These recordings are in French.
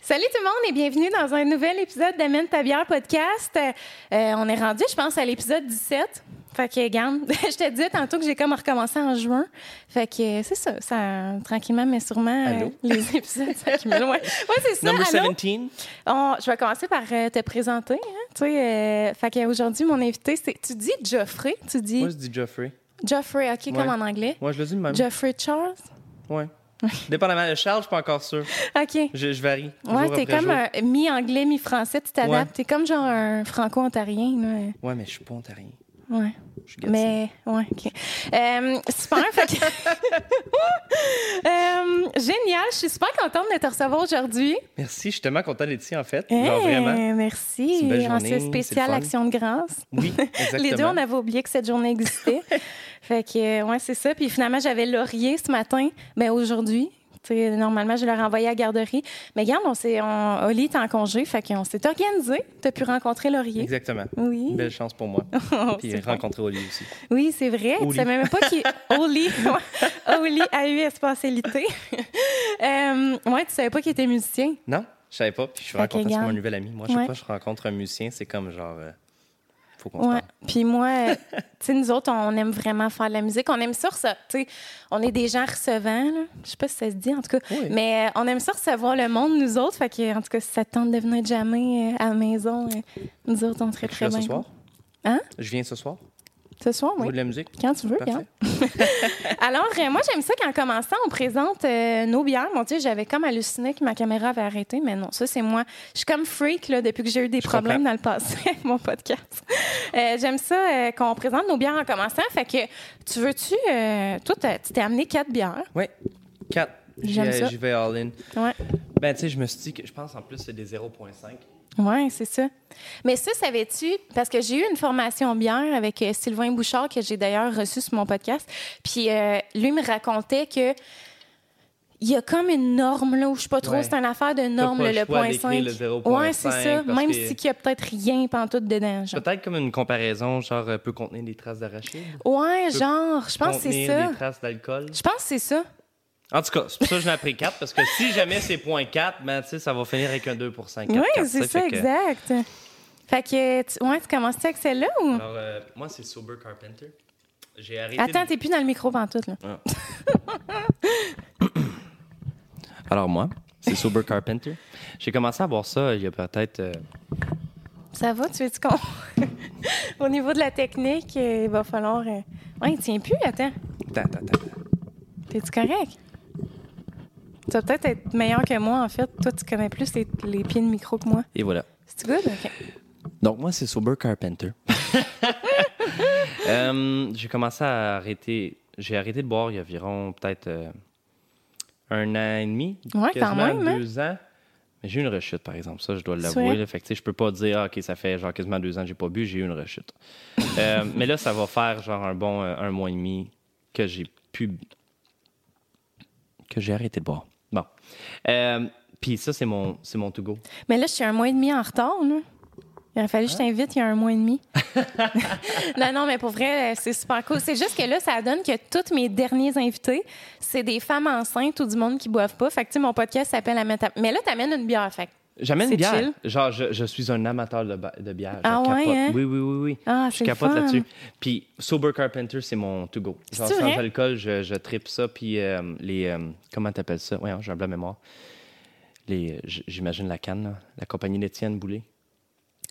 Salut tout le monde et bienvenue dans un nouvel épisode d'Amène ta bière podcast. Euh, on est rendu, je pense, à l'épisode 17. Fait que, garde, je te disais tantôt que j'ai comme recommencé en juin. Fait que, euh, c'est ça, ça, tranquillement, mais sûrement, euh, Allô? les épisodes s'accumulent. Ouais, Ouais, c'est ça. Number allô? 17. On- je vais commencer par euh, te présenter. Hein, tu sais, euh, fait que aujourd'hui, mon invité, c'est. Tu dis Geoffrey, tu dis. Moi, je Euh, dis Geoffrey. Geoffrey, OK, comme en anglais. Moi, je le dis de même. Geoffrey Charles. Ouais. Dépendamment de Charles, je suis pas encore sûr. OK. Je, je varie. Ouais, jour t'es après comme jour. un mi-anglais, mi-français, tu t'adaptes. T'es comme genre un franco-ontarien, là. Ouais, mais je suis pas ontarien. Ouais. Je suis Mais... Mais, ouais, OK. Euh, super, fait que- Euh, génial, je suis super contente de te recevoir aujourd'hui. Merci, je suis tellement content d'être ici, en fait. Genre, vraiment. Eh, merci. C'est une belle En journée, ce c'est spécial le fun. Action de grâce. Oui, exactement. Les deux, on avait oublié que cette journée existait. fait que, euh, ouais, c'est ça. Puis finalement, j'avais Laurier ce matin, mais aujourd'hui. Tu sais, normalement, je l'aurais envoyé à la garderie. Mais regarde, on s'est, on, Oli est en congé, fait qu'on s'est organisé. Tu as pu rencontrer Laurier. Exactement. Oui. Une belle chance pour moi. Oh, Puis c'est rencontrer Olivier aussi. Oui, c'est vrai. Tu Oli. savais même pas qui. Oli. Ouais. Oli a eu espacélité. euh, ouais, tu savais pas qu'il était musicien. Non, je savais pas. Puis je suis Fait que, rencontré c'est regarde. mon nouvel ami. Moi, je Ouais. sais pas, je rencontre un musicien, c'est comme genre. euh, faut qu'on Ouais. se parle. Puis moi, euh, tu sais, nous autres, on aime vraiment faire de la musique. On aime ça, rece- tu sais, on est des gens recevants. là. Je sais pas si ça se dit, en tout cas. Oui. Mais euh, on aime ça recevoir le monde, nous autres. Fait que, en tout cas, si ça te tente de venir jammer euh, à la maison, euh, nous autres, on serait Fait que Je très suis là bien. ce soir. Hein? Je viens ce soir. Ce soir, Jouer oui. de la musique. Quand tu veux, Parfait. regarde. Alors, euh, moi, j'aime ça qu'en commençant, on présente euh, nos bières. Mon Dieu, j'avais comme halluciné que ma caméra avait arrêté, mais non, ça, c'est moi. Je suis comme freak là, depuis que j'ai eu des Je problèmes comprends. dans le passé avec mon podcast. Euh, j'aime ça euh, qu'on présente nos bières en commençant. Fait que, tu veux-tu. euh, toi, t'as- tu t'es amené quatre bières. Ouais. Quatre. J'y J'aime ça. j'y vais all in. Ouais. Ben, tu sais, je me suis dit que je pense en plus c'est des 0.5. Oui, c'est ça. Mais ça, savais-tu, parce que j'ai eu une formation bière avec euh, Sylvain Bouchard, que j'ai d'ailleurs reçu sur mon podcast, puis euh, lui me racontait que il y a comme une norme, là, où je sais pas trop, Ouais. c'est une affaire de norme, pas là, le le choix point d'écrire 5. le 0.5, Oui, c'est ça, parce même que- si qu'il y a peut-être rien pantoute dedans. Genre. Peut-être comme une comparaison, genre euh, peut contenir des traces d'arachide. Ouais, genre, je pense que c'est contenir ça. des traces d'alcool. Je pense que c'est ça. En tout cas, c'est pour ça que j'en ai pris 4 parce que si jamais c'est point 4, ben tu sais, ça va finir avec un 2 pour 5. Oui, c'est ça, exact. Fait que, tu, ouais, tu commences-tu avec celle-là ou. Alors, euh, moi, c'est Sober Carpenter. J'ai arrêté. Attends, de- t'es plus dans le micro pantoute, là. Alors, moi, c'est Sober Carpenter. J'ai commencé à boire ça euh, il y a peut-être. euh, Ça va, tu es-tu con? Au niveau de la technique, euh, il va falloir. euh, Ouais, il tient plus, attends. Attends, attends, attends. T'es-tu correct? Tu vas peut-être être meilleur que moi, en fait. Toi, tu connais plus les, les pieds de micro que moi. Et voilà. C'est-tu good? OK. Donc, moi, c'est Sober Carpenter. Euh, j'ai commencé à arrêter. J'ai arrêté de boire il y a environ peut-être euh, un an et demi. Ouais, quand quasiment même, hein. deux ans. Mais j'ai eu une rechute, par exemple. Ça, je dois vrai? l'avouer. là. Fait que, tu sais, je peux pas dire, ah, OK, ça fait genre quasiment deux ans que j'ai pas bu, j'ai eu une rechute. Euh, mais là, ça va faire genre un bon euh, un mois et demi que j'ai pu. que j'ai arrêté de boire. Bon. Euh, Puis ça, c'est mon, c'est mon to-go. Mais là, je suis un mois et demi en retard, là. Il aurait fallu que je t'invite il y a un mois et demi. non, non, mais pour vrai, euh, c'est super cool. C'est juste que là, ça donne que toutes mes derniers invités, c'est des femmes enceintes ou du monde qui boivent pas. Fait que, tu sais, mon podcast s'appelle Amène ta... Mais là, t'amènes une bière, fait que- J'amène C'est une bière. chill. Genre, je, je suis un amateur de, ba- de bière. Je Ah ouais, capote. hein? Oui, oui, oui, oui. Ah, je c'est capote fun. là-dessus. Puis Sober Carpenter, c'est mon to-go. Genre, C'est-tu sans vrai? alcool, je, je tripe ça. Puis euh, les... euh, comment t'appelles ça? Oui, j'ai un blanc de mémoire. Les, j- J'imagine la canne, là. la compagnie d'Étienne Boulay.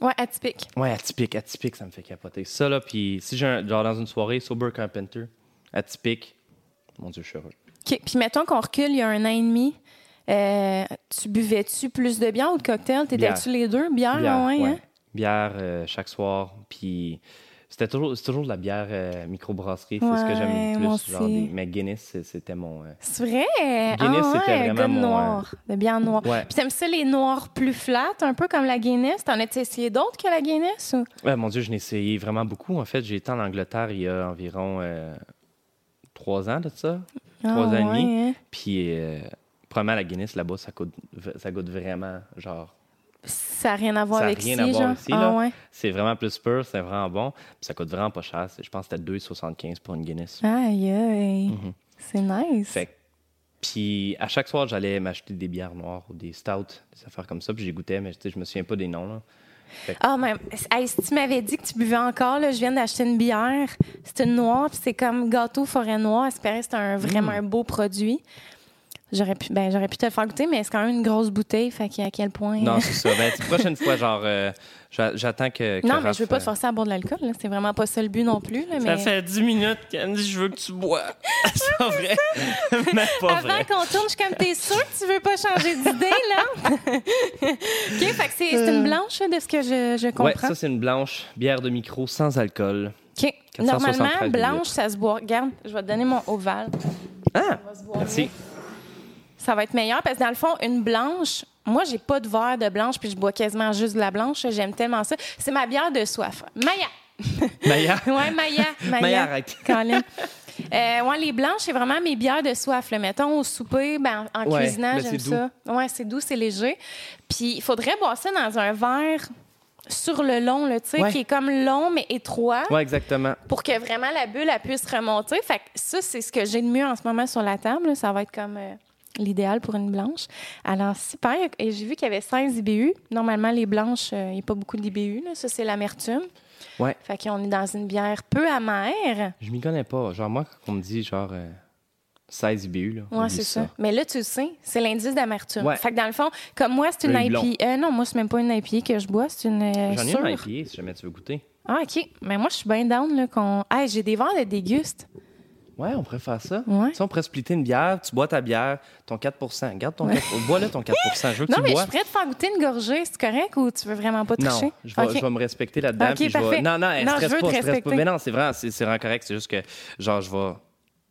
Ouais, atypique. Ouais, atypique, atypique, ça me fait capoter. Ça, là, puis si j'ai un- genre dans une soirée, Sober Carpenter, atypique, mon Dieu, je suis heureux. OK. Puis mettons qu'on recule il y a un an et demi. euh, tu buvais-tu plus de bière ou de cocktail? T'étais-tu les deux? Bière, Bière, ouais, ouais. hein? Bière, euh, chaque soir. Puis c'était toujours, c'est toujours de la bière euh, microbrasserie. C'est ce que j'aime Ouais, le moi plus. Genre aussi. des- mais Guinness, c'est- c'était mon. euh, C'est vrai? Guinness, ah, c'était ouais, vraiment goût de mon, noir. De bière noire. Ouais. Puis t'aimes ça les noirs plus flats, un peu comme la Guinness? T'en as-tu essayé d'autres que la Guinness? Ou... ouais, mon Dieu, je n'ai essayé vraiment beaucoup. En fait, j'ai été en Angleterre il y a environ euh, trois ans de ça. Trois Ah, ans et demi. ouais, hein? Puis euh, probablement la Guinness là-bas, ça coûte, ça goûte vraiment genre. Ça n'a rien à voir Ça a avec rien ici, à voir genre. ici, ah, là. ouais. C'est vraiment plus pur, c'est vraiment bon. Puis ça coûte vraiment pas cher. Mhm. C'est- Je pense que c'était 2,75 pour une Guinness. Aïe, aïe. C'est nice. Fait que Puis à chaque soir, j'allais m'acheter des bières noires ou des stouts, des affaires comme ça. Puis j'y goûtais, mais tu sais, je me souviens pas des noms. Là. Fait que- Ah, mais hey, si tu m'avais dit que tu buvais encore, là, je viens d'acheter une bière. C'est une noire, puis c'est comme gâteau forêt noire. C'est pareil, c'est un, vraiment Mm. un beau produit. J'aurais pu, ben, j'aurais pu te le faire goûter, mais c'est quand même une grosse bouteille. Fait qu'à quel point. Non, c'est ça. Ben, tu- prochaine fois, genre, euh, j'a- j'attends que, que Non, mais Raph, je veux pas te euh, forcer à boire de l'alcool. là. C'est vraiment pas ça le but non plus. là, mais... Ça fait 10 minutes qu'elle me dit Je veux que tu bois. c'est pas vrai. Mais pas Avant vrai. qu'on tourne, je suis comme, t'es sûr que tu veux pas changer d'idée, là? OK, fait que c'est c'est une blanche là, de ce que je, je Euh. Ouais, comprends. ça, c'est une blanche, bière de micro sans alcool. OK. 473 Normalement, blanche, minutes. ça se boit. Regarde, je vais te donner mon ovale. Ah Ça va se boire Merci. ça va être meilleur parce que dans le fond, une blanche, moi, j'ai pas de verre de blanche puis je bois quasiment juste de la blanche. J'aime tellement ça. C'est ma bière de soif. Maya! Maya. Ouais, Maya. Maya, Maya, arrête. Colin. Euh, ouais, les blanches, c'est vraiment mes bières de soif. Là. Mettons au souper, ben, en en Ouais, cuisinant, mais j'aime c'est ça. Ouais, c'est doux, c'est léger. Puis il faudrait boire ça dans un verre sur le long, là, tu sais, Ouais. qui est comme long mais étroit Ouais, exactement. pour que vraiment la bulle elle puisse remonter. Fait que ça, c'est ce que j'ai de mieux en ce moment sur la table. là. Ça va être comme euh, l'idéal pour une blanche. Alors, super. Et j'ai vu qu'il y avait 16 IBU. Normalement, les blanches, euh, il n'y a pas beaucoup d'IBU. là. Ça, c'est l'amertume. Ouais. Fait qu'on est dans une bière peu amère. Je m'y connais pas. Genre, moi, quand on me dit, genre, euh, 16 IBU, là. Ouais, oublie c'est ça. Mais là, tu le sais, c'est l'indice d'amertume. Ouais. Fait que dans le fond, comme moi, c'est une Une blonde. IPA. Euh, non, moi, c'est même pas une IPA que je bois, c'est une euh, J'en ai sûre. une E. IPA, si jamais tu veux goûter. Ah, OK. Mais moi, je suis bien down là, qu'on. Hey, j'ai des verres de déguste. Ouais, on pourrait faire ça. Ouais. Tu sais, on pourrait splitter une bière, tu bois ta bière, ton 4 Garde ton 4 Bois-le ton 4 Je veux que Non, tu mais je bois. suis prête à faire goûter une gorgée, c'est correct ou tu veux vraiment pas tricher? Non, je vais, Ok. je vais me respecter là-dedans. Ok, puis je vais- parfait. Non, non, elle Non, je stresse veux te pas, stresse respecter. pas. Mais non, c'est vraiment, c'est c'est vraiment correct. C'est juste que, genre, je vais,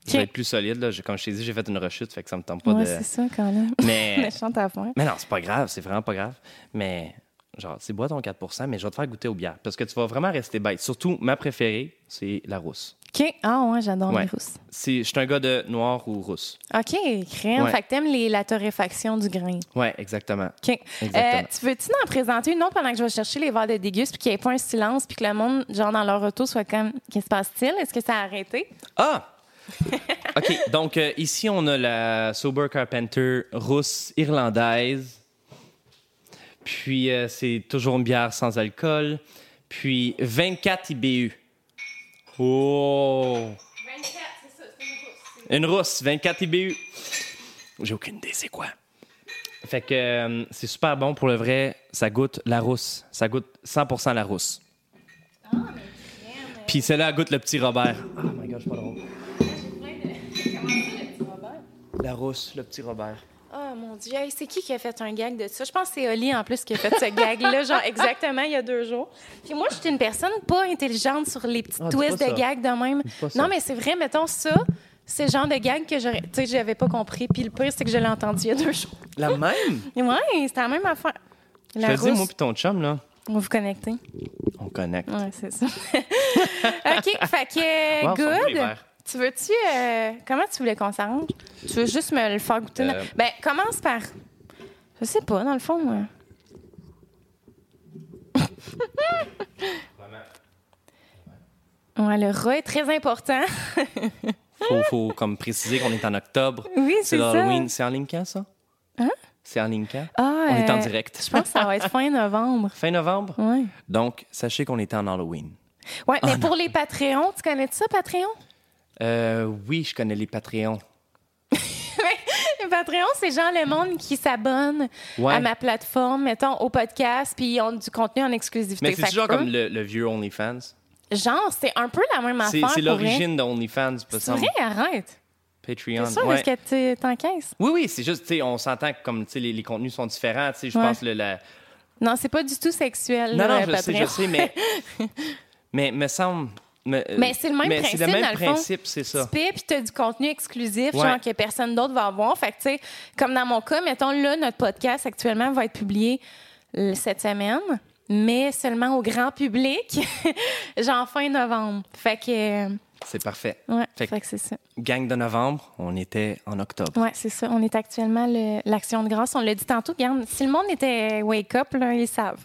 je vais être plus solide. Là. Je- Comme je t'ai dit, j'ai fait une rechute, fait que ça me tente pas Ouais, de. c'est ça quand même. Mais, Méchante affaire. mais non, c'est pas grave, c'est vraiment pas grave. Mais, genre, c'est bois ton 4 mais je vais te faire goûter aux bières. Parce que tu vas vraiment rester bête. Surtout, ma préférée, c'est la rousse. OK. Ah, ouais, j'adore Ouais. les rousses. C'est- Je suis un gars de noir ou rousse. OK, crème. Ouais. Fait que t'aimes les, la torréfaction du grain. Ouais, exactement. OK. Exactement. Euh, tu veux-tu en présenter une autre pendant que je vais chercher les verres de déguste puis qu'il n'y ait pas un silence puis que le monde, genre, dans leur auto, soit comme, qu'est-ce qui se passe-t-il? Est-ce que ça a arrêté? Ah! OK, donc euh, ici, on a la Sober Carpenter rousse irlandaise. Puis, euh, c'est toujours une bière sans alcool. Puis, 24 IBU. Oh! 24, c'est ça, c'est une rousse. Une rousse, 24 IBU. J'ai aucune idée, c'est quoi. Fait que euh, c'est super bon pour le vrai. Ça goûte la rousse. Ça goûte 100 la rousse. Puis celle-là, elle goûte le petit Robert. Oh my god, je suis pas drôle. La rousse, le petit Robert. Oh mon Dieu, Hey, c'est qui qui a fait un gag de ça? Je pense que c'est Oli en plus qui a fait ce gag-là, genre exactement il y a deux jours. Puis moi, je suis une personne pas intelligente sur les petites Ah, dis twists pas de ça. gags de même. pas ça. Non, mais c'est vrai, mettons ça, c'est le genre de gag que j'aurais. Tu sais, j'avais pas compris. Puis le pire, c'est que je l'ai entendu il y a deux jours. La même? Ouais, c'est la même affaire. Hein? La je te dis, rousse, moi puis ton chum, là, on va vous connecter. on connecte. Ouais, c'est ça. OK, fait que euh, Wow, ils sont beaux, les good. verres. Tu veux-tu. euh, comment tu voulais qu'on s'arrange? Tu veux juste me le faire goûter? Euh. Ben, commence par. Je sais pas, dans le fond. euh. Ouais, le rat est très important. Faut, faut comme préciser qu'on est en octobre. Oui, c'est C'est ça. l'Halloween. C'est en ligne quand, ça? Hein? C'est en ligne quand? Ah, on est en euh, direct. Je pense que ça va être fin novembre. Fin novembre? Ouais. Donc, sachez qu'on était en Halloween. Ouais, Ah, mais pour les Patreons, tu connais ça, Patreon? Euh, oui, je connais les Patreons. Les Patreons, c'est genre le monde qui s'abonne Ouais. à ma plateforme, mettons, au podcast, puis ils ont du contenu en exclusivité. Mais Fait c'est que genre eux, comme le, le vieux OnlyFans. Genre, c'est un peu la même C'est affaire. c'est pour vrai. l'origine de OnlyFans, me C'est semble. vrai, arrête. Patreon. C'est sûr, ouais. est-ce que tu t'encaisses? Oui, oui, c'est juste, tu sais, on s'entend que comme, tu sais, les, les contenus sont différents, tu sais, je Ouais. pense le, la... Non, c'est pas du tout sexuel. euh, Non, là, non, je sais, je Patreon. sais, mais... mais me semble... me- euh, Mais c'est le même mais principe, c'est le même dans le fond. principe, c'est ça. Tu payes, puis tu as du contenu exclusif, Ouais. genre que personne d'autre va avoir. Fait que, tu sais, comme dans mon cas, mettons, là, notre podcast actuellement va être publié euh, cette semaine, mais seulement au grand public, genre fin novembre. Fait que, euh, C'est parfait. ouais, Fait que- fait que c'est ça. Gang de novembre, on était en octobre. Oui, c'est ça. On est actuellement le- l'action de grâce. On l'a dit tantôt. Regarde, si le monde était wake up, là, ils savent.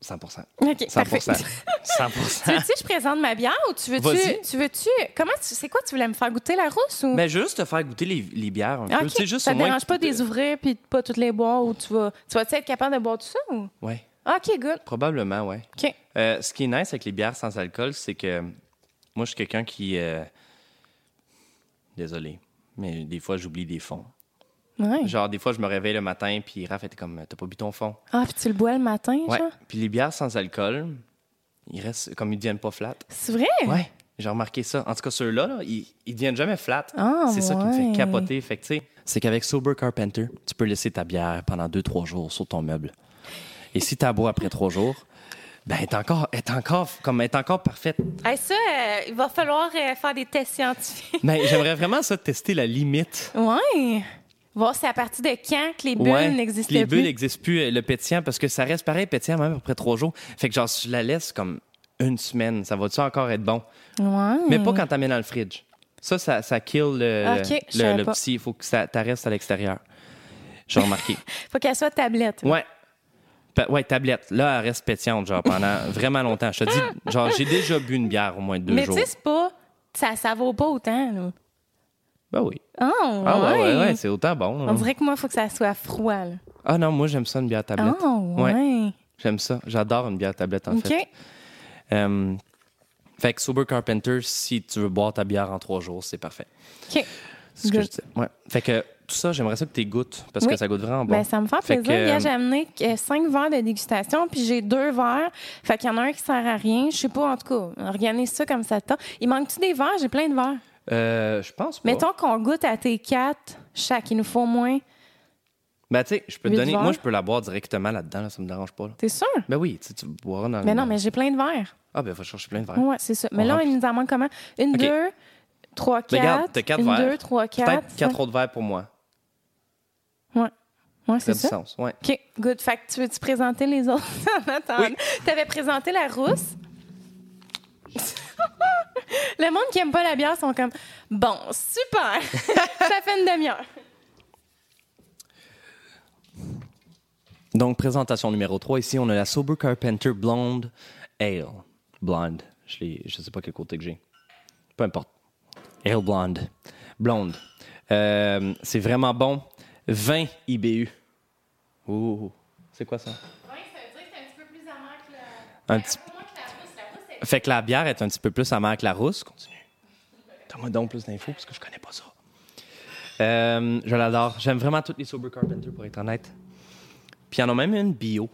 100 100 OK, 100 parfait. tu 100 veux-tu que je présente ma bière ou tu veux-tu... Vas-y. Tu veux-tu... Comment tu... C'est quoi, tu voulais me faire goûter la rousse ou... Mais juste te faire goûter les, les bières un Ah, peu. OK. Tu sais, juste ça au te moins dérange que- pas de les ouvrir puis de pas toutes les boire ou tu vas... Tu vas-tu être capable de boire tout ça ou... Ouais, OK, good. probablement, ouais. OK. Euh, ce qui est nice avec les bières sans alcool, c'est que moi, je suis quelqu'un qui. euh, Désolé, mais des fois, j'oublie des fonds. Ouais. Genre, des fois, je me réveille le matin, puis Raph était comme T'as pas bu ton fond. Ah, puis tu le bois le matin, Ouais. genre? Puis les bières sans alcool, ils restent comme ils deviennent pas flat. C'est vrai? Ouais, j'ai remarqué ça. En tout cas, ceux-là, là, ils, ils deviennent jamais flat. Ah, c'est ça qui me ouais. fait capoter. Fait que, tu sais, c'est qu'avec Sober Carpenter, tu peux laisser ta bière pendant 2-3 jours sur ton meuble. Et si t'as bois après 3 jours, ben, elle est encore, elle est encore, comme, elle est encore parfaite. Hey, ça, euh, il va falloir euh, faire des tests scientifiques. Mais j'aimerais vraiment ça tester la limite. Ouais. Voir c'est à partir de quand que les bulles Ouais, n'existaient Les bulles plus. n'existent plus, euh, le pétillant, parce que ça reste pareil, pétillant, même après 3 jours. Fait que, genre, je la laisse comme une semaine. Ça va-tu encore être bon? Ouais. Mais pas quand t'amènes dans le fridge. Ça, ça, ça kill le, Hmm. Ok, je le- savais le pas. petit. Il faut que ça, ça reste à l'extérieur. J'ai remarqué. Faut qu'elle soit tablette. ouais. Pa- ouais, tablette. Là, elle reste pétillante, genre, pendant vraiment longtemps. Je te dis, genre, j'ai déjà bu une bière au moins deux Mais tu jours. sais, c'est pas. Ça, ça vaut pas autant, là. Ben oui. Oh, Ah ouais, ouais, ouais, c'est autant bon. là. On dirait que moi, il faut que ça soit froid, là. Ah non, moi, j'aime ça, une bière tablette. Oh, Ouais, ouais. J'aime ça. J'adore une bière tablette, en OK. fait. Euh, fait que Sober Carpenter, si tu veux boire ta bière en trois jours, c'est parfait. OK. C'est ce que Good. je disais. Ouais. Fait que tout ça, j'aimerais ça que tu goûtes parce que Oui. ça goûte vraiment bon. Ben, ça me fait Fait plaisir. que, Hier, j'ai amené euh, cinq verres de dégustation, puis j'ai deux verres. Fait qu'il y en a un qui sert à rien. Je sais pas, en tout cas, organise ça comme ça te tente. Il manque-tu des verres? J'ai plein de verres. Euh, je pense pas. Mettons qu'on goûte à tes quatre, chaque, il nous faut au moins. Ben, tu sais, je peux te Huit donner. verres. Moi, je peux la boire directement là-dedans, là, ça me dérange pas. là. T'es sûr? Ben oui, tu sais, tu boiras dans le- Mais Ben non, mais j'ai plein de verres. Ah, ben, va chercher plein de verres. Ouais, c'est ça. Mais On là, remplit. il nous en manque comment? Une, OK. deux, trois, quatre. Regarde, t'as quatre une, verres. deux, trois, quatre. Peut-être quatre autres verres pour moi. Ouais. Ouais, Ça c'est a du ça. sens. Ouais. OK, good. Fait que tu veux-tu présenter les autres? Attends. Oui. T'avais présenté la rousse. Le monde qui aime pas la bière sont comme Bon, super! ça fait une demi-heure. Donc, présentation numéro 3. Ici, on a la Sober Carpenter Blonde Ale. Blonde. Je, l'ai- je sais pas quel côté que j'ai. Peu importe. Ale Blonde. Blonde. Euh, c'est vraiment bon. 20 IBU. Ouh. C'est quoi ça? Oui, ça veut dire que c'est un petit peu plus amer que la. Un petit- moins que la rousse. La rousse, Fait que la bière est un petit peu plus amère que la rousse. Continue. Donne-moi donc plus d'infos parce que je connais pas ça. Euh, je l'adore. J'aime vraiment toutes les Sober Carpenter pour être honnête. Puis il y en a même une bio.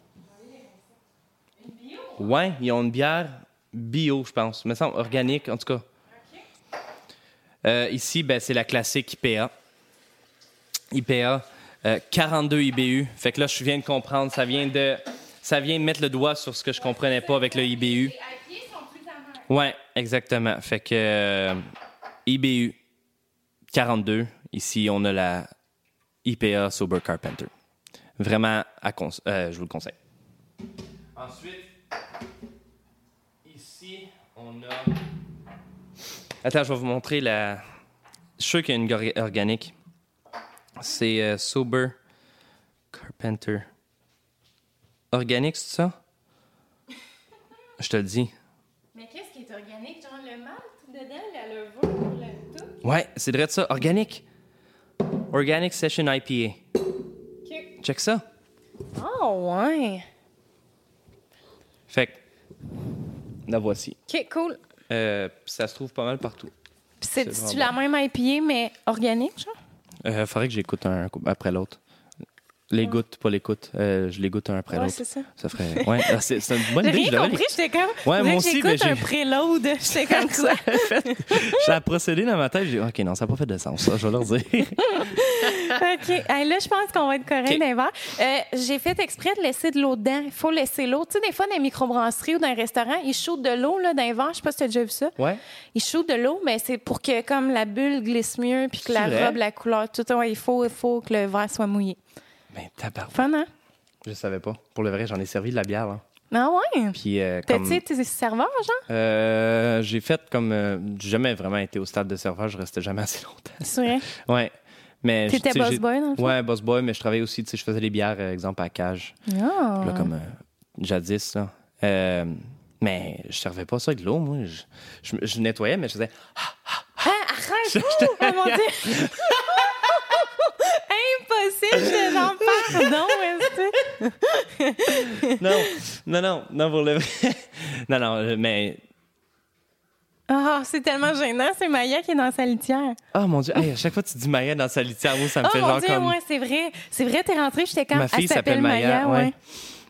Une bio? Ouais, ils ont une bière bio, je pense. Mais ça, organique en tout cas. Euh, ici, ben, c'est la classique IPA. IPA, euh, 42 IBU. Fait que là, je viens de comprendre. Ça vient de, ça vient de mettre le doigt sur ce que je comprenais pas avec le IBU. Ouais, exactement. Fait que euh, IBU 42. Ici, on a la IPA Sober Carpenter. Vraiment, à cons- euh, je vous le conseille. Ensuite, ici, on a. Attends, je vais vous montrer la. Je suis sûr qu'il y a une gorg- organique. C'est euh, Sober Carpenter. Organique, c'est ça? Je te le dis. Mais qu'est-ce qui est organique? Genre le malt dedans, la levure, le tout. Ouais, c'est vrai de ça. Organic. Organic Session IPA. OK. Check ça. Oh, ouais. Fait que, la voici. OK, cool. Euh, pis ça se trouve pas mal partout. Puis c'est- C'est c'est-tu la vraiment même IPA, mais organique, genre? Euh, faudrait que j'écoute un coup- après l'autre. Les gouttes, pas les gouttes. Euh, je les goûte un après Ouais, l'autre. c'est ça. ferait. Ouais, ah, c'est c'est une bonne J'ai idée. rien je devrais compris, j'étais comme. moi Dès que aussi, j'écoute ben, un j'ai- préload, j'étais comme ça. les- Ça a procédé dans ma tête. J'ai dit, OK, non, ça n'a pas fait de sens, ça, je vais leur dire. OK. Hey, là, je pense qu'on va être correct OK. d'un verre. Euh, J'ai fait exprès de laisser de l'eau dedans. Il faut laisser l'eau. Tu sais, des fois, dans les microbrasseries ou dans les restaurants, ils shootent de l'eau là, dans les verres. Je sais pas si tu as déjà vu ça. ouais. Ils shootent de l'eau, mais c'est pour que comme la bulle glisse mieux puis que C'est la vrai? robe, la couleur, tout. ouais, il, faut, il faut que le verre soit mouillé. Mais tabarnak. Fun, hein? Je savais pas. Pour le vrai, j'en ai servi de la bière. là. Ah ouais? Puis, euh, comme- T'as-tu tes serveurs, genre? Euh, j'ai fait comme. euh, j'ai jamais vraiment été au stade de serveur, je restais jamais assez longtemps. C'est vrai? Ouais. Mais je- T'étais tu sais, boss j'ai- boy, dans le fond? Ouais, boss boy, mais je travaillais aussi, tu sais, je faisais des bières, euh, exemple, à cage. Ah. Là, comme euh, jadis, là. Euh, mais je servais pas ça avec de l'eau, moi. Je, je- je nettoyais, mais je faisais. Hein, arrête! Oh mon Dieu! Impossible, je t'en pardon, est-ce que- Non, non, non, non, pour le vrai. Non, non, mais. Ah, c'est tellement gênant, c'est Maya qui est dans sa litière. Oh mon Dieu, hey, à chaque fois que tu dis Maya dans sa litière, moi, ça me Oh fait mon genre Dieu, comme. ouais, c'est vrai. C'est vrai, t'es rentrée, j'étais comme... Ma fille elle s'appelle Maya, ouais. ouais.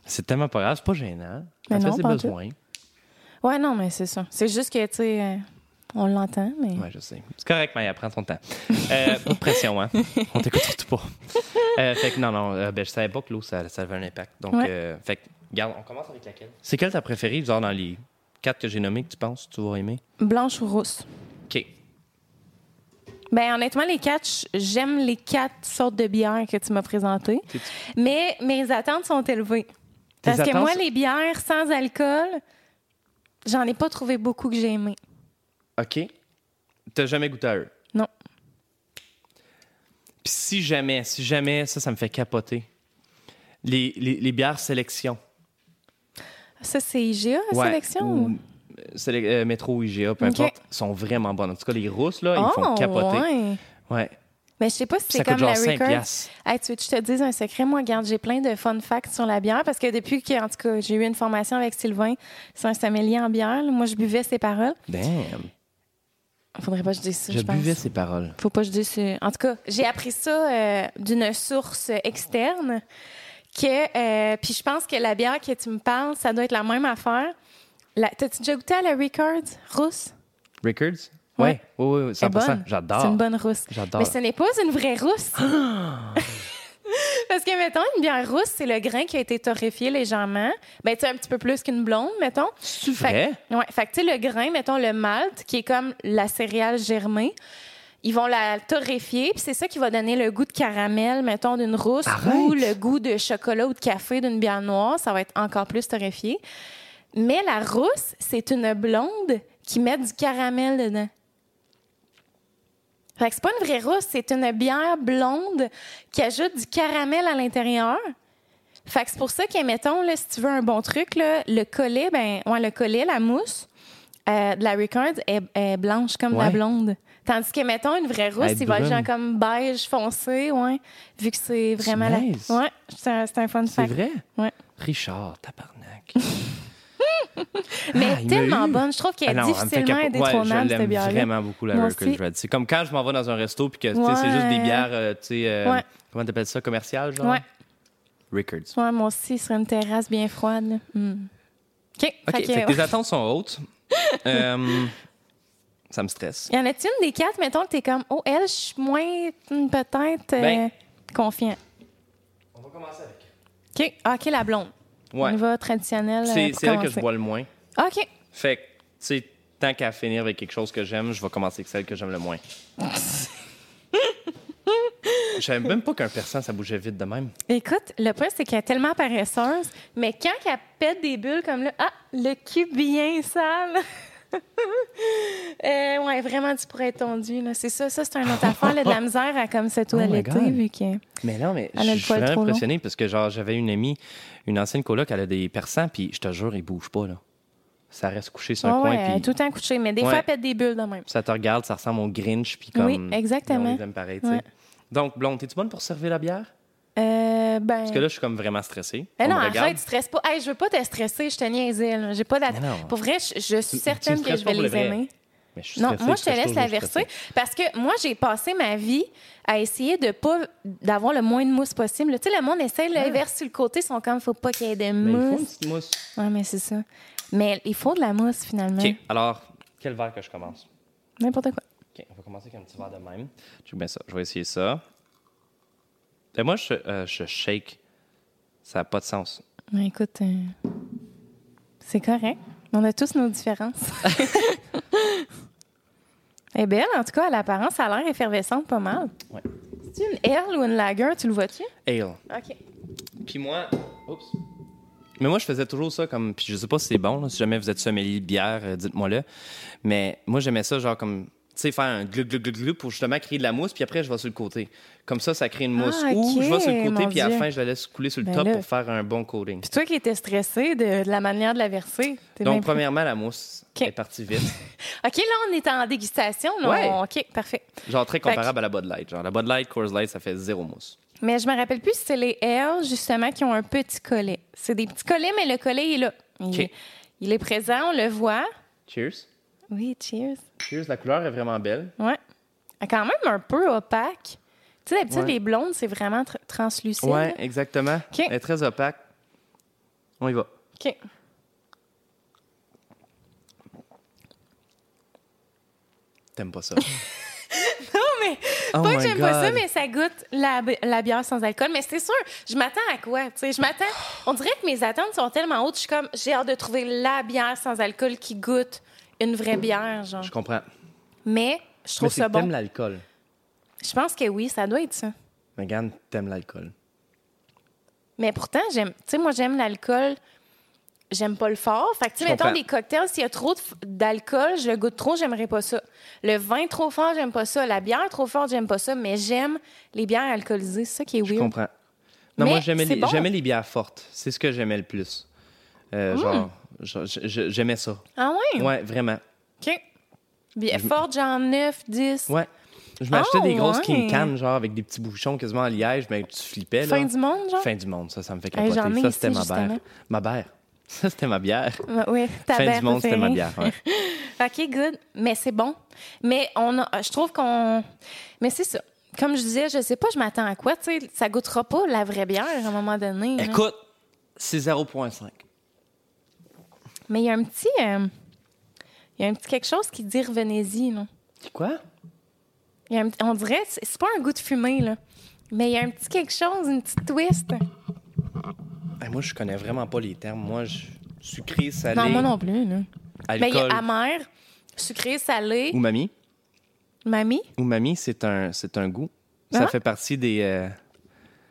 C'est tellement pas grave, c'est pas gênant. Mais en non, fait, c'est pas en besoin. Ouais, non, mais c'est ça. C'est juste que, tu sais, euh, on l'entend, mais... Ouais, je sais. C'est correct, Maya, prends ton temps. Euh, pas de pression, hein. On t'écoute surtout pas. Euh, fait que non, non, euh, ben, je savais pas que l'eau, ça, ça avait un impact. Donc, Ouais. euh, fait que, regarde, on commence avec laquelle? C'est quelle ta préférée, genre dans les quatre que j'ai nommées que tu penses que tu vas aimer? Blanche ou rousse? OK. Ben honnêtement, les quatre, j- j'aime les quatre sortes de bières que tu m'as présentées. T'es-tu- Mais mes attentes sont élevées. Tes Parce que moi, attentes- les bières sans alcool, j'en ai pas trouvé beaucoup que j'ai aimé. OK. T'as jamais goûté à eux? Non. Puis si jamais, si jamais, ça, ça me fait capoter. Les, les, les bières sélection. Ça, c'est IGA, la Ouais, sélection? ou, ou- euh, sélec- euh, métro ou IGA, peu Ok. importe, sont vraiment bonnes. En tout cas, les rousses, là, ils me font Oh, capoter. ouais. Ouais. Mais je sais pas si Puis c'est ça coûte comme la genre 5 Ricard. piastres. Hey, tu veux que je te dise un secret? Moi, regarde, j'ai plein de fun facts sur la bière parce que depuis que, en tout cas, j'ai eu une formation avec Sylvain, c'est un sommelier en bière. là, Moi, je buvais ses paroles. Damn. Faudrait pas que je dise ça, Je je pense. buvais ces paroles. Faut pas que je dise. euh, En tout cas, j'ai appris ça euh, d'une source externe. Que, euh, puis je pense que la bière que tu me parles, ça doit être la même affaire. La- T'as-tu déjà goûté à la Records rousse? Records? Ouais. Ouais. Oui, oui, oui, Elle est 100 bonne. J'adore. C'est une bonne rousse. J'adore. Mais ce n'est pas une vraie rousse. Parce que, mettons, une bière rousse, c'est le grain qui a été torréfié légèrement. Ben, tu sais, un petit peu plus qu'une blonde, mettons. C'est Fait vrai? que- ouais, fait que, tu sais, le grain, mettons le malt, qui est comme la céréale germée, ils vont la torréfier, puis c'est ça qui va donner le goût de caramel, mettons, d'une rousse, Arrête! ou le goût de chocolat ou de café d'une bière noire. Ça va être encore plus torréfié. Mais la rousse, c'est une blonde qui met du caramel dedans. Fait que c'est pas une vraie rousse, c'est une bière blonde qui ajoute du caramel à l'intérieur. Fait que c'est pour ça que, mettons, là, si tu veux un bon truc, là, le collet, ben, ouais, le collet, la mousse euh, de la Ricard est, est blanche comme Ouais. la blonde. Tandis que, mettons, une vraie rousse, Elle est il va être brune. genre comme beige foncé, ouais, vu que c'est vraiment la. nice. Ouais, c'est un, c'est un fun C'est fact. vrai? Ouais. Richard, tabarnak. Mais Ah, il m'a tellement eu. bonne, je trouve qu'elle Ah est non, elle me fait difficilement capo- ouais, indétrônable, Je cette l'aime bière-là. vraiment beaucoup, la Moi Records aussi. Red. C'est comme quand je m'en vais dans un resto puis que tu sais, c'est juste des Ouais. bières, euh, tu sais, euh, Ouais. comment t'appelles ça, commerciales, genre? Ouais. Records. Ouais, moi aussi, sur une terrasse bien froide. là. Hmm. OK. OK, Fait que- fait que tes attentes sont hautes. Euh, ça me stresse. y en a-tu une des quatre, mettons, que t'es comme, oh, elle, je suis moins, hmm, peut-être, euh, Ben- confiant. On va commencer avec. OK. Ah, OK, la blonde. Ouais. Au niveau traditionnel. euh, C'est pour c'est elle que je commencer. bois le moins. OK. Fait que, tu sais, tant qu'à finir avec quelque chose que j'aime, je vais commencer avec celle que j'aime le moins. Je savais même pas qu'un persan, ça bougeait vite de même. Écoute, le point, c'est qu'elle est tellement paresseuse, mais quand elle pète des bulles comme là, ah, le cul bien sale. euh, ouais, vraiment, tu pourrais être tondu. là. C'est ça, ça, c'est une autre affaire là, de la misère à comme se toiletter, Oh God. vu que. Mais non, mais Elle a je le suis poil vraiment trop long. impressionné parce que, genre, j'avais une amie, une ancienne coloc, elle a des persans, puis je te jure, ils bougent pas, là. Ça reste couché sur Ouais, un ouais, coin, elle est puis tout le temps couché, mais des Ouais. fois, elle pète des bulles de même. ça te regarde, ça ressemble au Grinch, puis Oui, comme. exactement. On les aime pareil, tu sais. Ouais. Donc, Blonde, es-tu bonne pour servir la bière? Euh, ben. Parce que là, je suis comme vraiment stressé. Eh non, me regarde. arrête, tu stresses pas. Hey, je veux pas te stresser, je te niaisais. là. J'ai pas d'att- Mais non. Pour vrai, je, je suis tu certaine me que stresses je pas vais pour les le vrai. aimer. Mais je suis Non, stressé, moi, suis je te laisse toujours la stressé. verser parce que moi, j'ai passé ma vie à essayer de pas d'avoir le moins de mousse possible. Tu sais, le monde essaie de la verser sur le côté, ils sont comme, faut pas qu'il y ait de Mais il faut une mousse. petite mousse. Ouais, mais c'est ça. Mais il faut de la mousse, finalement. OK, alors, quel verre que je commence? N'importe quoi. OK, on va commencer avec un petit verre de même. Je, bien ça. je vais essayer ça. Et moi, je, euh, je shake. Ça n'a pas de sens. Mais écoute, euh, c'est correct. On a tous nos différences. Elle est belle, en tout cas, à l'apparence, ça a l'air effervescente pas mal. Ouais. C'est une Earl ou une Lager, tu le vois-tu? Ale. OK. Puis moi... Oups. Mais moi, je faisais toujours ça comme... Puis je sais pas si c'est bon. là. Si jamais vous êtes sommelier de bière, euh, dites-moi-le. Mais moi, j'aimais ça genre comme... Tu sais, faire un glu glu glu glu pour justement créer de la mousse, puis après, je vais sur le côté. Comme ça, ça crée une mousse. Ah, Ou ok, je vais sur le côté, mon puis à la Dieu. fin, je la laisse couler sur le Ben top là. pour faire un bon coating. Puis toi qui étais stressé de, de la manière de la verser. t'es bien Donc, plus- premièrement, la mousse Ok. est partie vite. OK, là, on est en dégustation. là, Ouais. on- OK, parfait. Genre très que- comparable à la Bud Light. Genre la Bud Light, Coors Light, ça fait zéro mousse. Mais je me rappelle plus si c'est les airs, justement, qui ont un petit collet. C'est des petits collets, mais le collet est là. Il, OK. il est présent, on le voit. Cheers. Oui, cheers. Cheers, la couleur est vraiment belle. Ouais. Elle est Quand même un peu opaque. Tu sais, d'habitude, Ouais. les blondes, c'est vraiment tr- translucide. Ouais, exactement. Ok. Elle est très opaque. On y va. OK. T'aimes pas ça. Non, mais Oh pas que my j'aime pas ça, God. mais ça goûte la, bi- la bière sans alcool. Mais c'est sûr, je m'attends à quoi? Tu sais, je m'attends. On dirait que mes attentes sont tellement hautes. Je suis comme, j'ai hâte de trouver la bière sans alcool qui goûte une vraie bière, genre. Je comprends. Mais je Mais trouve c'est ça que bon. t'aimes l'alcool. Je pense que oui, ça doit être ça. Regarde, t'aimes l'alcool. Mais pourtant, j'aime. Tu sais, moi, j'aime l'alcool. J'aime pas le fort. Fait que, tu sais, Je mettons comprends. des cocktails, s'il y a trop de f- d'alcool, je le goûte trop, j'aimerais pas ça. Le vin trop fort, j'aime pas ça. La bière trop forte, j'aime pas ça. Mais j'aime les bières alcoolisées. C'est ça qui est Je weird. comprends. Non, Mais moi, j'aimais c'est les, bon. j'aimais les bières fortes. C'est ce que j'aimais le plus. Euh, Genre, genre, je- je- j'aimais ça. Ah ouais? Ouais, vraiment. OK. Bien, fort, genre 9, 10. Ouais. Je m'achetais Oh, des grosses ouais. King Can, genre, avec des petits bouchons quasiment en liège, mais tu flippais, là. Fin du monde, genre? Fin du monde, ça, ça me fait Hey, capoter. j'en ai ça, c'était ici, ma bière. justement. Ma bière. Ça, c'était ma bière. Ouais, Oui, ta fin bière du monde, c'était ma préférée. bière. ouais. OK, good. Mais c'est bon. Mais on a- je trouve qu'on. Mais c'est ça. Comme je disais, je sais pas, je m'attends à quoi. Tu sais, ça goûtera pas la vraie bière à un moment donné. là. Écoute, c'est 0,5. Mais il y a un petit. euh, Il y a un petit quelque chose qui dit revenez-y, non? Quoi? Il y a un petit- on dirait, c'est c'est pas un goût de fumée, là. Mais il y a un petit quelque chose, une petite twist. Eh, moi, je connais vraiment pas les termes. Moi, je... sucré, salé, Non, moi non plus, là. Mais il y a alcool. amer, sucré, salé, Umami. mamie. Umami, c'est un, c'est un goût. Ça Ah. fait partie des euh,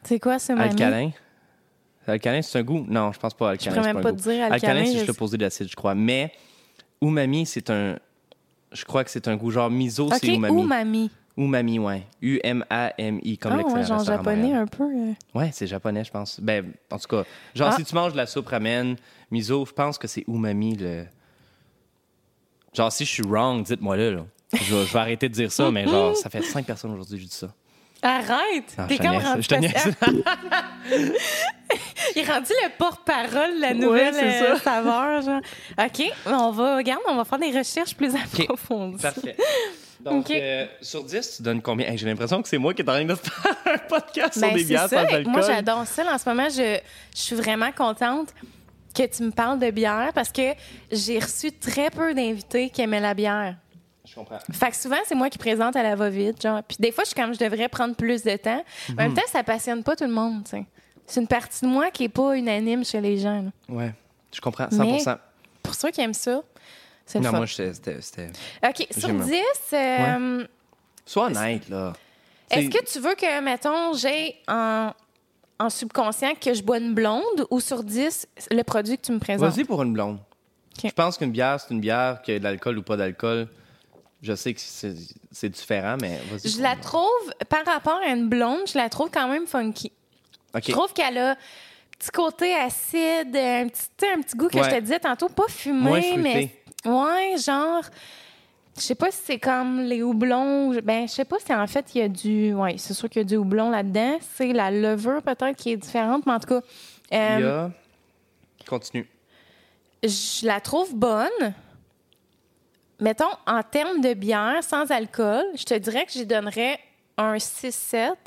C'est quoi ce mamie? alcalins. Alcalin, c'est un goût? Non, je pense pas alcalin. pourrais c'est même un pas goût. te dire alcalin, c'est je juste le sais. posé de l'acide, je crois. Mais umami, c'est un... Je crois que c'est un goût genre miso, OK, c'est umami. ou mamie. Umami, ouais. U-M-A-M-I, comme Ah, l'excellent ouais, genre restaurant japonais Montréal. un peu. euh. Ouais, c'est japonais, je pense. Ben, en tout cas, genre, Ah. si tu manges de la soupe ramen, miso, je pense que c'est umami, le... Genre, si je suis wrong, dites-moi là, là. Je, vais- je vais arrêter de dire ça, mais genre, ça fait cinq personnes aujourd'hui que je dis ça. Arrête! Non, T'es je te comme niaise, rendu je te niaise. spécial. Il est rendu le porte-parole de la nouvelle Ouais, c'est euh, saveur. Genre. OK, on va, regarde, on va faire des recherches plus approfondies. Parfait. Donc, Ok. euh, sur 10, tu donnes combien? Hey, J'ai l'impression que c'est moi qui est en train de faire un podcast sur Ben, des c'est bières sans ça. alcool. Moi, j'adore ça. Là, en ce moment, je, je suis vraiment contente que tu me parles de bière parce que j'ai reçu très peu d'invités qui aimaient la bière. Je comprends. Fait que souvent, c'est moi qui présente à la va-vite, genre. Puis des fois, je suis comme, je devrais prendre plus de temps. Mais en même Mhm. temps, ça passionne pas tout le monde, tu sais. C'est une partie de moi qui est pas unanime chez les gens. là. Ouais, je comprends, 100%. Mais- Pour ceux qui aiment ça, c'est le Non, fun. moi, j'étais- c'était... c'était- OK, sur j'aime. 10, euh, Sois honnête, là. est-ce C'est- que tu veux que, mettons, j'ai en, en subconscient que je bois une blonde ou sur 10, le produit que tu me présentes? Vas-y pour une blonde. Ok. Je pense qu'une bière, c'est une bière, qu'il y ait de l'alcool ou pas d'alcool. Je sais que c'est c'est différent, mais vas-y. Je pour la une trouve, par rapport à une blonde, je la trouve quand même funky. blonde. Je OK. trouve qu'elle a un petit côté acide, un petit, tu sais, un petit goût que Ouais. je te disais tantôt, pas fumé, Moins fruité. mais. Ouais, genre. Je sais pas si c'est comme les houblons. ou- Ben, je sais pas si en fait il y a du. Ouais, c'est sûr qu'il y a du houblon là-dedans. C'est la levure peut-être qui est différente, mais en tout cas, euh, Il y a- Continue. je la trouve bonne. Mettons, en termes de bière sans alcool, je te dirais que j'y donnerais un 6-7.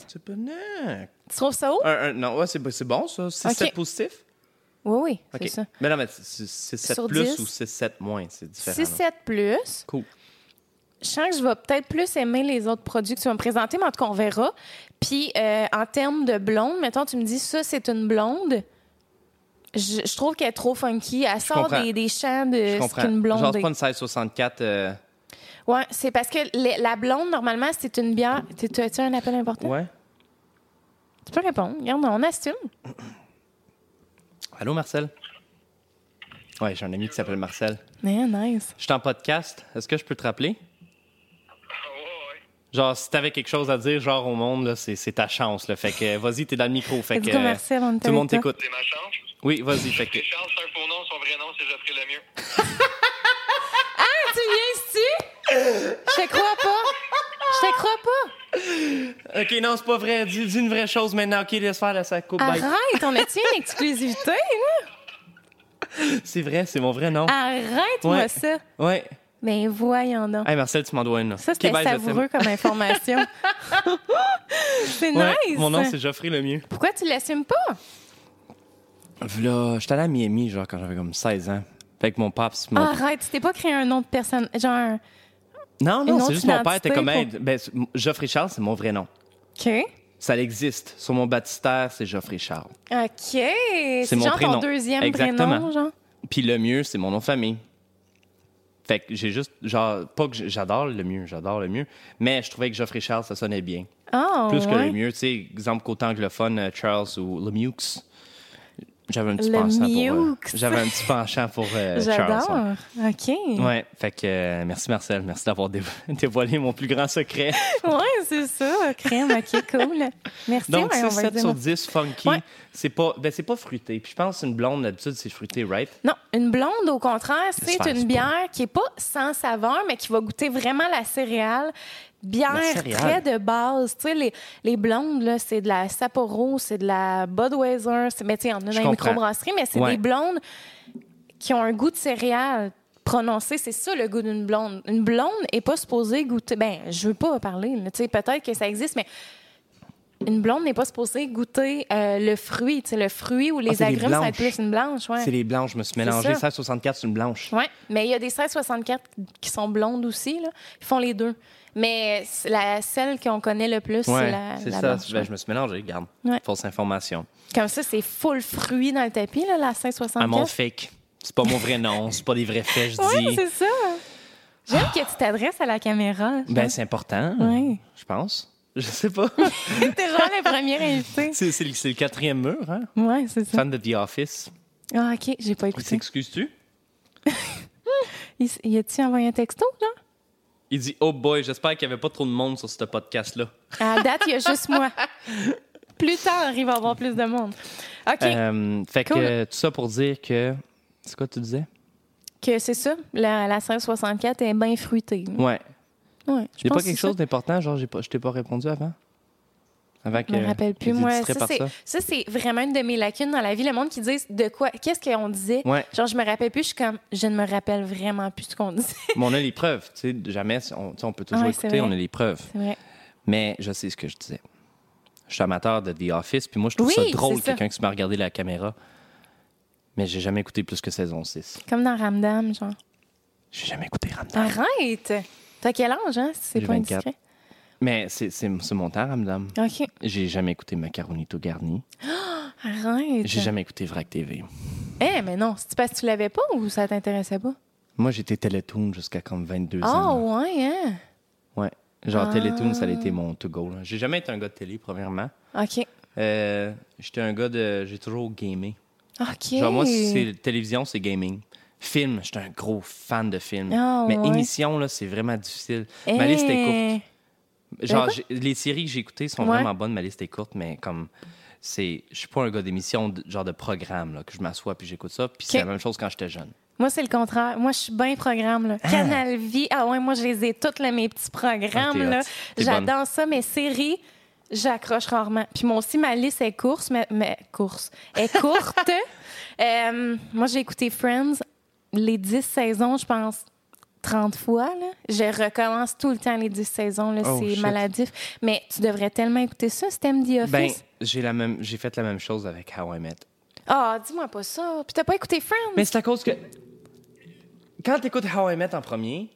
C'est pas non. Tu trouves ça haut? Un, un- non, ouais, c'est c'est bon, ça. C'est Ok. 7 positif? Oui, oui, OK. c'est ça. Mais non, mais c'est- c'est 7 Sur plus 10? ou c'est 7 moins. C'est différent. là. 6-7 plus. Cool. je sens que je vais peut-être plus aimer les autres produits que tu vas me présenter, mais en tout cas, on verra. Puis, euh, en termes de blonde, mettons, tu me dis ça, c'est une blonde. Je, je trouve qu'elle est trop funky. Elle sort comprends. des, des champs Je de ce comprends. qu'une blonde Genre, est. c'est pas une 1664. euh, Ouais, c'est parce que les- la blonde, normalement, c'est une bière. T'es- t'as- As-tu un appel important? Ouais. Tu peux répondre. Regarde, on assume. Allô, Marcel? Ouais, j'ai un ami qui s'appelle Marcel. Ouais, nice. Je suis en podcast. Est-ce que je peux te rappeler? Genre, si t'avais quelque chose à dire, genre, au monde, là, c'est, c'est ta chance, là. Fait que, euh, vas-y, t'es dans le micro. Fait du que, euh, commercial, on est tout le monde avec toi. t'écoute. C'est ma chance. Oui, vas-y, fait que... J'ai Charles, c'est un faux nom, son vrai nom, c'est Geoffrey Lemieux. Tu viens ici? Je te crois pas. Je te crois pas. OK, non, c'est pas vrai. Dis, dis une vraie chose maintenant. OK, laisse faire la sac coupe. Ah, Bye. Arrête, on a-tu une exclusivité, là? C'est vrai, c'est mon vrai nom. Arrête-moi Ouais. ça. Ouais. Ben voyons donc. Hey, Marcel, tu m'en dois une. là. Ça, OK, c'était bye, je t'aime. savoureux comme information. c'est Ouais, nice. Mon nom, c'est Geoffrey Lemieux. Pourquoi tu l'assumes pas? Là, j'étais allé à Miami, genre, quand j'avais comme 16 ans. Fait que mon papa, c'est mon- Arrête, tu t'es pas créé un nom de personne. Genre, Non, une non, autre c'est juste mon père identité était comme... pour- hey, ben, c'est- Geoffrey Charles, c'est mon vrai nom. OK. Ça existe. Sur mon baptistère, c'est Geoffrey Charles. OK. C'est mon genre ton prénom. deuxième prénom, Exactement. genre. Puis le mieux, c'est mon nom de famille. Fait que j'ai juste, genre, pas que j'- j'adore le mieux, j'adore le mieux, mais je trouvais que Geoffrey Charles, ça sonnait bien. Ah, Plus que ouais. le mieux, tu sais, exemple côté anglophone, euh, Charles ou Lemieux. J'avais un petit Le penchant pour. euh, Mieux. J'avais un petit penchant pour euh, Charles. ouais. J'adore. OK. Ouais, Ouais, fait que euh, merci Marcel, merci d'avoir dévo- dévoilé mon plus grand secret. c'est ça. Crème, OK, cool. Merci, Donc, ouais, c'est on va 7 dire. sur 10 funky. Ouais. C'est pas ben c'est pas fruité. Puis je pense qu'une blonde d'habitude c'est fruité, right? Non, une blonde, au contraire, J'espère c'est que c'est une bière qui est pas sans saveur, mais qui va goûter vraiment la céréale. Bière La céréale. très de base. Tu sais, les, les blondes, là, c'est de la Sapporo, c'est de la Budweiser. c'est- Mais tu sais, on en a dans Je les comprends. microbrasseries, mais c'est Ouais. des blondes qui ont un goût de céréale prononcé. C'est ça, le goût d'une blonde. Une blonde est pas supposée goûter... Ben, je veux pas parler. là. Tu sais, peut-être que ça existe, mais... Une blonde n'est pas supposée goûter euh, le fruit, tu sais, le fruit ou les Ah, c'est les agrumes, ça va être blanches. plus une blanche, ouais. C'est les blanches, je me suis mélangé. ça. 1664 c'est une blanche. Oui, mais il y a des 1664 qui sont blondes aussi. Là. Ils font les deux. Mais c- la, celle qu'on connaît le plus, c'est la, c'est la ça. blanche, Ben, ouais. je me suis mélangé, regarde. Ouais. Fausse information. Comme ça, c'est full fruit dans le tapis, là, la À mon 1664. fake. C'est pas mon vrai nom, c'est pas des vrais faits, je Oui, dis. c'est ça. J'aime que tu t'adresses à la caméra. Ben c'est important, Ouais. je pense. Je sais pas. T'es vraiment la première invitée. c'est c'est le c'est le quatrième mur, hein? Oui, c'est ça. Fan de The Office. Ah, OK, j'ai pas écouté. S'excuses-tu? Il, s- y a-tu envoyé un texto, là? Il dit Oh boy, j'espère qu'il n'y avait pas trop de monde sur ce podcast-là. À la date, il y a juste moi. Plus tard, il va y avoir plus de monde. OK. Euh, fait que Cool. euh, tout ça pour dire que. C'est quoi tu disais? Que c'est ça, la, la 1664 est bien fruitée. là. Ouais. Ouais, je J'ai pas pense que quelque c'est ça. chose d'important, genre j'ai pas, je t'ai pas répondu avant? Avant que. Je me rappelle plus, t'es moi. distrait Ça, par c'est, ça. ça, c'est vraiment une de mes lacunes dans la vie. Le monde qui dit de quoi, qu'est-ce qu'on disait. Ouais. Genre, je me rappelle plus, je suis comme, je ne me rappelle vraiment plus ce qu'on disait. Mais on a les preuves, tu sais, jamais, on, tu sais, on peut toujours Ouais, c'est écouter, vrai. on a les preuves. C'est vrai. Mais je sais ce que je disais. Je suis amateur de The Office, puis moi je trouve Oui, ça c'est drôle, ça. quelqu'un qui se met à regarder la caméra. Mais j'ai jamais écouté plus que saison 6. Comme dans Ramdam, genre. J'ai jamais écouté Ramdam. Arrête! T'as quel âge, hein, si c'est J'ai pas 24. indiscret? Mais c'est c'est- c'est mon temps, Ramdam. OK. J'ai jamais écouté Macaronito Garni. Arrête. J'ai jamais écouté Vrac TV. Eh, mais non, c'est parce que tu l'avais pas ou ça t'intéressait pas? Moi, j'étais Télétoon jusqu'à comme 22 Ah, ans. ouais, hein? Ouais. Genre, Ah. Télétoon, ça a été mon to-go. là. J'ai jamais été un gars de télé, premièrement. OK. Euh, J'étais un gars de. J'ai toujours gamé. OK. Genre, moi, si c'est télévision, c'est gaming. Film, j'étais un gros fan de films. Ah, Mais ouais. émission, là, c'est vraiment difficile. Eh. Ma liste est courte. Genre, Ben j'ai- les séries que j'ai écoutées sont Ouais. vraiment bonnes. Ma liste est courte, mais comme. c'est Je suis pas un gars d'émission, de- genre de programme, là, que je m'assois puis j'écoute ça. Puis c'est Ok. la même chose quand j'étais jeune. Moi, c'est le contraire. Moi, je suis bien programme. Là. Canal Vie. Ah ouais, moi, je les ai toutes, là, mes petits Ah, programmes. t'es là. hot. T'es J'adore ça, mes séries. J'accroche rarement. Puis moi aussi, ma liste est courte. Mais, mais- course. Est courte. Euh, moi, j'ai écouté Friends les 10 saisons, je pense, 30 fois. Là. Je recommence tout le temps les 10 saisons. là. Oh, c'est shit. maladif. Mais tu devrais tellement écouter ça si t'aimes The Ben, Office. j'ai la même- j'ai fait la même chose avec How I Met Ah, dis-moi pas ça. Puis t'as pas écouté Friends? Mais c'est à cause que. Quand t'écoutes How I Met en premier,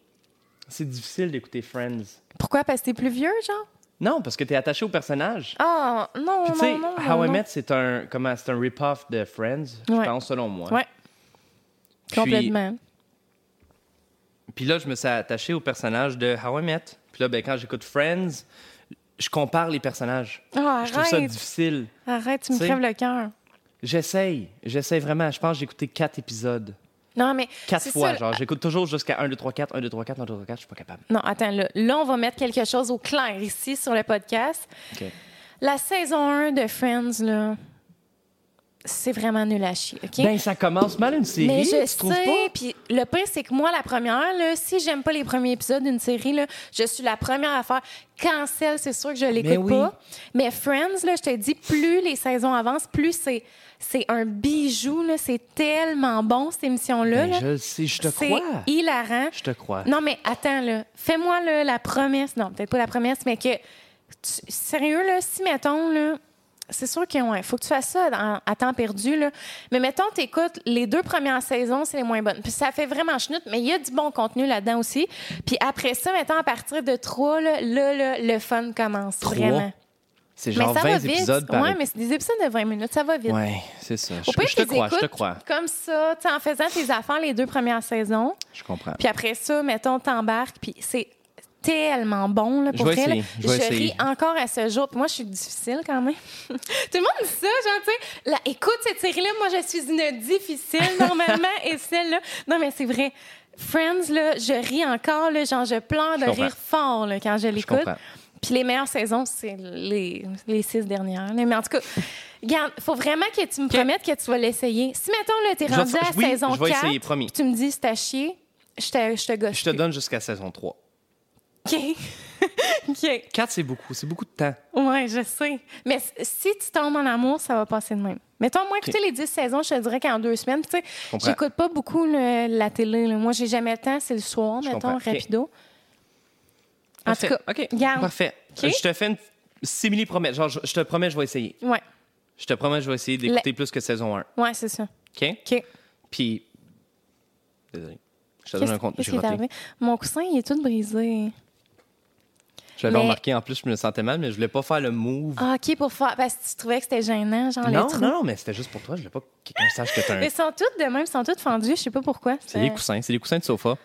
c'est difficile d'écouter Friends. Pourquoi? Parce que t'es plus vieux, genre? Non, parce que t'es attaché au personnage. Ah, non, Puis tu sais, non, non. How non, I non. Met, c'est un, comment, c'est un rip-off de Friends, je Ouais. pense, selon moi. Ouais. Puis- Complètement. Puis là, je me suis attaché au personnage de How I Met. Puis là, ben, quand j'écoute Friends, je compare les personnages. Ah, Je trouve ça arrête. difficile. Arrête, tu me Tu sais- crèves le cœur. J'essaye. J'essaye vraiment. Je pense que j'ai écouté quatre épisodes. Non, mais. Quatre c'est fois, ça, genre, j'écoute toujours jusqu'à 1, 2, 3, 4, 1, 2, 3, 4, 1, 2, 3, 4, je suis pas capable. Non, attends, là, là, on va mettre quelque chose au clair ici sur le podcast. OK. La saison 1 de Friends, là, c'est vraiment nul à chier, OK? Ben, ça commence mal une série, mais je tu trouves pas? sais, puis le pire, c'est que moi, la première, là, si j'aime pas les premiers épisodes d'une série, là, je suis la première à faire cancel, c'est sûr que je Mais l'écoute oui. pas. Mais Friends, là, je te dis, plus les saisons avancent, plus c'est, c'est un bijou, là, c'est tellement bon, cette émission-là. Ben, là. je le sais, je te c'est crois. hilarant. Je te crois. Non, mais attends, là. Fais-moi là, la promesse. Non, peut-être pas la promesse, mais que. tu- Sérieux, là, si, mettons, là. C'est sûr qu'il faut que tu fasses ça dans- à temps perdu. Là. Mais mettons, t'écoutes les deux premières saisons, c'est les moins bonnes. Puis ça fait vraiment chenoute, mais il y a du bon contenu là-dedans aussi. Puis après ça, mettons, à partir de trois, là, là, là, le fun commence Trois vraiment. C'est genre mais ça va 20 vite. épisodes par ouais, mais c'est des épisodes de 20 minutes, ça va vite. Ouais, c'est ça. Je, Au pire, je te t'es crois, je te écoutes crois. Comme ça, tu sais, en faisant tes affaires les deux premières saisons. Je comprends. Puis après ça, mettons, t'embarques, puis c'est tellement bon là, Je pour vais elle. essayer, je vais essayer. ris encore à ce jour. Puis moi, je suis difficile quand même. Tout le monde dit ça, genre, tu sais, la- écoute cette série-là, moi, je suis une difficile normalement, et celle-là... Non, mais c'est vrai. Friends, là, je ris encore, là, genre, je pleure de comprends. rire fort là, quand je l'écoute. comprends. Puis les meilleures saisons, c'est les, les six dernières. là. Mais en tout cas, regarde, faut vraiment que tu me promettes que tu vas l'essayer. Si, mettons, là, t'es Je- rendu à oui, saison je vais 4, essayer, promis. puis tu me dis, c'est à chier, je te, je te gosse. Je te plus. donne jusqu'à saison 3. OK. OK. 4, c'est beaucoup. C'est beaucoup de temps. Ouais, je sais. Mais c- si tu tombes en amour, ça va passer de même. Mettons, moi, écouter les 10 saisons, je te dirais qu'en deux semaines, tu sais, comprends. j'écoute pas beaucoup le- la télé. là. Moi, j'ai jamais le temps, c'est le soir, Je mettons, comprends. OK. rapido. En tout Parfait. cas, OK. garde. Parfait. OK. Je te fais une simili-promesse. Genre, je, je te promets, je vais essayer. Ouais, Je te promets, je vais essayer d'écouter plus que saison 1. ouais, c'est ça. OK? OK. Puis, Désolé. Je te donne un compte. qu'est-ce qui J'ai est raté. arrivé? Mon coussin, il est tout brisé. Je l'avais Mais- remarqué. En plus, je me sentais mal, mais je voulais pas faire le move. Ah, OK, pour faire. Parce que tu trouvais que c'était gênant, genre non, les trous. non, non, mais c'était juste pour toi. Je voulais pas que quelqu'un sache que t'as Ah, Mais un... ils sont toutes de même, ils sont toutes fendues, je sais pas pourquoi. Euh, C'est des coussins. C'est des coussins de sofa.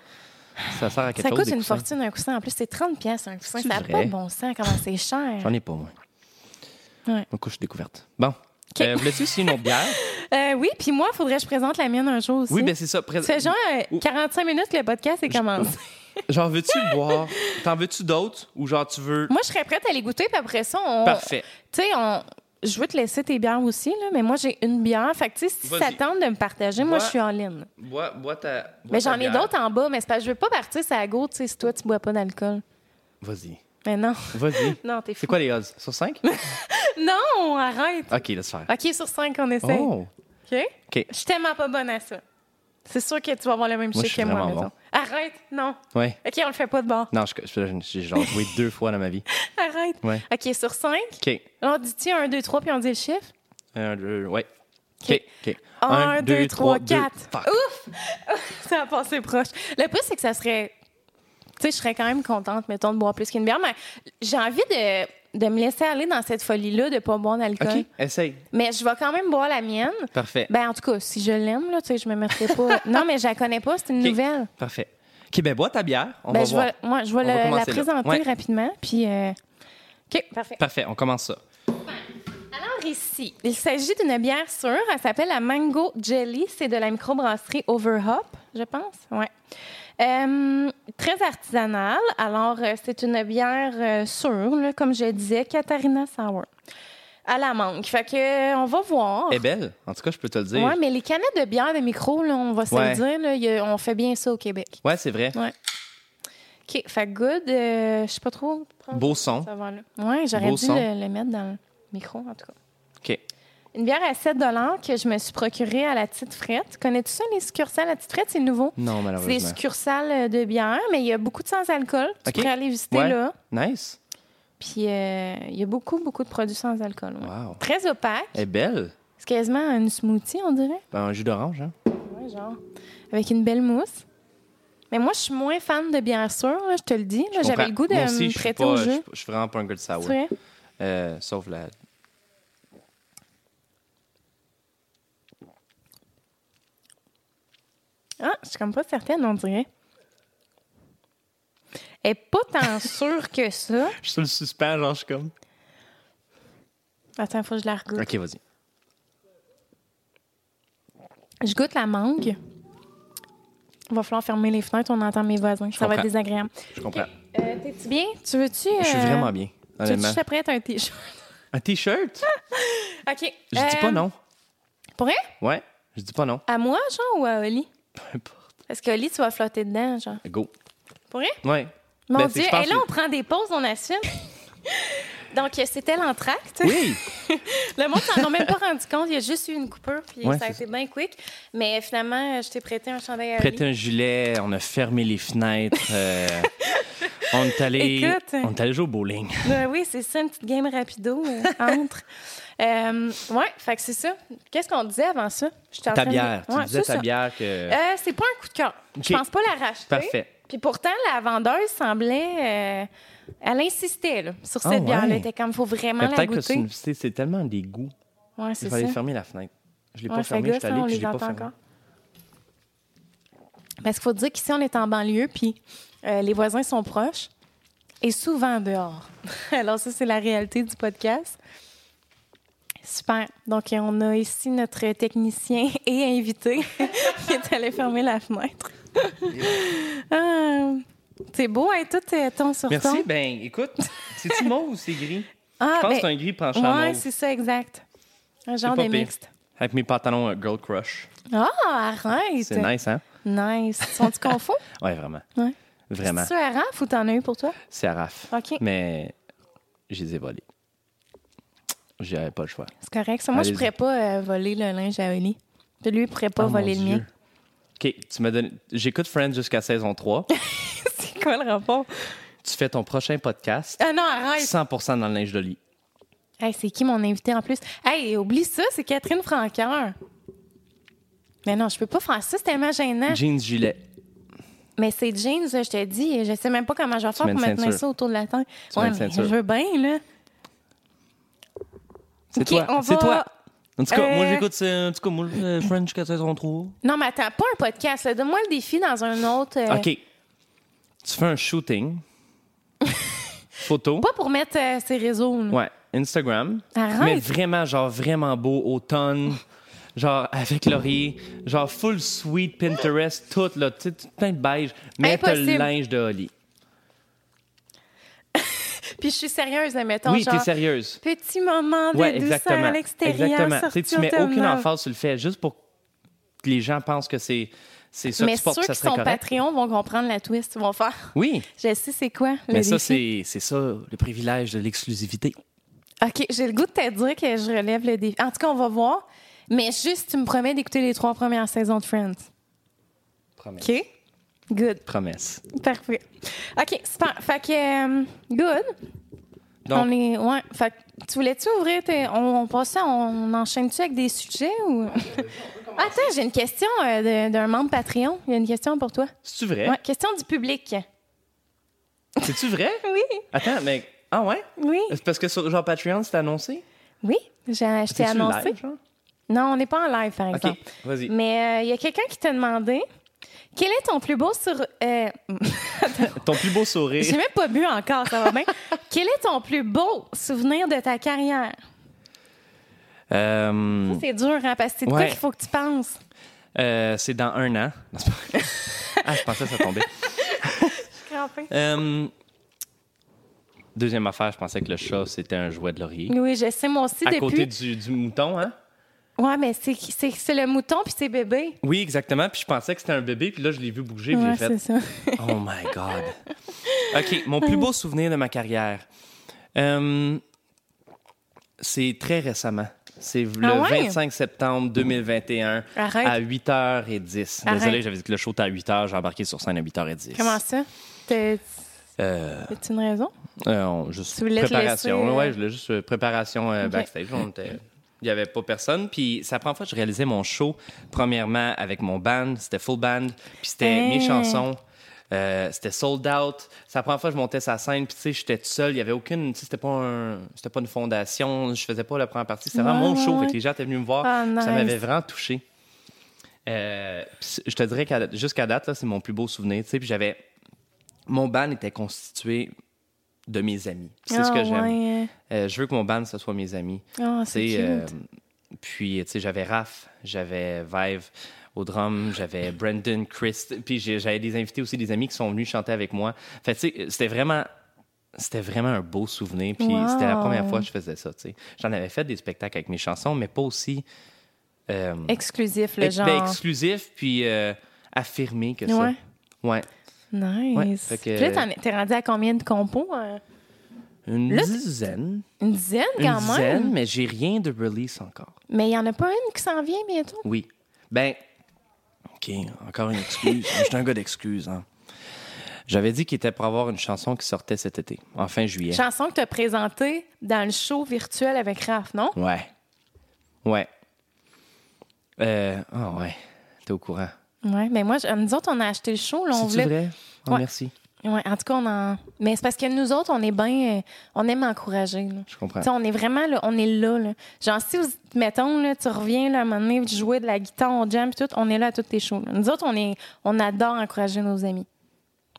Ça sert à quelque Ça chose, coûte des une coussins. fortune, un coussin. En plus, c'est 30 pièces un coussin. C'est Ça n'a vrai? pas de bon sens, comment c'est cher. J'en ai pas, moi. Ouais. Ma couche découverte. Bon. Euh, Voulais-tu essayer une autre bière? Euh, oui, puis moi, il faudrait que je présente la mienne un jour aussi. Oui, ben c'est ça. Pré- Ça fait genre euh, 45 minutes que le podcast est commencé. Genre, veux-tu boire? T'en veux-tu d'autres? Ou genre, tu veux. Moi, je serais prête à les goûter, puis après ça, on. Parfait. Tu sais, on. Je veux te laisser tes bières aussi, là, mais moi, j'ai une bière. Fait que, tu sais, si Vas-y. ça tente de me partager, moi, Bois. je suis en ligne. Bois, bois ta. bois Mais ta j'en ai bière. d'autres en bas, mais c'est parce que je veux pas partir, ça go, tu sais, si toi, tu bois pas d'alcool. Vas-y. Mais non. Vas-y. Non, t'es fou. C'est quoi les odds? Sur 5? Non, arrête. OK, laisse faire. OK, sur 5, on essaye. Oh! OK? OK. Je suis tellement pas bonne à ça. C'est sûr que tu vas avoir le même Moi, je chiffre suis que moi, vraiment mettons. bon. Arrête, non. Ouais. OK, on le fait pas de bord. Non, je- je- j'ai genre joué deux fois dans ma vie. Arrête. Ouais. OK, sur 5, OK. on dit-tu 1, 2, 3, puis on dit le chiffre? Un, deux, ouais. OK. OK. 1, 2, 3, deux. 4. Fuck. Ouf! ça a passé proche. Le plus, c'est que ça serait... Tu sais, je serais quand même contente, mettons, de boire plus qu'une bière, mais j'ai envie de, de me laisser aller dans cette folie-là de pas boire d'alcool. OK, essaye. Mais je vais quand même boire la mienne. Parfait. Ben, en tout cas, si je l'aime, là, tu sais, je me mettrai pas... non, mais je la connais pas, c'est une OK. nouvelle. Parfait. OK, ben bois ta bière. On Ben, va je voir. vais, moi, je vais On va le- la commencer là. présenter Ouais. rapidement. Puis, euh, OK, parfait. Parfait, on commence ça. Alors ici, il s'agit d'une bière sûre. Elle s'appelle la Mango Jelly. C'est de la microbrasserie Overhop, je pense. Ouais. Euh, très artisanale. Alors, euh, c'est une bière euh, sûre, là, comme je disais, Catarina Sour. À la mangue. Fait que, euh, on va voir. Elle est belle. En tout cas, je peux te le dire. Ouais, mais les canettes de bière de micro, là, on va se Ouais. le dire, là, il y a- on fait bien ça au Québec. Ouais, c'est vrai. Ouais. OK, fait que good. Euh, je sais pas trop. Beau son. Oui, j'aurais Oh. Beau dû son. le, le mettre dans le micro, en tout cas. OK. Une bière à 7 que je me suis procurée à la petite frette. Connais-tu ça, les succursales? La petite frette, c'est nouveau. Non, C'est des malheureusement. succursales euh, de bière, mais il y a beaucoup de sans-alcool. Tu OK. pourrais aller visiter Ouais. là. Nice. Puis euh, il y a beaucoup, beaucoup de produits sans-alcool. Wow. Eh. Très opaque. Elle est belle. C'est quasiment un smoothie, on dirait. Ben, un jus d'orange, hein? Ouais, genre. Avec une belle mousse. Mais moi, je suis moins fan de bière sûre, là, je te le dis. Là, Je J'avais comprends. le goût de Moi aussi, me je suis prêter pas- au Je jeu. suis- je suis vraiment pas un gars de sour. C'est vrai? Euh, sauf la. Ah, je suis comme pas certaine, on dirait. Elle est pas tant sûre que ça. Je suis sur le suspens, genre, je suis comme. Attends, faut que je la regoute. Ok, vas-y. Je goûte la mangue. va falloir fermer les fenêtres, on entend mes voisins. Je ça va être comprends. désagréable. Je comprends. Euh, T'es-tu bien? Tu veux-tu. Je suis euh, vraiment bien, Tu veux-tu honnêtement. que je te prête un t-shirt? Un T-shirt? OK. Je dis pas Euh, non. Pour vrai? Ouais, je dis pas non. À moi, genre, ou à Oli? Peu importe. Parce qu'Oli, tu vas flotter dedans, genre. Go. Pour vrai? Ouais. Mon Ben, c'est Dieu, que je pense et là, que- on prend des pauses, on assume. Donc, euh, c'était l'entracte. Oui! Le monde s'en a même pas rendu compte. Il y a juste eu une coupure, puis Ouais, ça a c'est été bien quick. Mais euh, finalement, euh, je t'ai prêté un chandail à Prêté Oli. un gilet, on a fermé les fenêtres. euh, on est allé. Écoute. On est allé jouer au bowling. Ouais, oui, c'est ça, une petite game rapido euh, entre. Euh, ouais, fait que c'est ça. Qu'est-ce qu'on disait avant ça? J'étais en Ta train de- bière. Tu Ouais, disais c'est ta ça. bière que. Euh, c'est pas un coup de cœur. Je OK. pense pas la racheter. Parfait. Puis pourtant, la vendeuse semblait. euh, elle insistait là, sur cette Ah ouais. bière-là. Elle était comme, faut vraiment Mais la peut-être que c'est goûter. une- c'est c'est tellement des goûts. Ouais, c'est Il ça. fallait fermer la fenêtre. Je l'ai Ouais, pas ça fermée, je gosse, suis hein, allée on puis je les l'ai pas entend fermée. encore. Parce qu'il faut dire qu'ici, on est en banlieue, puis euh, les voisins sont proches et souvent dehors. Alors, ça, c'est la réalité du podcast. Super. Donc, euh, on a ici notre technicien et invité qui est allé fermer la fenêtre. Ah, c'est beau, hein, tout est ton sur ton. Merci. Ben, écoute, c'est-tu mauve ou c'est gris? Ah, Je pense ben, que c'est un gris penché en ouais, mauve. c'est ça, exact. Un genre pas de pire. mixte. Avec mes pantalons euh, Girl Crush. Ah, arrête! C'est nice, hein? Nice. Sont-tu confus? Ouais, vraiment. Ouais. Vraiment. C'est un raf ou t'en as eu pour toi? C'est à raf. OK. Mais je les ai volés. J'avais pas le choix. C'est correct. Ça, moi, je Allez-y. pourrais pas euh, voler le linge à Oli. Puis lui, il pourrait pas Oh, mon voler le Dieu. mien. OK, tu m'as donné... J'écoute Friends jusqu'à saison 3. C'est quoi le rapport? tu fais ton prochain podcast Ah non, arrête! 100% dans le linge de lit. Hey, c'est qui mon invité en plus? Hey, oublie ça, c'est Catherine Franqueur. Mais non, je peux pas faire ça, c'est tellement gênant. Jeans, gilet. Mais ces jeans, je te dis, je sais même pas comment je vais faire mets pour une me tenir ceinture. ça autour de la tête. Tu mets une mais je ceinture. veux bien, là. C'est OK, on toi. C'est va- toi. En tout cas, moi, Euh, j'écoute... c'est- En tout cas, moi, euh, Friends jusqu'à saison 3. Non, mais attends, pas un podcast. là. Donne-moi le défi dans un autre. euh, OK. Tu fais un shooting. Photo. Pas pour mettre euh, ses réseaux. là. Ouais, Instagram. Arrête. Mais vraiment, genre, vraiment beau, automne. Genre, avec laurier. Genre, full sweet Pinterest, tout, là. Tu sais, tout plein de beige. Mais t'as le Impossible. linge de Holly. Puis je suis sérieuse, admettons. Oui, genre, t'es sérieuse. Petit moment de Ouais, douceur exactement. à l'extérieur. Exactement. Tu sais, sortir tu mets de aucune neuf. emphase sur le fait, juste pour que les gens pensent que c'est c'est ça que Mais tu portes, ceux que ça qui serait sont correct. Patreon vont comprendre la twist. Ils vont faire. Oui, Je sais c'est quoi. le mais ça, défi. c'est c'est ça, le privilège de l'exclusivité. OK, j'ai le goût de te dire que je relève le défi. En tout cas, on va voir. Mais juste, tu me promets d'écouter les trois premières saisons de Friends. Promesse. OK? Good. Promesse. Parfait. OK, super. Fait que. euh, good. Donc, on est. Ouais. Fait que tu voulais-tu ouvrir tes- On, on passe ça, on enchaîne-tu avec des sujets ou. Attends, j'ai une question euh, de- d'un membre Patreon. Il y a une question pour toi. c'est-tu vrai? Ouais, question du public. C'est-tu vrai? Oui, Attends, mais. Ah ouais? oui, C'est parce que sur genre Patreon, c'est annoncé? oui. J'ai, je t'ai C'est-tu annoncé. live, genre? Non, on n'est pas en live, par OK, exemple. vas-y. Mais euh, il y a quelqu'un qui t'a demandé quel est ton plus beau sur. euh, Ton plus beau j'ai sourire. même pas bu encore, ça va bien. quel est ton plus beau souvenir de ta carrière? Euh, C'est dur, hein, parce que c'est de quoi Ouais. qu'il faut que tu penses. euh, c'est dans un an. Non, c'est pas vrai. ah, je pensais que ça tombait. Euh, deuxième affaire, je pensais que le chat, c'était un jouet de laurier. Oui, je sais, moi aussi, À côté depuis. du, du mouton, hein? Ouais, mais c'est, c'est, c'est le mouton puis c'est bébé. Oui, exactement. Puis je pensais que c'était un bébé, puis là, je l'ai vu bouger, puis Ouais, j'ai c'est fait ça. Oh my God. OK, mon plus beau souvenir de ma carrière. Euh, c'est très récemment. C'est le Ah ouais? 25 septembre 2021 Arrête. à 8h10. Arrête. Désolé, j'avais dit que le show était à 8h, j'ai embarqué sur scène à 8h10. Comment ça? T'as, Euh, t'as-tu une raison? euh, on- juste Tu voulais te préparation. laisser, euh, Ouais, je voulais juste euh, préparation euh, backstage. On était- Il n'y avait pas personne. Puis c'est la première fois que je réalisais mon show, premièrement avec mon band. C'était full band. Puis c'était Hein. mes chansons. Euh, c'était sold out. C'est la première fois que je montais sa scène. Puis tu sais, j'étais tout seul. Il n'y avait aucune. Tu sais, c'était pas, un... c'était pas une fondation. Je faisais pas la première partie. C'était vraiment Ouais, mon show. ouais, Fait ouais. que les gens étaient venus me voir. Ah, Puis Ça nice. m'avait vraiment touché. Euh, puis c- je te dirais qu'à jusqu'à date, là, c'est mon plus beau souvenir. tu sais. Puis j'avais. Mon band était constitué de mes amis. Puis C'est ce Ah, que j'aime. ouais. Euh, je veux que mon band, ce soit mes amis. Ah, c'est Tu sais, cute. euh, puis, tu sais, j'avais Raph, j'avais Vive, au drum, j'avais Brandon Christ, puis j'ai- j'avais des invités aussi, des amis qui sont venus chanter avec moi. Fait que, tu sais, c'était vraiment. C'était vraiment un beau souvenir, puis Wow. c'était la première fois que je faisais ça. tu sais. J'en avais fait des spectacles avec mes chansons, mais pas aussi euh, Exclusif, le ex- ben, genre. exclusif puis euh, affirmé que ça. Ouais. Ouais. Ouais, Nice. fait que- Puis là, t'en es- t'es rendu à combien de compos? hein? Une Là, tu- dizaine. Une dizaine, quand une même. dizaine, mais j'ai rien de release encore. Mais il n'y en a pas une qui s'en vient bientôt? Oui. Ben, OK, encore une excuse. Je suis un gars d'excuses. hein. J'avais dit qu'il était pour avoir une chanson qui sortait cet été, en fin juillet. Chanson que t'as présentée dans le show virtuel avec Raph, non? ouais. Ouais. Euh, Ah ouais. T'es au courant. Oui, mais moi, je- nous autres, on a acheté le show. Là, on C'est-tu voulait... vrai? Oh, Ouais. merci. Ouais, en tout cas, on en... Mais c'est parce que nous autres, on est bien... euh, On aime encourager. là. Je comprends. Tu sais, on est vraiment là, on est là. là. Genre, si, vous- mettons, là, tu reviens là, à un moment donné jouer de la guitare, on jam, pis tout, on est là à toutes tes shows. là. Nous autres, on, est, on adore encourager nos amis.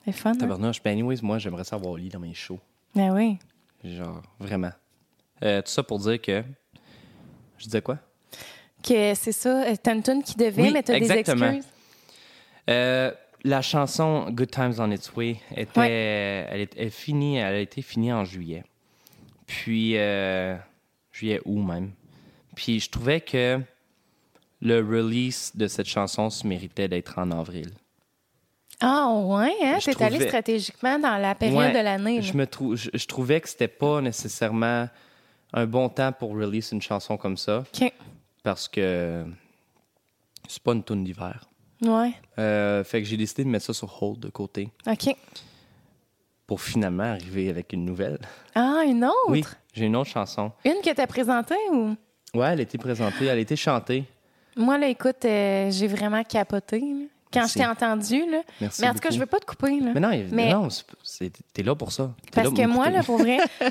C'est fun. Hein? Tabarnouche. Ben anyways, moi, j'aimerais ça avoir Lee dans mes shows. Ben oui. Genre, vraiment. Euh, tout ça pour dire que... Je disais quoi? Que c'est ça, euh, t'as une toune qui devait, Oui, mais t'as des exactement. excuses. Euh, la chanson Good Times on Its Way était, elle, est, elle finit- elle a été finie en juillet. Puis, euh, juillet ou même. Puis, je trouvais que le release de cette chanson se méritait d'être en avril. Ah ouais, hein? Je T'es allé trouvais- stratégiquement dans la période Ouais, de l'année. là. Je, me trou- je, je trouvais que c'était pas nécessairement un bon temps pour release une chanson comme ça OK. parce que c'est pas une tune d'hiver. Ouais. Euh, fait que j'ai décidé de mettre ça sur hold de côté OK. pour finalement arriver avec une nouvelle. Ah, une autre? Oui, j'ai une autre chanson. Une que t'as présentée ou? Ouais, elle a été présentée, elle a été chantée. Moi, là, écoute, euh, j'ai vraiment capoté. là. Quand Merci. je t'ai entendu, là. Merci Mais en tout cas, beaucoup. je veux pas te couper, là. Mais non, il- Mais- non, c'est- c'est- t'es là pour ça. T'es là Parce pour que moi, m'écouter. là, pour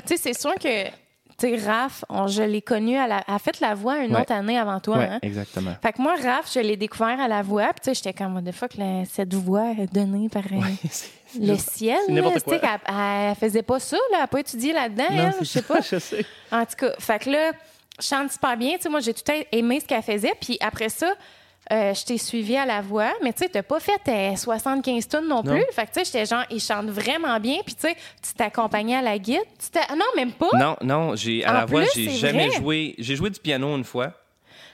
vrai, tu sais, c'est sûr que, tu sais, Raph, on- je l'ai connu, à la, a fait la voix une Ouais. autre année avant toi, Ouais, hein. exactement. Fait que moi, Raph, je l'ai découvert à la voix, puis tu sais, j'étais comme, what the fuck, là, cette voix est donnée par euh, Ouais, c'est- le ciel, c'est là, n'importe tu sais, quoi. qu'elle elle faisait pas ça, là, elle a pas étudié là-dedans, Non, elle, je c'est sais ça, pas. je sais. En tout cas, fait que là, je chante super bien. Tu sais, moi, j'ai tout à aimé ce qu'elle faisait. Puis après ça, euh, je t'ai suivi à la voix, mais tu sais, t'as pas fait euh, 75 tonnes non plus. Non. Fait que tu sais, j'étais genre, il chante vraiment bien. Puis tu sais, tu t'accompagnais à la guide. Tu t'as- Non, même pas. Non, non, j'ai, à Oh! En la voix, plus, j'ai c'est jamais vrai. joué. J'ai joué du piano une fois.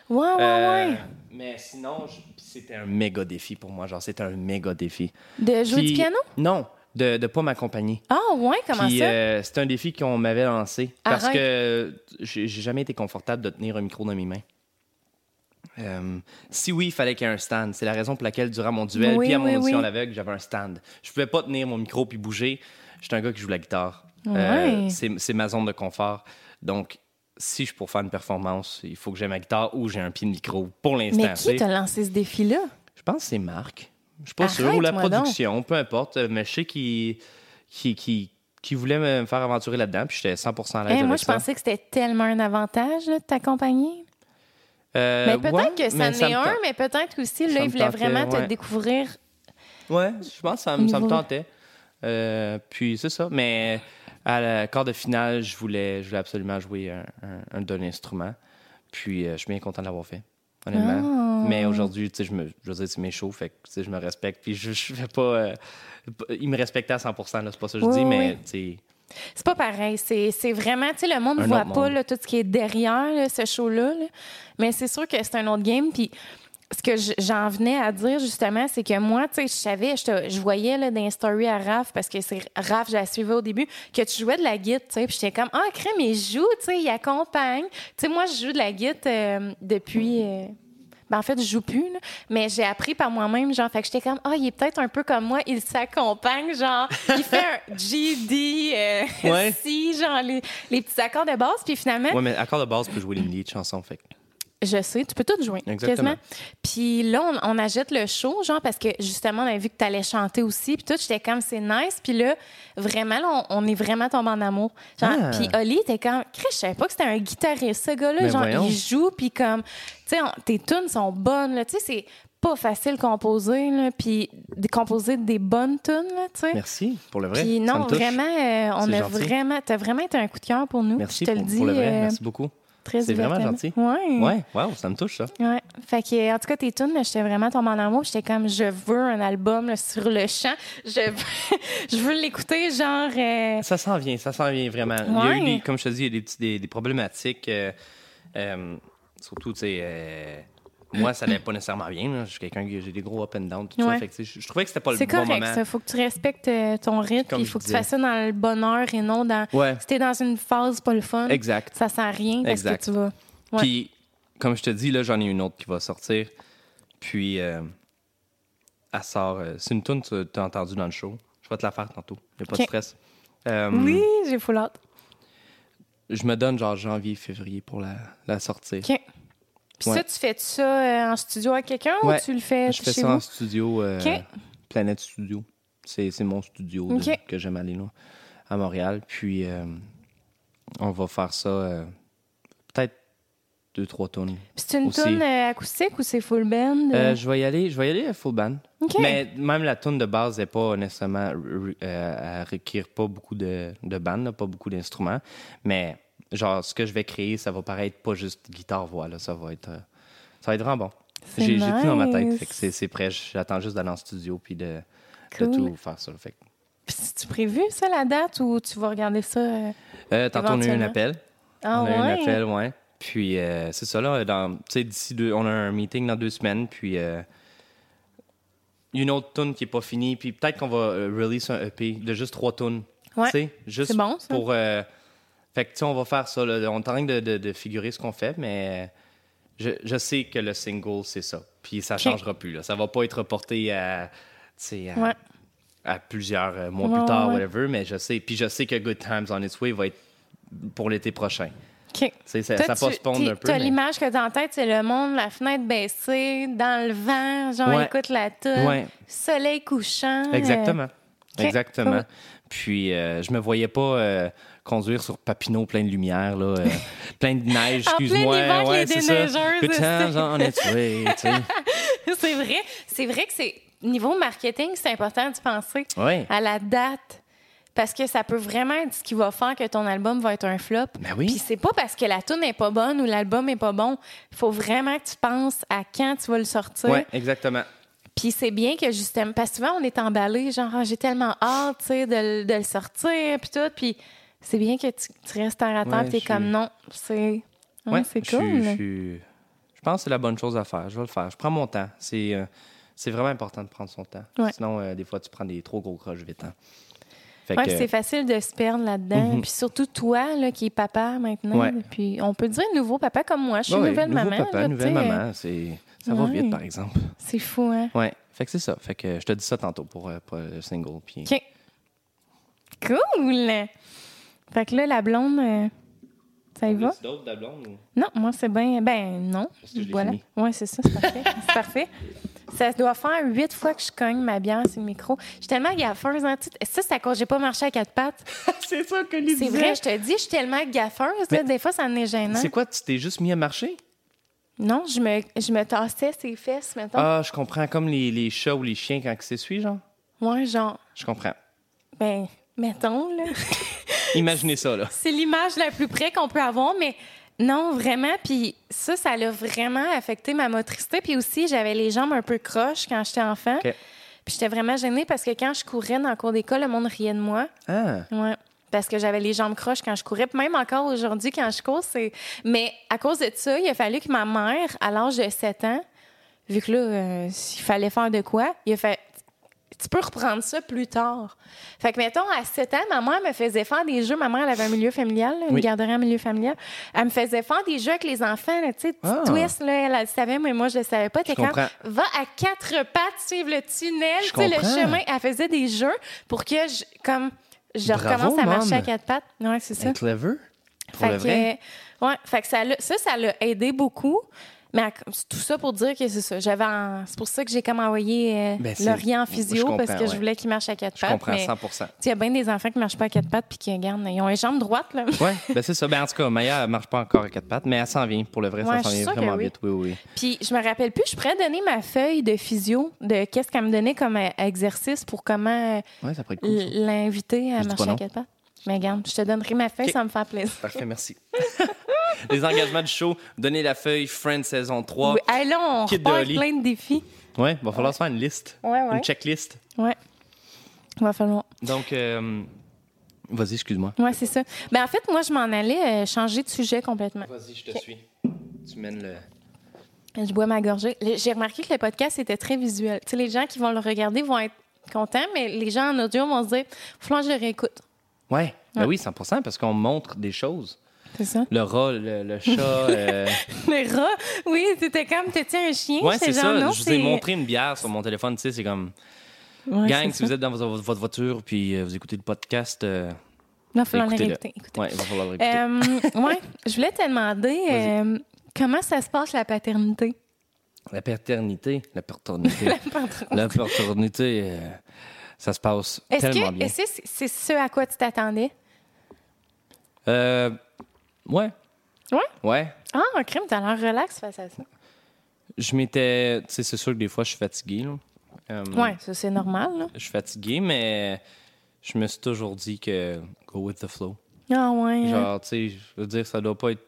Ouais, ouais, Euh, ouais. Mais sinon, je- c'était un méga défi pour moi. Genre, c'était un méga défi. De jouer Puis- du piano? Non, de ne pas m'accompagner. Ah, ouais, comment Puis ça? euh, c'est un défi qu'on m'avait lancé parce Arrête. que j'ai j'ai jamais été confortable de tenir un micro dans mes mains. Euh, si oui, il fallait qu'il y ait un stand. C'est la raison pour laquelle, durant mon duel, Oui, puis à mon oui, audition oui. à l'aveugle, j'avais un stand. Je pouvais pas tenir mon micro puis bouger. J'étais un gars qui joue la guitare. Euh, Ouais. c'est c'est ma zone de confort. Donc, si je suis pour faire une performance, il faut que j'ai ma guitare ou j'ai un pied de micro pour l'instant. mais tu sais. qui t'a lancé ce défi-là? Je pense que c'est Marc. Je suis pas sûr. Ou la Arrête-moi production, peu importe. Euh, Mais je sais qu'il qu'il- qu'il- qu'il voulait me faire aventurer là-dedans. Puis j'étais 100 à l'aise Hein, avec moi, je ça. pensais que c'était tellement un avantage là, de t'accompagner. Euh, mais peut-être ouais, que ça mais en est me un, tente- mais peut-être aussi, Ça là, il me voulait tentait, vraiment te ouais. découvrir. Ouais, je pense que ça, me- ça me Niveau- tentait. Euh, puis c'est ça. Mais à la quart de finale, je voulais, je voulais absolument jouer un, un, un de l'instrument. Puis euh, je suis bien content de l'avoir fait. Honnêtement. Ah. Mais aujourd'hui, tu sais, je, me- je veux dire, c'est mes shows, fait que tu sais, je me respecte. Puis je, je fais pas. euh, p- il me respectait à 100 là, c'est pas ça que je Oui, dis, oui, mais oui. tu sais, C'est pas pareil. C'est c'est vraiment, tu sais, le monde Un ne voit autre pas monde. là, tout ce qui est derrière là, ce show-là. là. Mais c'est sûr que c'est un autre game. Puis ce que j- j'en venais à dire, justement, c'est que moi, tu sais, je savais, je, te- je voyais là, dans les stories à Raph, parce que c'est Raph, je la suivais au début, que tu jouais de la guitare, tu sais. Puis j'étais comme, ah, crème, il joue, tu sais, il accompagne. Tu sais, moi, je joue de la guitare euh, depuis. euh, ben, en fait, je joue plus, là, mais j'ai appris par moi-même, genre, fait que j'étais comme, ah, il est peut-être un peu comme moi, il s'accompagne, genre, il fait un GD, euh, Ouais. si, genre, les, les petits accords de base, puis finalement, Ouais, mais accord de base peut jouer les milliers de chansons, fait. que- je sais, tu peux tout jouer, quasiment. Exactement. Puis là, on, on achète le show, genre, parce que justement, on avait vu que tu allais chanter aussi, puis tout, j'étais comme, c'est nice, puis là, vraiment, là, on, on est vraiment tombé en amour. Genre, Ah. puis Oli était comme, Chris, je savais pas que c'était un guitariste, ce gars-là, Mais genre, voyons. il joue, puis comme, tu sais, on- tes tunes sont bonnes, là, tu sais, c'est pas facile de composer, là, puis de composer des bonnes tunes, là, tu sais. Merci pour le vrai. Puis ça non, me touche. vraiment, euh, on C'est a gentil. vraiment, t'as vraiment été un coup de cœur pour nous. Merci je te pour, le dis. pour le vrai. euh, Merci beaucoup. très C'est vraiment ouvertement. gentil. Ouais. Ouais, wow, ça me touche, ça. Ouais. Fait que, en tout cas, tes tunes, là, j'étais vraiment tombée en amour. J'étais comme, je veux un album là, sur le champ. Je veux, je veux l'écouter, genre. euh, Ça s'en vient, ça s'en vient vraiment. Il y a eu, Ouais. des- comme je te dis, il y a des, petits- des, des problématiques. euh, euh, surtout, tu sais, euh, moi, ça n'allait pas nécessairement bien. là. Je suis quelqu'un qui j'ai des gros up and down, tout ça. Ouais. Fait que, tu sais, je, je trouvais que c'était pas le C'est bon correct, moment. ça. Faut que tu respectes euh, ton rythme, Comme puis il je faut que tu disais. fasses ça dans le bonheur et non dans. Ouais. Si t'es dans une phase pas le fun, Exact. ça sert à rien parce Exact. que tu vas. Ouais. Puis, comme je te dis, là, j'en ai une autre qui va sortir. Puis, euh, elle sort. euh, c'est une tune que tu as entendue dans le show. Je vais te la faire tantôt. Il a pas de Ok. stress. Euh, Oui, j'ai full hâte. Je me donne genre janvier, février pour la, la sortir. OK. Puis Ouais. ça, tu fais ça euh, en studio avec quelqu'un Ouais. ou tu le fais Euh, Je fais chez ça en vous? studio, euh, Ok. Planète Studio. C'est c'est mon studio de- Ok. que j'aime aller là, à Montréal. Puis euh, on va faire ça euh, peut-être deux, trois tonnes. Puis c'est une aussi. tune euh, acoustique ou c'est full band? Euh, euh? je vais y aller, je vais y aller à full band. OK. Mais même la tune de base n'est pas nécessairement r- r- euh, elle requiert pas beaucoup de, de bandes, là, pas beaucoup d'instruments. Mais genre ce que je vais créer, ça va paraître pas juste guitare voix là, ça va être euh, ça va être vraiment bon. C'est J'ai j'ai tout dans ma tête, nice. fait que c'est c'est prêt. J'attends juste d'aller en studio puis de, de Cool. tout faire ça. Fait. que- Puis tu prévu ça, la date, ou tu vas regarder ça? euh? Euh, tantôt on a eu un Éventuellement. appel. Ah on a eu un ouais? appel, ouais. Puis euh, c'est ça là. dans- Tu sais d'ici deux, on a un meeting dans deux semaines, puis. euh, une autre tune qui est pas finie, puis peut-être qu'on va euh, release un EP de juste trois tunes. Ouais. Tu sais, juste C'est bon, ça. pour. euh, fait que, tu sais, on va faire ça. là. On est en train de, de- de figurer ce qu'on fait, mais euh, je, je sais que le single, c'est ça. Puis ça changera plus. Là. Ça va pas être reporté à, tu sais, à, Ouais. à plusieurs euh, mois Ouais, plus tard, ouais. whatever. Mais je sais. Puis je sais que Good Times on its way va être pour l'été prochain. OK. Tu sais, ça, Toi, ça tu- postpone t'es- un peu. T'as mais- l'image que dans la tête, c'est le monde, la fenêtre baissée, dans le vent, genre Ouais. écoute la toune, Ouais. soleil couchant. euh, Exactement. ok, Exactement. cool. Puis euh, je me voyais pas euh, conduire sur Papineau plein de lumière, là, euh, plein de neige, En plein excuse-moi. hiver avec les c'est ça. déneigeuses, Good c'est- times on its way, tu sais. euh, c'est vrai, c'est vrai que c'est niveau marketing, c'est important de penser Ouais. à la date. Parce que ça peut vraiment être ce qui va faire que ton album va être un flop. Ben oui. Puis c'est pas parce que la tune n'est pas bonne ou l'album est pas bon. Il faut vraiment que tu penses à quand tu vas le sortir. Ouais, exactement. Puis c'est bien que justement, parce que souvent on est emballé, genre Ah, j'ai tellement hâte, tu sais, de, le- de le sortir, puis tout. Puis c'est bien que tu, tu restes terre à terre, Ouais, puis t'es je comme suis- non, c'est hein, Ouais, c'est je suis- cool. Je, suis- je pense que c'est la bonne chose à faire. Je vais le faire. Je prends mon temps. C'est euh, c'est vraiment important de prendre son temps. Ouais. Sinon, euh, des fois, tu prends des trop gros croches vite. hein. Fait Ouais, que, puis c'est facile de se perdre là-dedans. Puis surtout toi, là, qui est papa maintenant. Mhm. Ouais. Puis on peut dire nouveau papa comme moi. Je suis ouais, ouais, nouvelle nouveau maman. Papa, là, nouvelle tu sais, euh, maman. c'est- Ça va Ouais. vite, par exemple. C'est fou, hein? Ouais. Fait que c'est ça. Fait que je te dis ça tantôt pour, euh, pour le single. Puis... OK. Cool! Fait que là, la blonde, euh, ça y va? C'est d'autres de la blonde ou- Non, moi, c'est bien. Ben, non. que je l'ai Voilà. fini? Oui, c'est ça, c'est parfait. c'est parfait. Ça doit faire huit fois que je cogne ma bière sur le micro. Je suis tellement gaffeuse. Hein. tu- Ça, c'est à cause que j'ai pas marché à quatre pattes. c'est ça que lui C'est vrai, je te dis, je suis tellement gaffeuse. là. Mais- Des fois, ça en est gênant. C'est quoi, tu t'es juste mis à marcher? Non, je me, je me tassais ses fesses, mettons. Ah, je comprends, comme les, les chats ou les chiens quand ils s'essuient, genre. Moi, genre, Je comprends. ben, mettons, là. Imaginez ça, là. C'est l'image la plus près qu'on peut avoir, mais non, vraiment. Puis ça, ça l'a vraiment affecté ma motricité. Puis aussi, j'avais les jambes un peu croches quand j'étais enfant. OK. Puis j'étais vraiment gênée parce que quand je courais dans le cours d'école, le monde riait de moi. Ah, Ouais. Parce que j'avais les jambes croches quand je courais. Puis même encore aujourd'hui, quand je cours, c'est. Mais à cause de ça, il a fallu que ma mère, à l'âge de 7 ans, vu que là, euh, il fallait faire de quoi, il a fait. Tu peux reprendre ça plus tard. Fait que, mettons, à 7 ans, ma mère me faisait faire des jeux. Ma mère, elle avait un milieu familial, là, une Oui. garderie en milieu familial. Elle me faisait faire des jeux avec les enfants, là, tu sais, Ah. twist twist, là. Elle, elle le savait, mais moi, je le savais pas. T'es Je comme, comprends. va à quatre pattes, suivre le tunnel, Je tu sais, le comprends. chemin. Elle faisait des jeux pour que, je, comme, je Bravo, recommence à marcher Mom. à quatre pattes. Ouais, c'est ça. c'est clever. Pour Fait le que, vrai. euh, ouais, fait que ça, l'a- ça, ça l'a aidé beaucoup. Mais à- c'est tout ça pour dire que c'est ça. J'avais en- c'est pour ça que j'ai comme envoyé euh, Ben, c'est- Laurent en je physio comprends, parce que je ouais. voulais qu'il marche à quatre Je pattes. comprends mais, 100 tu sais, Il y a bien des enfants qui marchent pas à quatre pattes puis qui regardent. Ils ont les jambes droites. Là. Ouais, ben c'est ça. Ben en tout cas, Maya, elle marche pas encore à quatre pattes, mais elle s'en vient. Pour le vrai, Ouais, ça s'en je suis vient sûre que vraiment oui. vite. Oui, oui. Puis je me rappelle plus, je pourrais donner ma feuille de physio de qu'est-ce qu'elle me donnait comme euh, exercice pour comment euh, Ouais, ça pourrait être cool. ça. l- l'inviter à dis pas marcher à non. quatre pattes. Mais regarde, je te donnerai ma feuille, Ok. ça me fait plaisir. Parfait, merci. les engagements du show, donner la feuille Friends saison 3. Oui. Hey, là, on Kid repart Dolly. plein de défis. Ouais, va falloir se faire une liste, Ouais, ouais. une checklist. Ouais. Va falloir. Donc, euh, vas-y, excuse-moi. Ouais, c'est ça. Ben, en fait, moi, je m'en allais euh, changer de sujet complètement. Vas-y, je te suis. Tu mènes le. Je bois ma gorgée. Le- J'ai remarqué que le podcast était très visuel. Tu sais, les gens qui vont le regarder vont être contents, mais les gens en audio vont se dire Faut que je le réécoute. Ouais, ben Ouais. oui, 100 parce qu'on montre des choses. C'est ça. Le rat, le, le chat. euh, Le rat, oui, c'était comme t'étais un chien. Ouais, j'étais c'est genre, ça. non, Je vous c'est- ai montré une bière sur mon téléphone. Tu sais, c'est comme. Ouais, Gang, c'est si ça. vous êtes dans vo- votre, voiture puis euh, vous écoutez le podcast, euh, Il va falloir le écoutez-le. réécouter. écoutez. ouais, il va falloir le réécouter. Euh, ouais, je voulais te demander Vas-y. euh, comment ça se passe la paternité. La paternité. La paternité. La paternité. la paternité, euh, ça se passe Est-ce tellement que bien. est-ce que c'est c'est ce à quoi tu t'attendais? Euh, ouais, Ouais. ouais. Ah, un crime, t'as l'air relax face à ça. Je m'étais. Tu sais, c'est sûr que des fois, je suis fatigué. là. Euh, Ouais, ça c'est normal. Là. Je suis fatigué, mais je me suis toujours dit que go with the flow. Ah ouais. hein. Genre, tu sais, je veux dire, ça doit pas être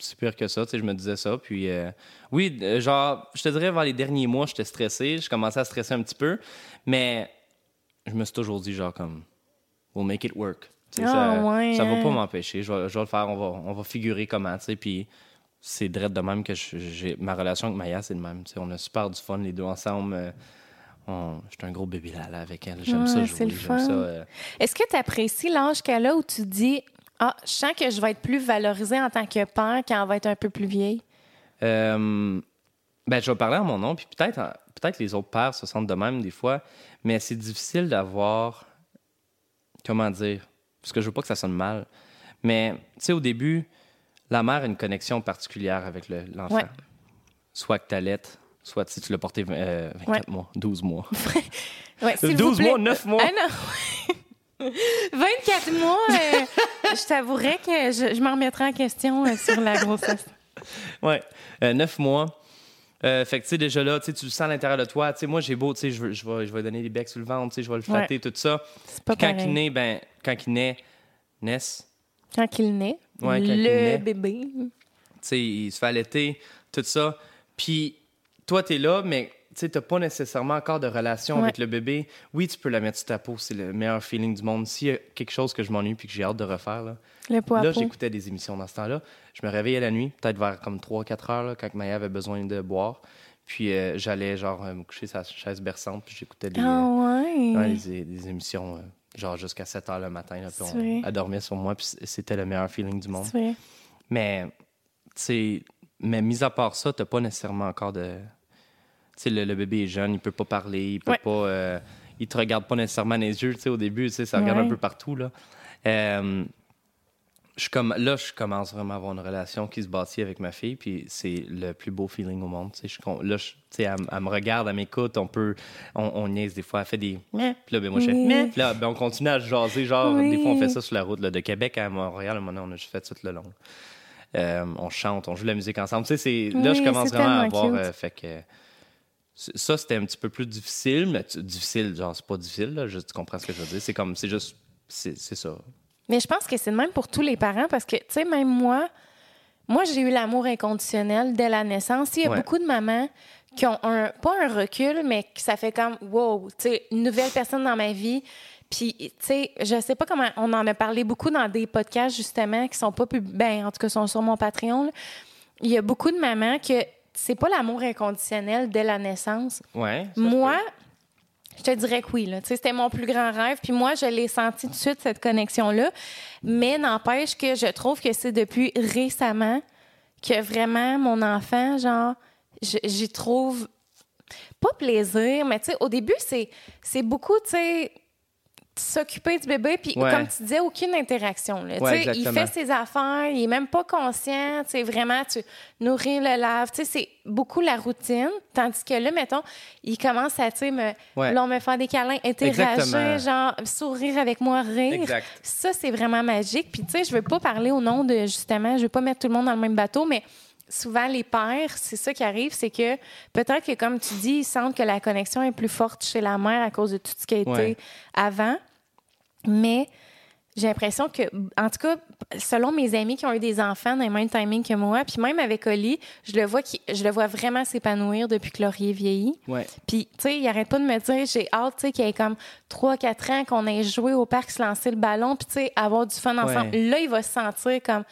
si pire que ça. Tu sais, je me disais ça. Puis, euh, oui, euh, genre, je te dirais, vers les derniers mois, j'étais stressé. Je commençais à stresser un petit peu. Mais je me suis toujours dit, genre, comme, we'll make it work. Tu sais, Ah, ça, ouais, ça va hein. pas m'empêcher. Je vais, je vais le faire. On va, on va figurer comment, tu sais. Puis, c'est direct de même que je- j'ai ma relation avec Maya, c'est le même. Tu sais, on a super du fun, les deux ensemble. euh, on- J'étais un gros bébé là, là avec elle. J'aime ça Ouais, c'est jouer. le J'aime fun. ça. euh, Est-ce que tu apprécies l'âge qu'elle a où tu dis Ah, je sens que je vais être plus valorisée en tant que père quand on va être un peu plus vieille? Euh, ben, je vais parler en mon nom, puis peut-être euh, peut-être les autres pères se sentent de même des fois, mais c'est difficile d'avoir. Comment dire Parce que je veux pas que ça sonne mal. Mais, tu sais, au début, la mère a une connexion particulière avec le- l'enfant. Ouais. Soit que t'allaites, soit si tu l'as porté euh, 24 Ouais. mois, 12 mois. Ouais, s'il vous 12 plaît. mois, 9 mois. Ah non! 24 mois, euh, je t'avouerais que je, je m'en remettrai en question euh, sur la grossesse. Ouais. Euh, neuf mois. Euh, fait que, tu sais, déjà là, tu sais, tu le sens à l'intérieur de toi. Tu sais, moi, j'ai beau, tu sais, je veux- je vais je vais donner des becs sous le ventre, tu sais, je vais le flatter, tout ça. C'est pas Puis quand pareil. il naît, ben, quand il naît, naisse, Quand il naît, Ouais, quand le il naît. bébé. tu sais, il se fait allaiter, tout ça. Puis toi, t'es là, mais tu sais, t'as pas nécessairement encore de relation Ouais. avec le bébé. Oui, tu peux la mettre sur ta peau, c'est le meilleur feeling du monde. S'il y a quelque chose que je m'ennuie puis que j'ai hâte de refaire, là, Le poids là j'écoutais des émissions dans ce temps-là. Je me réveillais la nuit, peut-être vers comme 3-4 heures, là, quand Maya avait besoin de boire. Puis euh, j'allais, genre, euh, me coucher sur la chaise berçante, puis j'écoutais des, Ah euh, ouais. ouais, des, des émissions, euh, genre, jusqu'à 7 heures le matin. Là, puis C'est on, vrai. elle dormait sur moi, puis c- c'était le meilleur feeling du monde. C'est vrai. Mais, tu sais, mais mis à part ça, t'as pas nécessairement encore de. Tu sais, le, le bébé est jeune, il peut pas parler, il peut Ouais. pas. euh, il te regarde pas nécessairement dans les yeux, tu sais, au début, tu sais, ça regarde un Ouais. peu partout, là. Euh, je suis comme, là, je commence vraiment à avoir une relation qui se bâtit avec ma fille, puis c'est le plus beau feeling au monde. tu sais. Je suis con- là, je- tu sais, elle, m- elle me regarde, elle m'écoute, on peut, on, on niaise des fois, elle fait des meh, puis là, ben, moi, je fais Oui. meh, puis là, ben, on continue à se jaser, genre, Oui. des fois, on fait ça sur la route là, de Québec à Montréal, à un moment donné, on a juste fait tout le long. Euh, on chante, on joue de la musique ensemble. Tu sais, c'est- là, Oui, je commence c'est vraiment à tellement avoir. cute. euh, fait que c- ça, c'était un petit peu plus difficile, mais tu- difficile, genre, c'est pas difficile, là, juste, tu comprends ce que je veux dire. C'est comme, c'est juste, c'est c'est ça. Mais je pense que c'est de même pour tous les parents parce que, tu sais, même moi, moi, j'ai eu l'amour inconditionnel dès la naissance. Il y a Ouais. beaucoup de mamans qui ont un, pas un recul, mais que ça fait comme, wow, tu sais, une nouvelle personne dans ma vie. Puis, tu sais, je sais pas comment, on en a parlé beaucoup dans des podcasts, justement, qui sont pas pub... Ben, en tout cas, sont sur mon Patreon. là. Il y a beaucoup de mamans que c'est pas l'amour inconditionnel dès la naissance. Ouais. ça se Moi, je te dirais que oui. là. Tu sais, C'était mon plus grand rêve. Puis moi, je l'ai senti tout de suite, cette connexion-là. Mais n'empêche que je trouve que c'est depuis récemment que vraiment mon enfant, genre, je- j'y trouve pas plaisir, mais tu sais, au début, c'est c'est beaucoup, tu sais, s'occuper du bébé, puis Ouais. comme tu disais, aucune interaction. là. Tu Ouais, sais, il exactement. fait ses affaires, il est même pas conscient, tu sais, vraiment, tu nourris, le lave, tu sais, c'est beaucoup la routine, tandis que là, mettons, il commence à, tu sais, me, Ouais. là, on me faire des câlins, interagir, Exactement. genre, sourire avec moi, rire. Exact. Ça, c'est vraiment magique. Puis, tu sais, je veux pas parler au nom de, justement, je veux pas mettre tout le monde dans le même bateau, mais souvent, les pères, c'est ça qui arrive, c'est que peut-être que, comme tu dis, ils sentent que la connexion est plus forte chez la mère à cause de tout ce qui a été Ouais. avant. Mais j'ai l'impression que, en tout cas, selon mes amis qui ont eu des enfants dans le même timing que moi, puis même avec Oli, je le vois, qui, je le vois vraiment s'épanouir depuis que Laurier vieillit. Ouais. Puis, tu sais, il arrête pas de me dire, j'ai hâte, tu sais, qu'il y ait comme 3-4 ans, qu'on ait joué au parc, se lancer le ballon, puis, tu sais, avoir du fun ensemble. Ouais. Là, il va se sentir comme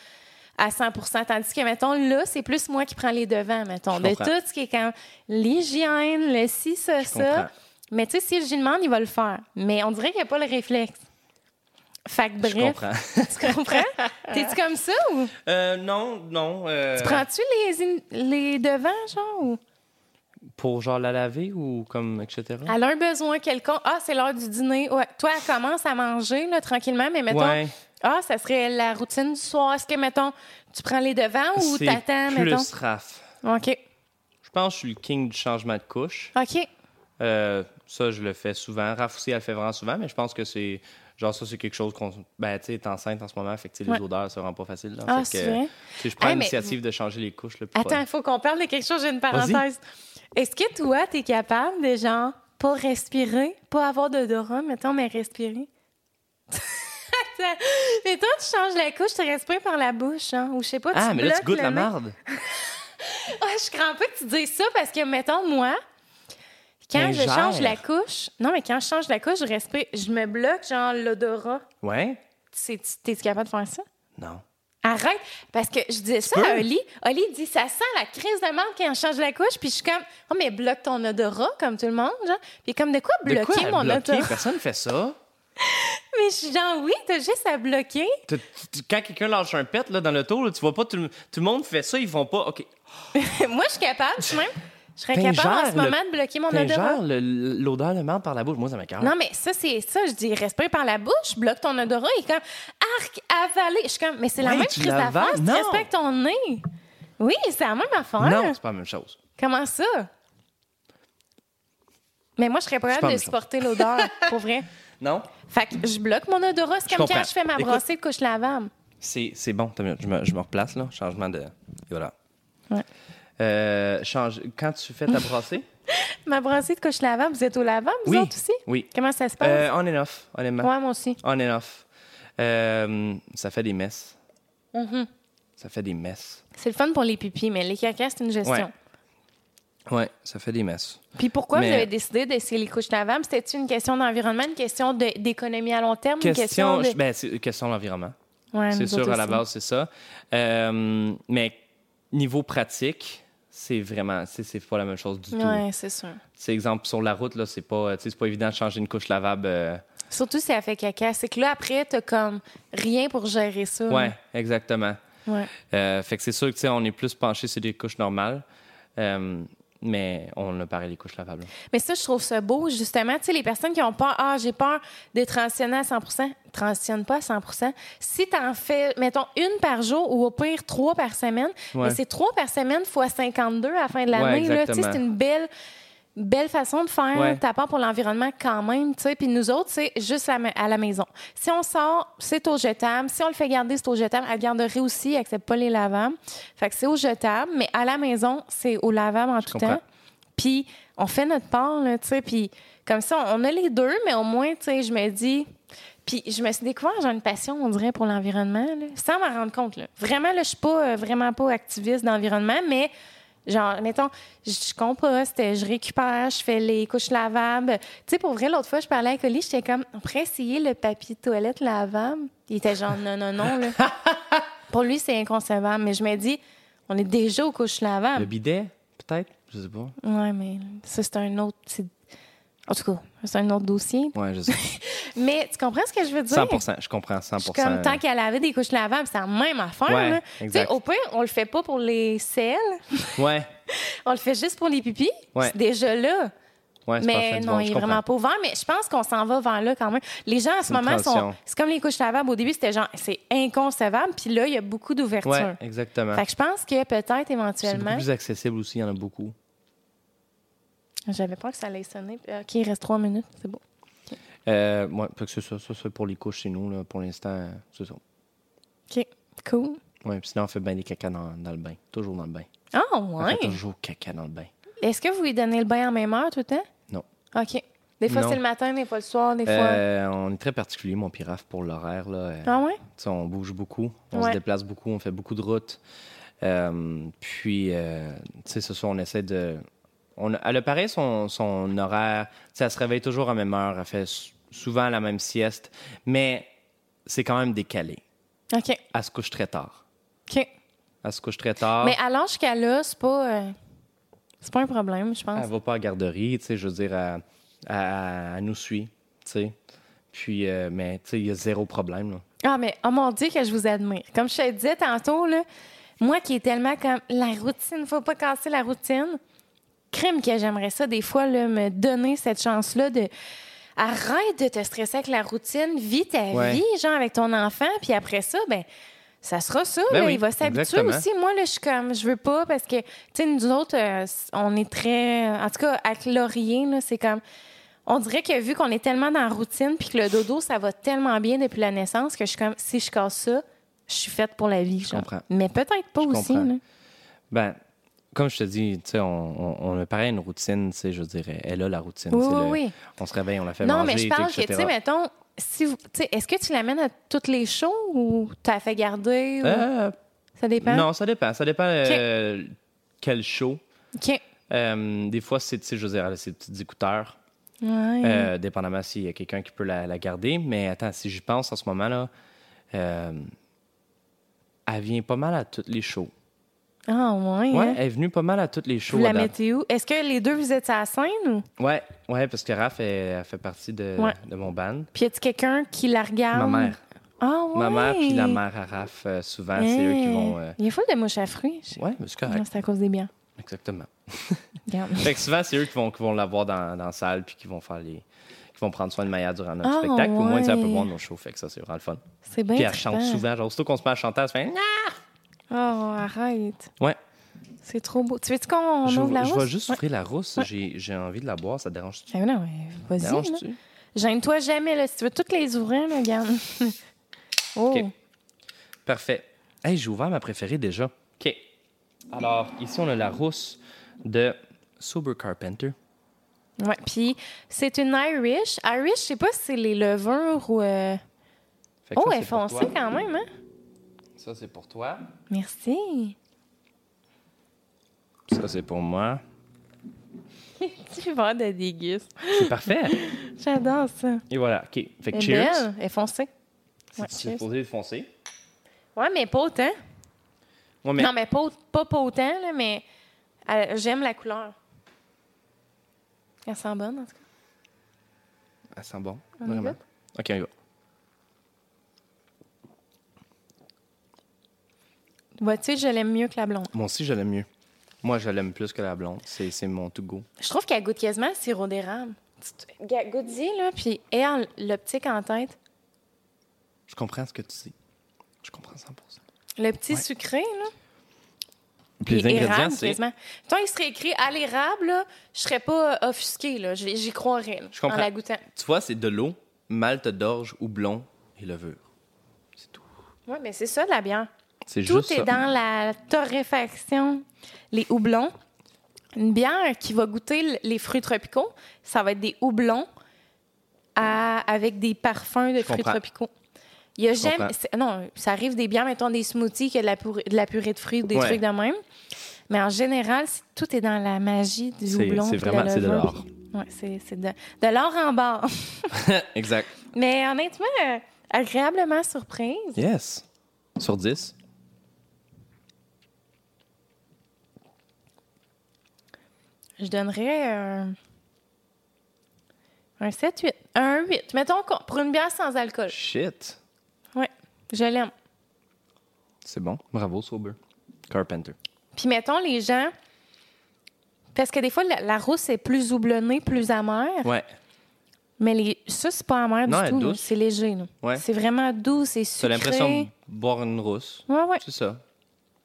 à 100 Tandis que, mettons, là, c'est plus moi qui prends les devants, mettons, Je de comprends. tout ce qui est comme l'hygiène, le ci, ça, comprends. ça. Mais, tu sais, si je lui demande, il va le faire. Mais on dirait qu'il n'y a pas le réflexe. Fait que, bref. Je comprends. Tu comprends? T'es-tu comme ça ou Euh, non, non. euh, prends-tu les, in- les devants, genre? Ou... Pour genre la laver ou comme, etc. Elle a un besoin quelconque. Ah, c'est l'heure du dîner. Ouais. Toi, elle commence à manger là, tranquillement, mais mettons. Ouais. Ah, ça serait la routine du soir. Est-ce que, mettons, tu prends les devants ou C'est t'attends, plus mettons? raf. OK. Je pense que je suis le king du changement de couche. OK. Euh, ça, je le fais souvent. Raph aussi, elle le fait vraiment souvent, mais je pense que c'est. Genre, ça, c'est quelque chose qu'on. Ben, tu sais, t'es enceinte en ce moment, fait que tu sais, les Ouais. odeurs, ça rend pas facile. là. Ah, Fait c'est que, vrai? tu sais, je prends Hey, mais- l'initiative de changer les couches. Là, pour Attends, pas- il faut qu'on parle de quelque chose. J'ai une Vas-y. parenthèse. Est-ce que toi, t'es capable de, genre, pas respirer, pas avoir d'odorat, mettons, mais respirer? Attends. Mais toi, tu changes la couche, tu respires par la bouche, hein? Ou je sais pas, tu Ah, mais là, tu bloques goûtes le la nez. marde. Ah, je suis crampée que tu dises ça parce que, mettons, moi, quand Mais je change gère. la couche, non, mais quand je change la couche, je respire, je me bloque, genre, l'odorat. Ouais? C'est- tu- T'es-tu capable de faire ça? Non. Arrête! Parce que je disais ça peux. à Oli. Oli dit ça sent la crise de marde quand je change la couche. Puis je suis comme, oh, mais bloque ton odorat comme tout le monde, genre. Puis comme, de quoi bloquer de quoi à mon bloquer? odorat? Personne fait ça. Mais je suis genre, oui, t'as juste à bloquer. T'as- tu- Quand quelqu'un lâche un pet là, dans le tour, tu vois pas tout le... tout le monde fait ça, ils font pas. OK. Moi, je suis capable, je suis même. Je serais T'ingères capable en ce le- moment de bloquer mon odorat. T'ingères le- l'odeur de marde par la bouche. Moi, ça m'écoeure. Non, mais ça, c'est ça. Je dis, respire par la bouche, bloque ton odorat. Il est comme, arc, avalé. Je suis comme, mais c'est la Ouais, même tu crise l'avales. d'affaire. Tu Non. respectes ton nez. Oui, c'est la même affaire. Non, c'est pas la même chose. Comment ça? Mais moi, je serais pas pas capable de la même chose. supporter l'odeur, pour vrai. Non? Fait que je bloque mon odorat. C'est comme comprends. quand je fais ma Écoute. brassée de couche lavable. C'est c'est bon, Attends une minute, je me, je me replace là. Changement de. Et voilà. Ouais. Euh, change... Quand tu fais ta brassée? Ma brassée de couche lavable, vous êtes au lavable, vous Oui. autres aussi? Oui. Comment ça se passe? Euh, on and off, honnêtement. ouais, moi aussi. On and off. Euh, ça fait des messes. Mm-hmm. Ça fait des messes. C'est le fun pour les pipis, mais les cacas, c'est une gestion. Ouais. Ouais, ça fait des messes. Puis pourquoi Mais- vous avez décidé d'essayer les couches lavables? C'était-tu une question d'environnement, une question de- d'économie à long terme, une Question, je- question de... ben, c'est- question de l'environnement. Ouais, C'est nous sûr, autres à la aussi. base, c'est ça. Euh, mais niveau pratique, c'est vraiment, c'est c'est pas la même chose du tout. Ouais, c'est sûr. C'est exemple sur la route là, c'est pas, euh, tu sais, c'est pas évident de changer une couche lavable. euh, Surtout si elle fait caca. C'est que là, après, t'as comme rien pour gérer ça. Ouais, exactement. Ouais. Euh, fait que c'est sûr que tu sais, on est plus penché sur des couches normales, euh, mais on a pareil les couches lavables. Mais ça, je trouve ça beau, justement. Tu sais, les personnes qui ont peur, ah, j'ai peur de transitionner à 100 transitionne pas à 100 Si t'en fais, mettons, une par jour ou au pire trois par semaine, Ouais. mais c'est trois par semaine fois 52 à la fin de l'année. là. tu sais, exactement. c'est une belle, belle façon de faire Ouais. ta part pour l'environnement quand même. tu sais. Puis nous autres, c'est juste à, ma- à la maison. Si on sort, c'est au jetable. Si on le fait garder, c'est au jetable. À la garderie aussi, ils acceptent pas les lavables. Fait que c'est au jetable, mais à la maison, c'est au lavable en tout comprends. temps. Puis on fait notre part, là, tu sais. Puis comme ça, on a les deux, mais au moins, tu sais, je me dis. Puis je me suis découvert, j'ai une passion, on dirait, pour l'environnement, là, sans m'en rendre compte. Là. Vraiment, là, je suis pas euh, vraiment pas activiste d'environnement, mais genre, mettons, je- je composte, euh, je récupère, je fais les couches lavables. Tu sais, pour vrai, l'autre fois, je parlais avec Oli, j'étais comme, on pourrait essayer le papier de toilette lavable. Il était genre, non, non, non, là. pour lui, c'est inconcevable, mais je me dis, on est déjà aux couches lavables. Le bidet, peut-être, je sais pas. Ouais, mais ça, c'est un autre. c'est- En tout cas, c'est un autre dossier. Ouais, je sais. Mais tu comprends ce que je veux dire? 100%, je comprends 100%. Je suis comme tant qu'elle avait des couches lavables, c'est la même affaire. Ouais, là. Tu sais, exact. au pire, on le fait pas pour les selles, Ouais, on le fait juste pour les pipis. Ouais. C'est déjà là. ouais, c'est parfait, Mais du non, monde, il je est comprends. vraiment pas ouvert. Mais je pense qu'on s'en va vers là quand même. Les gens, en ce C'est une moment, sont. transition. C'est comme les couches lavables. Au début, c'était genre, c'est inconcevable. Puis là, il y a beaucoup d'ouverture. Ouais, exactement. Fait que je pense que peut-être C'est beaucoup éventuellement. plus accessible aussi, il y en a beaucoup. J'avais peur que ça allait sonner. ah, OK, il reste trois minutes. C'est beau. Euh, ouais, fait que c'est ça, ça c'est pour les couches chez nous là, pour l'instant, euh, c'est ça. OK, cool. Ouais, puis sinon on fait bien des caca dans, dans le bain, toujours dans le bain. Ah, On ouais. fait toujours caca dans le bain. Est-ce que vous lui donnez le bain en même heure tout le temps? Non. OK. Des fois, Non. c'est le matin, des fois, le soir, des fois. Euh, on est très particulier, mon piraf, pour l'horaire. Là. Euh, Ah ouais? tu sais, on bouge beaucoup, on Ouais. se déplace beaucoup, on fait beaucoup de routes. Euh, puis, euh, tu sais, ce soir, on essaie de. On, elle a pareil son, son horaire. Tu sais, elle se réveille toujours à même heure. Elle fait s- souvent la même sieste, mais c'est quand même décalé. OK. Elle se couche très tard. OK. Elle se couche très tard. Mais à l'âge qu'elle a, c'est pas, euh, c'est pas un problème, je pense. Elle va pas à la garderie, tu sais, je veux dire, elle, elle- elle nous suit, tu sais. Puis, euh, mais, tu sais, il y a zéro problème, là. Ah, mais oh mon Dieu, que je vous admire. Comme je te disais tantôt, là, moi qui est tellement comme la routine, faut pas casser la routine. Crime que j'aimerais ça, des fois, là, me donner cette chance-là de. Arrête de te stresser avec la routine, vis ta Ouais. vie, genre avec ton enfant, puis après ça, ben. Ça sera ça, Ben là, oui, il va s'habituer exactement. aussi. Moi, là, je suis comme, je veux pas parce que, tu sais, nous autres, euh, on est très. En tout cas, avec Laurier, là, c'est comme. On dirait que vu qu'on est tellement dans la routine puis que le dodo, ça va tellement bien depuis la naissance que je suis comme, si je casse ça, je suis faite pour la vie. Je comprends. Mais peut-être pas Je aussi. comprends. là. Ben, comme je te dis, tu sais, on, on, on a pareil une routine, tu sais, je veux dire, elle a la routine. Oui, tu sais, oui, le- oui. On se réveille, on la fait Non, manger, mais je parle que, etc. tu sais, mettons, si vous- tu sais, est-ce que tu l'amènes à toutes les shows ou t'as fait garder? ou- Euh, ça dépend. non, ça dépend. Ça dépend euh, quel show. OK. Euh, des fois, c'est, tu sais, je veux dire, elle a ses petits écouteurs, Ouais. euh, dépendamment s'il y a quelqu'un qui peut la, la garder. Mais attends, si j'y pense en ce moment-là, euh, elle vient pas mal à toutes les shows. Ah, ouais. Ouais, hein. elle est venue pas mal à toutes les shows. Vous la à date. mettez où? Est-ce que les deux, vous êtes à la scène ou? Ouais, ouais, parce que Raph, elle, elle fait partie de, Ouais. de mon band. Puis y a-tu quelqu'un qui la Ma regarde? mère. Ah, ouais. Ma mère puis la mère à Raph, euh, souvent, c'est eux qui Hey. vont. euh, Il y a full de mouches à fruits. Ouais, mais c'est Non, correct. C'est à cause des biens. Exactement. Regarde. Fait que souvent, c'est eux qui vont, qui vont l'avoir dans, dans la salle puis qui vont faire les. qui vont prendre soin de Maya durant notre Ah, spectacle. Au moins, tu sais, elle peut ouais. voir nos shows. Fait que ça, c'est vraiment le fun. C'est bien. Puis elle chante trippant. souvent. Genre, aussitôt qu'on se met à chanter, elle se fait. Oh, arrête. Ouais. C'est trop beau. Tu veux-tu qu'on je ouvre la je housse? vais juste ouvrir la rousse. J'ai, j'ai envie de la boire. Ça te dérange-tu? Ben non, mais vas-y. Ça te là. dérange-tu? Gêne-toi jamais, là. Si tu veux toutes les ouvrir, là, regarde. oh. OK. Parfait. Hey, j'ai ouvert ma préférée déjà. OK. Alors, ici, on a la rousse de Sober Carpenter. Ouais. Puis, c'est une Irish. Irish, je sais pas si c'est les levures ou. euh, Fait que Oh, ça, elle est c'est pour foncée toi. quand même, hein? Ça, c'est pour toi. Merci. Ça, c'est pour moi. tu vas de déguste. C'est parfait. J'adore ça. Et voilà. OK. Fait Elle que est cheers. belle. Elle est foncée. Ouais, C'est cheers. supposé de foncer. Ouais, mais pas autant. Ouais, mais Non, mais pas, au- pas, pas autant, là, mais euh, j'aime la couleur. Elle sent bonne, en tout cas. elle sent Ah, bon. On y vraiment. va? OK, on y va. Vois-tu, je l'aime mieux que la blonde. Moi aussi, je l'aime mieux. Moi, je l'aime plus que la blonde. C'est c'est mon tout go. Je trouve qu'elle goûte quasiment le sirop d'érable. Tu- tu- ga- Goûte-y, là, puis aie en- l'optique en tête. Je comprends ce que tu dis. Je comprends 100 Le petit Ouais. sucré, là. Puis les puis ingrédients, érable, c'est. quasiment. Tant il serait écrit à l'érable, là, je serais pas euh, offusquée, là. J'y j'y croirais, là, Je comprends. en la goûtant. Tu vois, c'est de l'eau, malte d'orge, houblon et levure. C'est tout. Oui, mais c'est ça, de la bière. C'est Tout juste est ça. dans la torréfaction, les houblons. Une bière qui va goûter l- les fruits tropicaux, ça va être des houblons à- avec des parfums de fruits comprends. tropicaux. Il y a jamais, comprends. c'est- non, ça arrive des bières, mettons des smoothies qui a de la, purée, de la purée de fruits, ou des Ouais. trucs de même. Mais en général, c'est- tout est dans la magie du C'est- houblon. c'est puis vraiment- c'est de levure. l'or. Ouais, c'est c'est de, de l'or en barre. exact. Mais honnêtement, euh, agréablement surprise. Yes. Sur 10. Je donnerais un, un 7-8. Un 8. Mettons qu'on- pour une bière sans alcool. Shit. Ouais, je l'aime. C'est bon. Bravo, Sober. Carpenter. Puis mettons les gens. Parce que des fois, la, la rousse est plus houblonnée, plus amère. Ouais. Mais les, ça, c'est pas amer Non, du elle est tout. là. douce. C'est léger. là. Ouais. C'est vraiment doux, c'est T'as sucré. l'impression de boire une rousse. Ouais, ouais. C'est ça.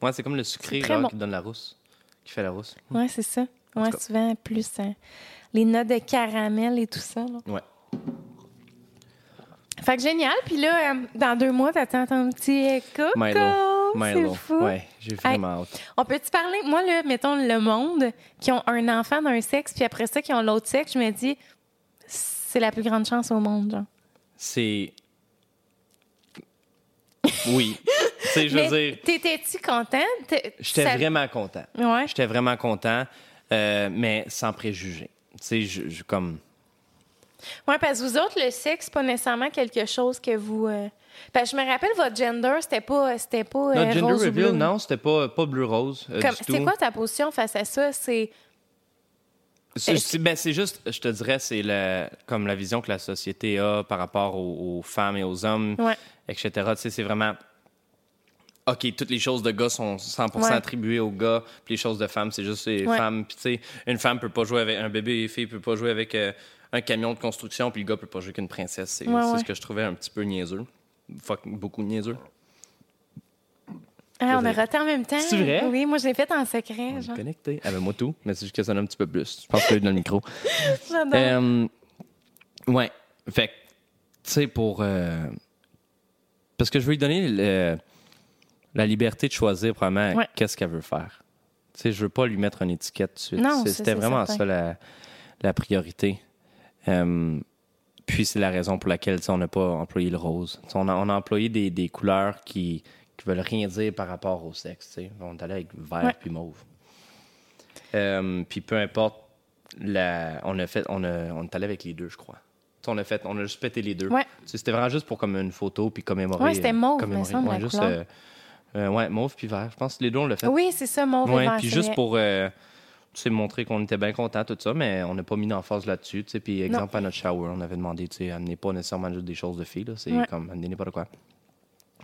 Ouais, c'est comme le sucré C'est très genre, bon. qui donne la rousse. Qui fait la rousse. Ouais, c'est ça. En Ouais, tout cas. souvent, plus hein, les notes de caramel et tout ça. là. Ouais. Fait que génial. Puis là, euh, dans deux mois, t'attends ton petit euh, coco. Milo. C'est Milo. fou. Ouais, j'ai vraiment hâte. On peut-tu parler, moi, là, mettons le monde, qui ont un enfant d'un sexe, puis après ça, qui ont l'autre sexe, je me dis, c'est la plus grande chance au monde. Genre. C'est. Oui. tu sais, je veux Mais dire, T'étais-tu contente? T'es- j'étais ça- vraiment content. Ouais. J'étais vraiment content, euh, mais sans préjugés. Tu sais, je, je- comme. Oui, parce que vous autres, le sexe, c'est pas nécessairement quelque chose que vous. euh, Parce que je me rappelle, votre gender, c'était pas. C'était pas. Notre euh, gender rose ou reveal, bleu. non, c'était pas, pas bleu rose. euh, Comme- du C'est tout. quoi ta position face à ça? C'est. C'est, Est-ce- c'est- ben, c'est juste, je te dirais, c'est la, comme la vision que la société a par rapport aux, aux femmes et aux hommes, Ouais. etc. Tu sais, c'est vraiment. OK, toutes les choses de gars sont 100% Ouais. attribuées aux gars, puis les choses de femmes, c'est juste les Ouais. femmes. Puis, tu sais, une femme peut pas jouer avec un bébé, une fille peut pas jouer avec euh, un camion de construction, puis le gars peut pas jouer qu'une princesse. C'est, Ouais, c'est ouais. ce que je trouvais un petit peu niaiseux. Fuck, beaucoup niaiseux. Ah, on a Désolé. raté en même temps. C'est vrai? Oui, moi, je l'ai fait en secret. On est genre. connecté. Avec moi tout, mais c'est juste que ça donne un petit peu plus. Je pense que je l'ai eu dans le micro. J'adore. Euh, ouais. Fait que, tu sais, pour. euh, Parce que je veux lui donner le- la liberté de choisir vraiment Ouais. qu'est-ce qu'elle veut faire. Tu sais, je veux pas lui mettre une étiquette tout de suite. Non, C'est- ça, C'était c'est vraiment certain. ça la, la priorité. Euh, puis c'est la raison pour laquelle tu sais, on n'a pas employé le rose. Tu sais, On a, on a employé des, des couleurs qui, qui veulent rien dire par rapport au sexe. tu sais. On est allé avec vert Ouais. puis mauve. Euh, puis peu importe, la, on a fait, on, a- on est allé avec les deux, je crois. Tu sais, On a fait, on a juste pété les deux. Ouais. Tu sais, C'était vraiment juste pour comme une photo puis commémorer. Ouais, c'était euh, mauve, me commémorer. semble, Ouais, la juste, couleur. euh, euh, ouais, mauve puis vert. Je pense que les deux on l'a fait. Oui, c'est ça, mon Ouais, vert, puis c'est juste vrai. pour euh, tu sais, montrer qu'on était bien content tout ça, mais on n'a pas mis d'emphase là-dessus. tu sais. Puis exemple à notre shower, on avait demandé, tu sais, amenez pas nécessairement juste des choses de filles, là, c'est Ouais. comme amenez n'importe quoi.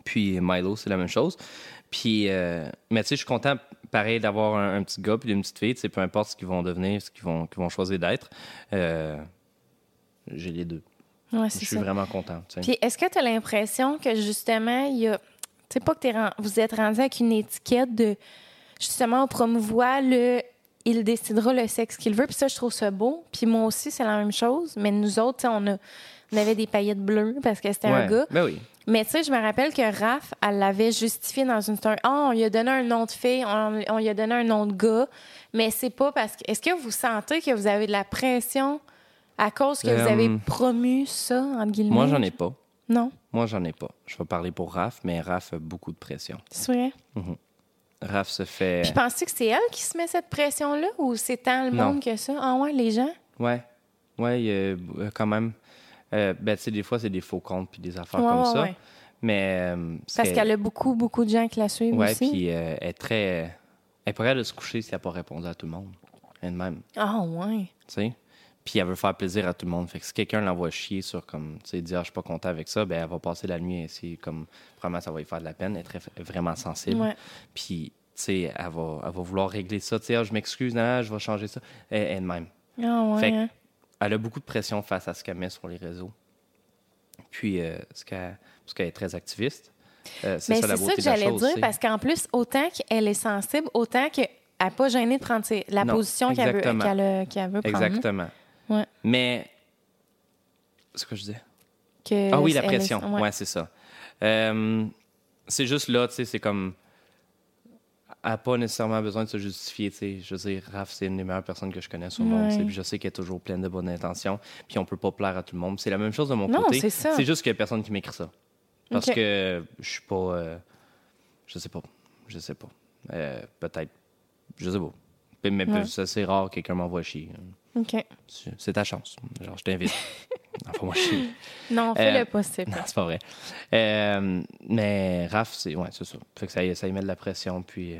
Puis Milo, c'est la même chose. Puis, euh, mais tu sais, je suis content, pareil, d'avoir un, un petit gars puis une petite fille, tu sais, peu importe ce qu'ils vont devenir, ce qu'ils vont, qu'ils vont choisir d'être. Euh, J'ai les deux. Ouais, Je c'est suis ça. vraiment content. tu sais. Puis est-ce que tu as l'impression que justement, il y a. Tu sais pas que t'es ren- vous êtes rendu avec une étiquette de. Justement, on promouvoit le. Il décidera le sexe qu'il veut. Puis ça, je trouve ça beau. Puis moi aussi, c'est la même chose. Mais nous autres, tu sais, on, a... on avait des paillettes bleues parce que c'était un Ouais. gars. Ben oui. Mais tu sais, je me rappelle que Raph, elle l'avait justifié dans une story. Ah, on lui a donné un nom de fille, on, on lui a donné un nom de gars. Mais c'est pas parce que. Est-ce que vous sentez que vous avez de la pression à cause que vous Euh, avez promu ça, entre guillemets? Moi, j'en ai pas. Non, Moi, j'en ai pas. Je vais parler pour Raph, mais Raph a beaucoup de pression. c'est vrai. Raph se fait. Puis penses-tu que c'est elle qui se met cette pression-là ou c'est tant le Euh. Non. monde que ça? Ah ouais, les gens? Ouais, ouais, il y a, euh, quand même. Euh, ben, tu sais, des fois, c'est des faux comptes puis des affaires Ouais, comme ouais, ça. ouais. Mais. euh, c'est- Parce qu'elle a beaucoup, beaucoup de gens qui la suivent Ouais, aussi. puis euh, elle est très. Elle est pas capable de se coucher si elle n'a pas répondu à tout le monde. Elle-même, Ah ouais. tu sais. Puis elle veut faire plaisir à tout le monde. Fait que si quelqu'un l'envoie chier sur, comme, tu sais, dire, ah, je suis pas content avec ça, ben, elle va passer la nuit ainsi, comme, vraiment, ça va lui faire de la peine. Elle est très, vraiment sensible. Ouais. Puis, tu sais, elle va, elle va vouloir régler ça. Tu sais, Ah, je m'excuse, ah, je vais changer ça. Elle- Elle-même. Ah ouais. Fait que- hein. elle a beaucoup de pression face à ce qu'elle met sur les réseaux. Puis, euh, ce qu'elle- parce qu'elle est très activiste. Euh, c'est Mais ça la Ben, c'est ça beauté que de la j'allais chose, dire, tu sais. parce qu'en plus, autant qu'elle est sensible, autant qu'elle n'est pas gênée de prendre ses- la Non, position qu'elle veut, exactement. qu'elle, euh, qu'elle veut prendre. Exactement. Ouais. Mais, c'est ce que je disais. Que Ah oui, la elle est- pression. ouais. ouais. c'est ça. Euh, c'est juste là, tu sais, c'est comme. Elle n'a pas nécessairement besoin de se justifier, tu sais. Je veux dire, Raph, c'est une des meilleures personnes que je connais sur le monde, tu sais, Ouais. puis je sais qu'elle est toujours pleine de bonnes intentions, puis on peut pas plaire à tout le monde. C'est la même chose de mon Non, côté. c'est ça. C'est juste qu'il y a personne qui m'écrit ça. Parce Ok. que je suis pas. euh, je sais pas. Je sais pas. Euh, Peut-être. Je sais pas. Mais- Mais Ouais. ça, c'est rare que quelqu'un m'envoie chier. OK. C'est c'est ta chance. Genre, je t'invite. Envoie-moi chier. Non, fais-le Euh, pas, s'il te Non, plaît. c'est pas vrai. Euh, mais Raph, c'est ouais, c'est ça. Fait que ça, y- ça y met de la pression, puis euh,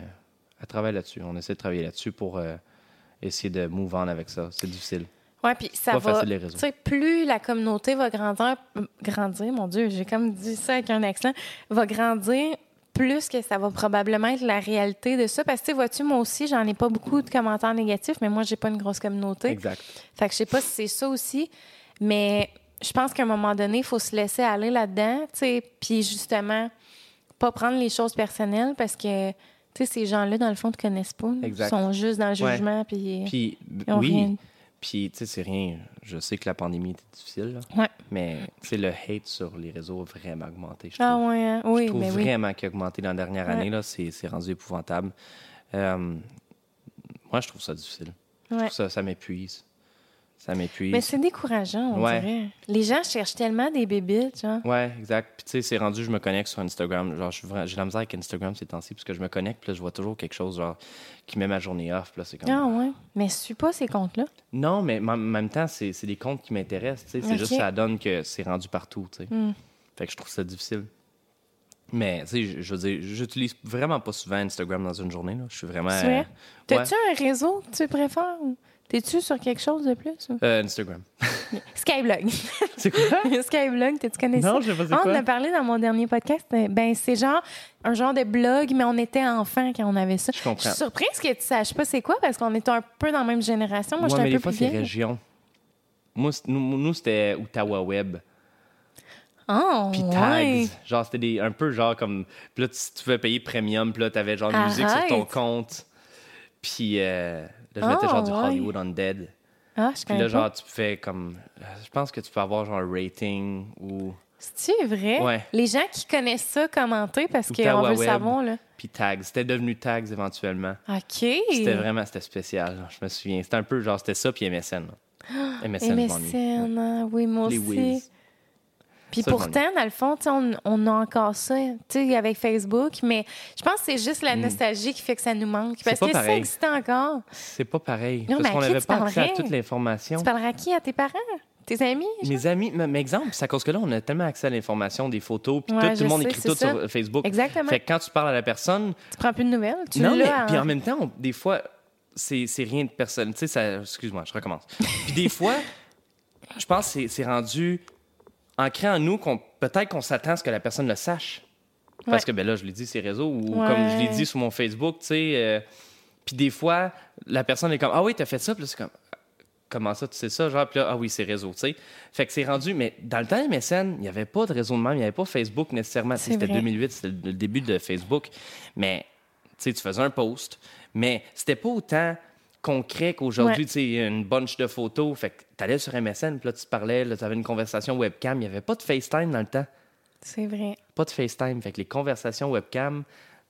elle travaille là-dessus. On essaie de travailler là-dessus pour euh, essayer de move on avec ça. C'est difficile. Ouais, puis ça pas va. facile, les réseaux. Tu sais, plus la communauté va grandir, grandir, mon Dieu, j'ai comme dit ça avec un accent, va grandir, plus que ça va probablement être la réalité de ça. Parce que, tu sais, vois-tu, moi aussi, j'en ai pas beaucoup de commentaires négatifs, mais moi, j'ai pas une grosse communauté. Exact. Fait que je sais pas si c'est ça aussi, mais je pense qu'à un moment donné, il faut se laisser aller là-dedans, tu sais, puis justement, pas prendre les choses personnelles parce que, tu sais, ces gens-là, dans le fond, te connaissent pas. là. Exact. Ils sont juste dans le Ouais. jugement, puis... Puis, Ils ont oui. rien. Puis, tu sais, c'est rien. Je sais que la pandémie était difficile, là, Ouais. mais tu sais, le hate sur les réseaux a vraiment augmenté. Je trouve. Ah ouais, hein? je oui, trouve mais oui. vraiment qu'il a augmenté dans la dernière Ouais. année. là. C'est c'est rendu épouvantable. Euh, moi, je trouve ça difficile. Je Ouais. trouve ça, ça m'épuise. Ça m'épuise. Mais c'est décourageant, on Ouais. dirait. Les gens cherchent tellement des bébites, genre. Ouais, exact. Puis tu sais, c'est rendu, je me connecte sur Instagram. Genre, je suis vra- j'ai de la misère avec Instagram ces temps-ci, parce que je me connecte, puis là, je vois toujours quelque chose, genre, qui met ma journée off. Puis là, c'est comme... Ah ouais. Mais je suis pas ces comptes-là. Non, mais en même temps, c'est c'est des comptes qui m'intéressent. tu sais. C'est Ok. Hmm. juste ça donne que c'est rendu partout. tu sais. Fait que je trouve ça difficile. Mais, tu sais, je- je veux dire, j'utilise vraiment pas souvent Instagram dans une journée. Là. Je suis vraiment. C'est vrai? euh, T'as-tu un réseau que tu préfères? ou T'es-tu sur quelque chose de plus? ou- ouais. Euh, Instagram. Skyblog. c'est quoi? Skyblog, t'es-tu connais ça? Non, je sais pas c'est Ah, on en quoi. a parlé dans mon dernier podcast. Euh, Ben, c'est genre un genre de blog, mais on était enfant quand on avait ça. Je comprends. suis surprise que tu saches pas c'est quoi parce qu'on est un peu dans la même génération. Moi, Ouais, j'étais mais un des peu fois, plus c'est vieille. région. Moi, c'est- nous, nous, c'était Ottawa Web. Ah, Puis tags. ouais. Genre, c'était des- un peu genre comme. Puis là, tu, tu pouvais payer premium, puis là, t'avais genre de musique sur ton Arrête. compte. Puis euh, là, je mettais Ah, genre du ouais. Hollywood Undead. Ah, je Puis là, connais pas. genre, tu fais comme. euh, Je pense que tu peux avoir genre un rating ou. C'est-tu vrai? Ouais. Les gens qui connaissent ça, commentez parce qu'on Ottawa veut le Web. savoir, là. Puis tags. C'était devenu tags éventuellement. OK. C'était vraiment, c'était spécial. là, Je me souviens. C'était un peu genre, c'était ça, puis MSN. Ah, là. MSN, je m'ennuie. MSN, hein, oui, moi Les aussi. whiz. Puis Ça, je pourtant, dans le fond, tu sais, on, on a encore ça tu sais, avec Facebook, mais je pense que c'est juste la nostalgie qui fait que ça nous manque. Parce Mm. pas que ça pareil. existait encore. C'est pas pareil. Non, mais parce à qu'on qui n'avait tu pas accès à parlerais? toute l'information. Tu parleras à qui? À tes parents? Tes amis? Mes amis, mais mais exemple, c'est à cause que là, on a tellement accès à l'information, des photos, puis Ouais, tout, tout je le monde sais, écrit c'est tout ça. sur Facebook. Exactement. Fait que quand tu parles à la personne, Tu prends plus de nouvelles? Tu non, mais l'as, puis hein? en même temps, on- des fois, c'est c'est rien de personne. Tu sais, ça- excuse-moi, je recommence. Puis des fois, je pense que c'est- c'est rendu ancré en nous qu'on peut-être qu'on s'attend à ce que la personne le sache. Parce Ouais. que ben là, je l'ai dit, c'est réseau, ou Ouais. comme je l'ai dit sur mon Facebook, tu sais. euh, puis des fois, la personne est comme Ah oui, t'as fait ça, puis là, c'est comme Comment ça, tu sais ça? Genre, puis là, ah oui, c'est réseau, tu sais. Fait que c'est rendu, mais dans le temps des MSN, il n'y avait pas de réseau de même, il n'y avait pas Facebook nécessairement. Tu sais, C'est C'était vrai. 2008, c'était le le début de Facebook. Mais, tu sais, tu faisais un post, mais c'était pas autant concret qu'aujourd'hui, Ouais. tu sais, il y a une bunch de photos. Fait que t'allais sur MSN, puis là, tu parlais, là, t'avais une conversation webcam. Il n'y avait pas de FaceTime dans le temps C'est vrai. pas de FaceTime. Fait que les conversations webcam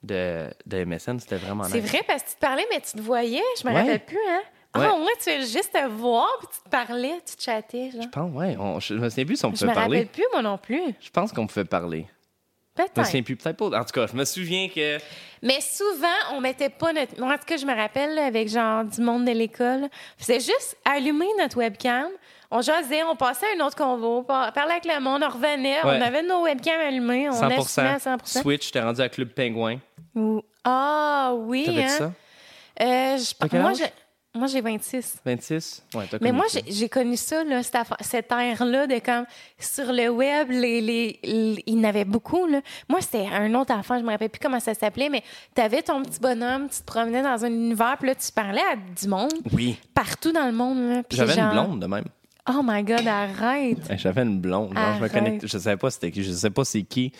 de, de MSN, c'était vraiment C'est nice. vrai parce que tu te parlais, mais tu te voyais. Je me Ouais. rappelle plus, hein? Ah, Ouais. au moins, tu fais juste te voir, puis tu te parlais, tu te chattais, genre. Je pense, ouais. on- je me souviens plus si on Je pouvait me parler. rappelle plus, moi non plus. Je pense qu'on pouvait parler. Je me Peut-être. souviens plus, peut-être pas. En tout cas, je me souviens que. Mais souvent, on mettait pas notre. Moi, en tout cas, je me rappelle là, avec genre du monde de l'école. C'était juste allumer notre webcam. On jasait, on passait à un autre convo, par- parlait avec le monde, on revenait, Ouais. on avait nos webcams allumées, on 100%. assumait à 100 Switch, t'es rendu à Club Pingouin. Ou- Ah oui, T'avais hein? ça? Euh, je- T'as quel moi, âge? j'ai- moi, j'ai 26. 26? Ouais, t'as Mais connu moi, ça. j'ai- j'ai connu ça, là, cette, affaire- cette ère-là de comme sur le web, les, les, les- il y en avait beaucoup. Là. Moi, c'était un autre enfant, je me rappelle plus comment ça s'appelait, mais tu avais ton petit bonhomme, tu te promenais dans un univers, puis là, tu parlais à du monde, Oui. partout dans le monde. là, puis J'avais genre, une blonde de même. Oh my God, arrête! Hey, J'avais une blonde. Genre, je me Arrête. connectais. Je savais pas c'était qui. Je sais pas c'est qui.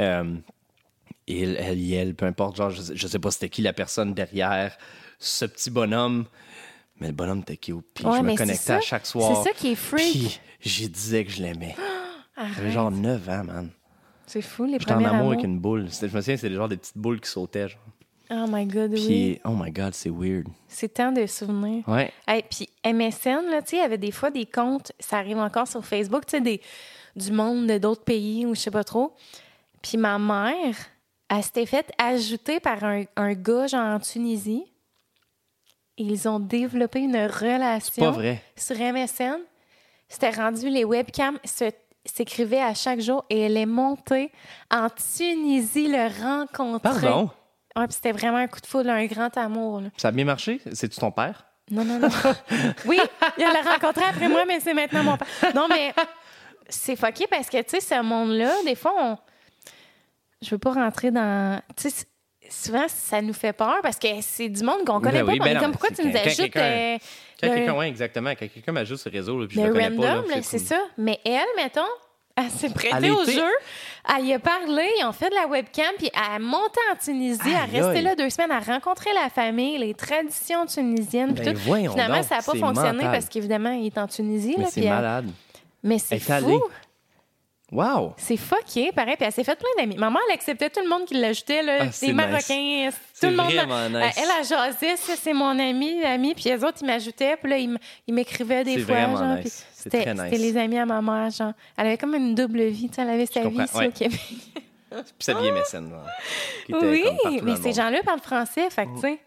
Euh, il, elle, il, elle, peu importe. Genre, je, sais- je sais pas c'était qui la personne derrière ce petit bonhomme. Mais le bonhomme était cute. Puis Ouais, je me mais c'est connectais ça. à chaque soir. C'est ça qui est freak. Puis j'y disais que je l'aimais. J'avais Arrête. genre 9 ans, man. C'est fou, les J'étais en premiers amour amours. avec une boule. C'était- Je me souviens, c'était genre des petites boules qui sautaient. Genre. Oh my God, oui. Puis, oh my God, c'est weird. C'est tant de souvenirs. Ouais. Hey, puis MSN, là, tu sais, il y avait des fois des comptes, ça arrive encore sur Facebook, tu sais, des- du monde de d'autres pays ou je sais pas trop. Puis ma mère, elle s'était faite ajouter par un, un gars, genre en Tunisie. Et ils ont développé une relation Pas vrai. sur MSN. C'était rendu, les webcams se- s'écrivaient à chaque jour et elle est montée en Tunisie le rencontrer. Pardon. Ouais, puis c'était vraiment un coup de foudre, un grand amour. là. Ça a bien marché? C'est-tu ton père? Non, non, non. Oui, il l'a rencontré après moi, mais c'est maintenant mon père. Non, mais c'est fucké parce que, tu sais, ce monde-là, des fois, on... je veux pas rentrer dans. Tu sais, c- souvent, ça nous fait peur parce que c'est du monde qu'on Ben connaît oui, pas. ben on est non, comme, pourquoi c'est tu nous quand- quand ajoutes quelqu'un- euh, Quand Le- quelqu'un, ouais, exactement. Quand quelqu'un m'ajoute ce réseau, là, puis je le le connais pas. là, Ben random? là, C'est comme- ça. Mais elle, mettons. Elle s'est Elle prêtée a au été- jeu, elle y a parlé, ils ont fait de la webcam, puis elle a monté en Tunisie, elle a Aïe, resté aïe. là deux semaines, elle a rencontré la famille, les traditions tunisiennes, puis Ben tout. voyons Finalement, donc, ça n'a pas c'est fonctionné mental. parce qu'évidemment, il est en Tunisie. Mais là, c'est puis elle- malade. Mais c'est Elle est allée. fou. Wow! C'est fucké, pareil. Puis elle s'est fait plein d'amis. Maman, elle acceptait tout le monde qui l'ajoutait, là. Ah, des c'est Marocains, tout C'est le monde. vraiment Elle, nice. Ben, Elle, elle jasait, ça, c'est mon ami, l'ami. Puis les autres, ils m'ajoutaient. Puis là, ils m- ils m'écrivaient des C'est fois. vraiment genre, nice. puis C'est C'était très nice. c'était les amis à ma mère, genre. Elle avait comme une double vie, tu sais. Elle avait sa vie comprends, ici ouais. au Québec. Puis ça vient mécène. genre, qui était Oh! Oui, comme partout dans mais le ces monde. gens-là parlent français, fait que, tu sais.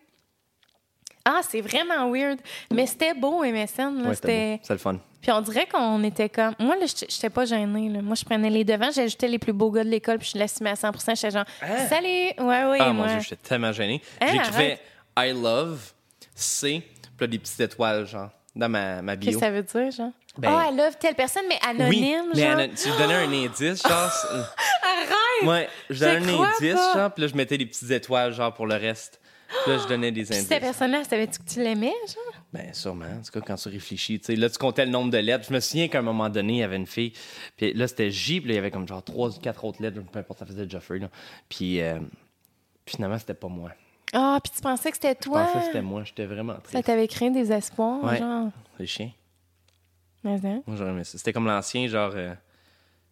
Ah, c'est vraiment weird. Mais c'était beau, MSN. Là, Ouais, c'était c'était... beau. C'est le fun. Puis on dirait qu'on était comme. Moi, là, j'étais j'étais pas gênée. Là. Moi, je prenais les devants, j'ajoutais les plus beaux gars de l'école, puis je l'assumais à 100 J'étais genre, Hein? salut! Ouais, oui, Ah mon moi. dieu, j'étais tellement gêné. Hein, J'écrivais I love C, puis là, des petites étoiles, genre, dans ma, ma Qu'est-ce bio. que ça veut dire, genre? Ben- Ah, elle love telle personne, mais oui, anonyme, mais genre. elle a- tu donnais un indice, genre. c'est- Arrête! ouais, je Je donnais un crois indice, pas. genre, puis là, je mettais des petites étoiles, genre, pour le reste. Puis là, je donnais des Puis indices. cette personne-là, savais-tu que tu l'aimais, genre? Ben sûrement, en tout cas quand tu réfléchis, tu sais, là tu comptais le nombre de lettres. Je me souviens qu'à un moment donné, il y avait une fille, puis là c'était J, puis là, il y avait comme genre trois ou quatre autres lettres, peu importe, ça faisait Jeffrey là. Puis euh, finalement c'était pas moi. Ah, puis tu pensais que c'était Je toi? pensais que c'était moi, j'étais vraiment Ça triste. t'avait créé des espoirs, Ouais. genre. Les chiens. Mais, hein? Moi j'aurais aimé ça. C'était comme l'ancien genre euh,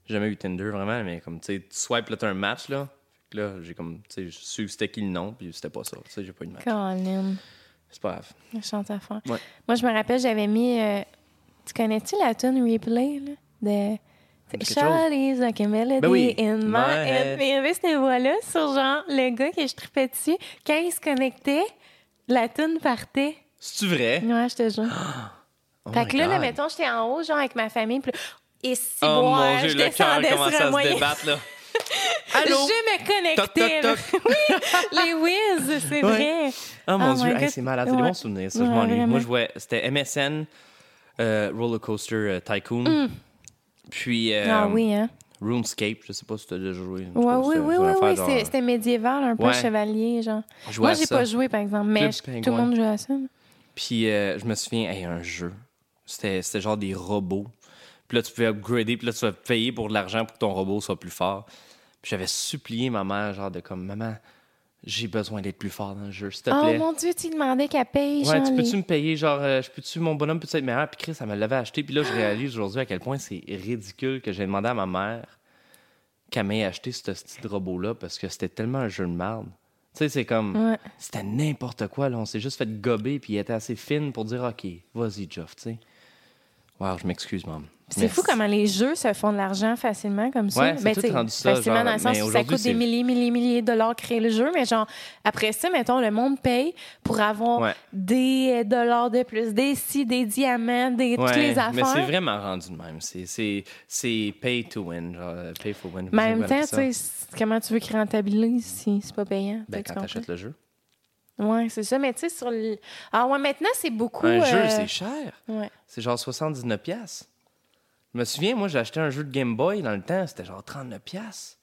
j'ai jamais eu Tinder vraiment, mais comme tu sais, tu swipes là t'as un match là. Fait que là, j'ai comme tu sais, je su c'était qui le nom, puis c'était pas ça. Tu sais, j'ai pas eu de match. Colin. C'est pas grave. Méchante affaire. Ouais. Moi, je me rappelle, j'avais mis. euh, tu connais-tu la tune Replay, là? De. me dit quelque Charlie's like a melody Ben oui. in my My head. head. Mais il y avait cette voix-là sur genre le gars que je tripais dessus. Quand il se connectait, la tune partait. C'est-tu vrai? Ouais, je te jure. Oh fait my que là, là, God. mettons, j'étais en haut, genre avec ma famille. Puis là, et si Oh bon, mon je dieu, le cœur descendais commence sur à un se moyen. débattre là. Je Allô? me Toc, connectais. toc, là. toc. Les whiz, c'est vrai. Ah mon Oh my dieu, hey, God. c'est malade, c'est des Ouais. bons souvenirs, ça, Ouais, je m'ennuie. vraiment. Moi, je vois, c'était MSN, euh, Roller Coaster euh, Tycoon, puis euh, Mm. Ah oui, hein? RuneScape, je sais pas si t'as déjà joué. En tout Ouais, cas, oui, c'était- oui, c'était oui, une oui. affaire c'est- genre- C'était médiéval, un peu Ouais. chevalier, genre. On jouait Moi, à j'ai ça. pas joué, par exemple, mais Club je- tout le Pingouin. monde joue à ça. Puis euh, je me souviens, hey, un jeu, c'était c'était genre des robots, puis là, tu pouvais upgrader, puis là, tu vas payer pour de l'argent pour que ton robot soit plus fort. Puis j'avais supplié ma mère, genre de comme, maman, j'ai besoin d'être plus fort dans le jeu, s'il te Oh plaît. mon Dieu, tu demandais qu'elle paye, Ouais, genre, tu les- peux-tu me payer, genre, euh, je peux-tu, mon bonhomme peut-tu être meilleur? Puis Chris, elle me l'avait acheté. Puis là, je réalise aujourd'hui à quel point c'est ridicule que j'ai demandé à ma mère qu'elle m'ait acheté ce petit robot-là parce que c'était tellement un jeu de merde. Tu sais, c'est comme. Ouais. C'était n'importe quoi, là. On s'est juste fait gober, puis elle était assez fine pour dire, OK, vas-y, Geoff, tu sais. Wow, je m'excuse, maman. C'est fou comment les jeux se font de l'argent facilement comme ça. Ouais, c'est tout tu sais, rendu ça, facilement genre, dans le sens mais où ça aujourd'hui, coûte des c'est- milliers, milliers, milliers de dollars créer le jeu, mais genre après ça, mettons le monde paye pour avoir Ouais. des euh, dollars de plus, des si, des diamants, des toutes Ouais, les affaires. mais c'est vraiment rendu de même. C'est- C'est c'est pay to win, genre euh, pay for win. je sais Mais en même pas comment temps, on tu sais, appelle ça. c'est- comment tu veux qu'ils rentabilisent si c'est pas payant? Ben, Tu quand comprends? t'achètes le jeu. Oui, c'est ça. Mais tu sais, sur le. Ah, ouais, maintenant, c'est beaucoup. Un jeu, euh, c'est cher. Ouais. C'est genre 79 pièces. Je me souviens, moi, j'ai acheté un jeu de Game Boy dans le temps, c'était genre 39 pièces.